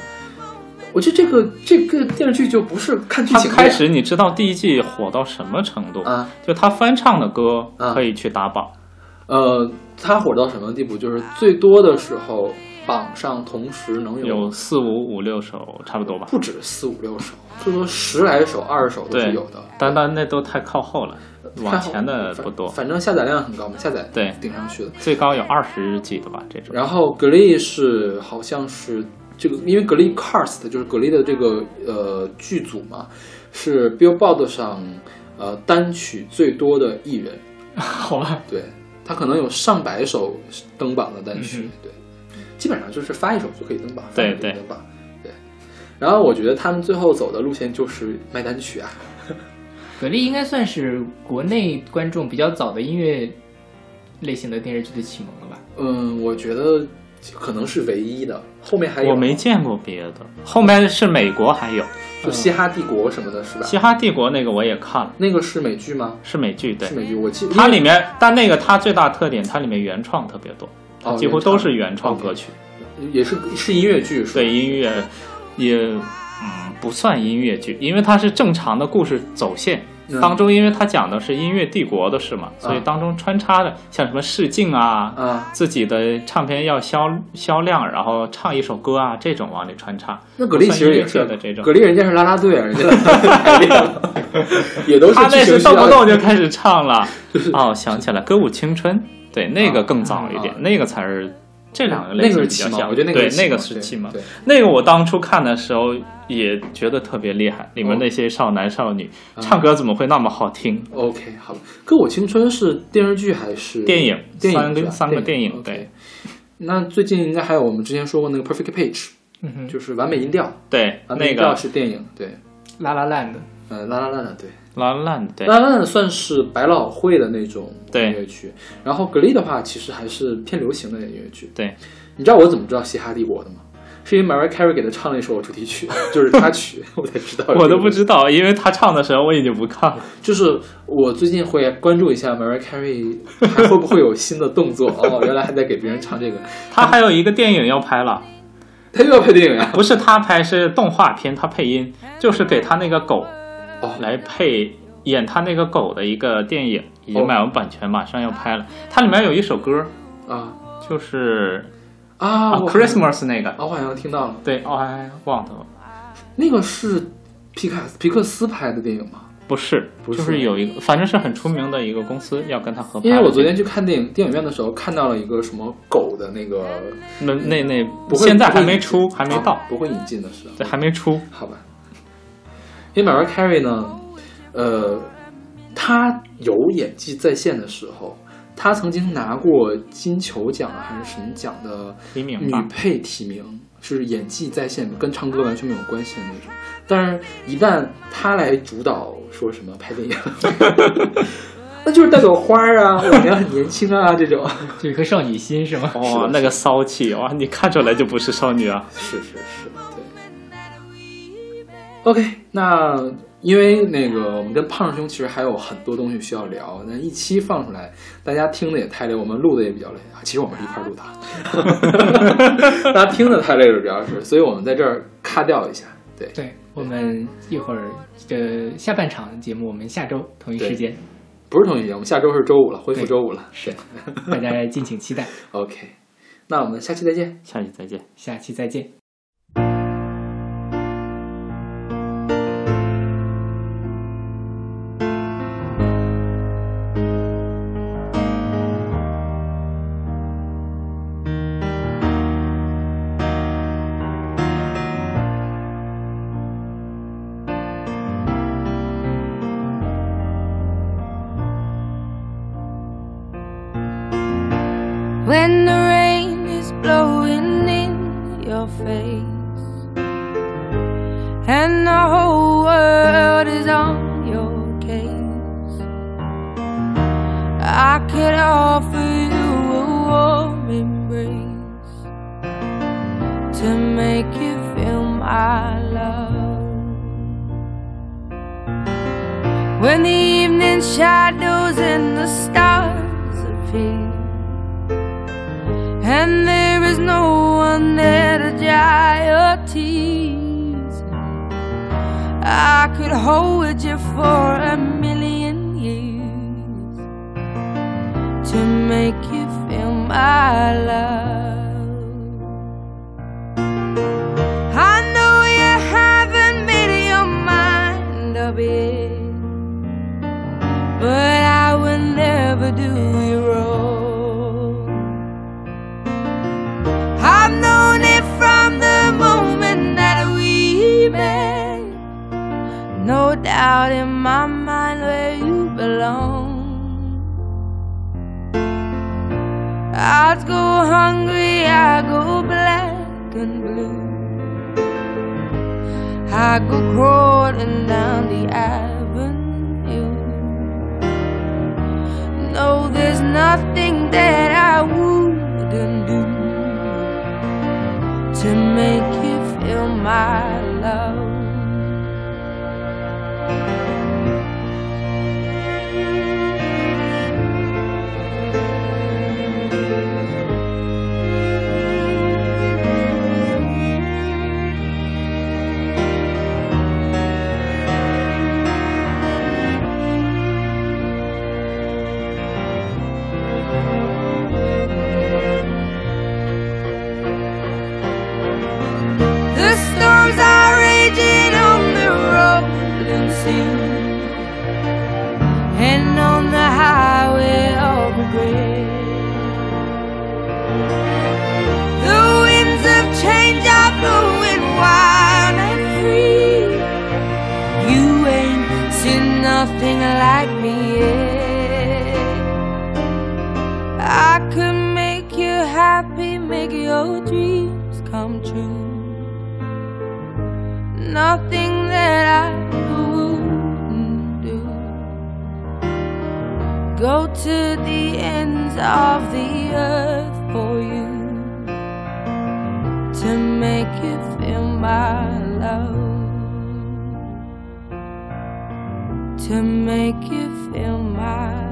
我觉得这个这个电视剧就不是看剧
他
情的呀
开始你知道第一季火到什么程度？
啊，
就他翻唱的歌
啊
可以去打榜，
呃，它火到什么地步？就是最多的时候，榜上同时能
有四五五六首差不多吧。
不止四五六首，最多十来首、二十首都是
对
有的。
单单那都太靠后了，往
看好
前的
反
不多，
反正下载量很高嘛，下载
对
顶上去的。
最高有二十几的吧，这种。
然后 Glee 是好像是这个，因为 Glee Cast 就是 Glee 的这个呃剧组嘛，是 Billboard 上呃单曲最多的艺 人，
好吧，
对他可能有上百首登榜的单曲，
嗯
对，基本上就是发一首就可以登榜，
对
发一首就可以
对
登榜，对。然后我觉得他们最后走的路线就是卖单曲啊，
格力应该算是国内观众比较早的音乐类型的电视剧的启蒙了吧？
嗯，我觉得可能是唯一的，后面还有啊
我没见过别的，后面是美国还有
就嘻哈帝国什么的，是吧？
《嘻哈帝国》那个我也看了，
那个是美剧吗？
是美剧对
是。美剧，我记得
它里面，但那个它最大特点，它里面原创特别多，它
哦
几乎
原创
都是原创歌曲。
也是是音乐剧，是吧
对音乐也嗯不算音乐剧，因为它是正常的故事走线，嗯当中，因为他讲的是音乐帝国的事嘛，所以当中穿插的像什么试镜啊，
啊，
自己的唱片要销销量，然后唱一首歌啊，这种往里穿插。
那葛丽
不
其实
算音
也
乐界
是
的这种
葛，丽人家是啦啦队啊， 人家排练了也都是
他那
剧情
是
需
动不
要
动就开始唱了。 哦，想起来，《歌舞青春》，对，那个更早一点
啊，
那个才是这两个
那
类型
个
比
是
较
启
像。
蒙，我觉得那
对
个，
那个
是
是启蒙
对，。
那个我当初看的时候也觉得特别厉害，里面那些少男少女
哦啊
唱歌怎么会那么好听？
OK，好了，《歌舞青春》是电视剧还是
电影
电影
三个
是吧
三个电影
OK
对
那最近应该还有我们之前说过那个《Perfect Pitch》，
嗯哼，
就是完美音调，
对，
完美
那
音调
个
是电影，对，
拉拉烂的，
呃，啦啦啦啦，对，
烂烂的，对
啦啦啦啦算是百老汇的那种音
对
乐剧，然后格力的话其实还是偏流行的音乐剧。
对，
你知道我怎么知道嘻哈帝国的吗？是因为 Mariah Carey 给他唱了一首主题 曲，就是他曲，我才知道。
我都不知道，因为他唱的时候我已经不看了。
就是我最近会关注一下 Mariah Carey 还会不会有新的动作 哦，原来还在给别人唱这个，
他还有一个电影要拍了，
他又要拍电影啊！
不是他拍，是动画片，他配音，就是给他那个狗
哦，
来配演他那个狗的一个电影，已经
哦
买完版权，马上要拍了。它里面有一首歌，
啊
就是
啊
啊
我
Christmas 那个，
啊，我好像听到了，
对，哦，哎，忘了，
那个是皮卡皮克斯拍的电影吗？
不是，
不是
就是有一个，反正是很出名的一个公司要跟他合拍。
因为我昨天去看电影电影院的时候，看到了一个什么狗的那个，
那那那
不会
现在还
不会
没
引进
出，还没到
啊，不会引进的是吧，
对，还没出，
好吧？因为 Mariah Carey 呢，呃，她有演技在线的时候，她曾经拿过金球奖还是什么奖的
李敏
女
吧，
配提名，是演技在线，跟唱歌完全没有关系的那种。但是，一旦她来主导说什么拍电影， 那就是带朵花儿啊，我觉得很年轻啊，这种。
就一颗少女心是吗？
哇、
是的
那个骚气哇，你看出来就不是少女啊。
是是是，对。OK，那因为那个我们跟胖兄其实还有很多东西需要聊，那一期放出来，大家听的也太累，我们录的也比较累啊。其 实我们是一块儿录的，大家听的太累了，主要是，所以我们在这儿咔掉一下。对，
对，我们一会儿呃下半场节目，我们下周同一时间，
不是同一天，我们下周是周五了，恢复
对
周五了。
是大家敬请期待，
OK，那我们下期再见。
下期再见。
下期再见。
When the rain is blowing in your face and the whole world is on your case, I could offer you a warm embrace to make you feel my love. When the evening shadows and the stars appear and there is no one there to dry your tears. I could hold you for a million years to make you feel my love. I know you haven't made your mind up yet, but I will never do you wrong. I've known it from the moment that we met. No doubt in my mind where you belong. I'd go hungry, I go black and blue. I go crawling down the avenue. No, there's nothing that I wouldn't do to make you feel my love. nothing like me. Yeah. I could make you happy, make your dreams come true. Nothing that I wouldn't do go to the ends of the earth for you to make you feel my love to make you feel my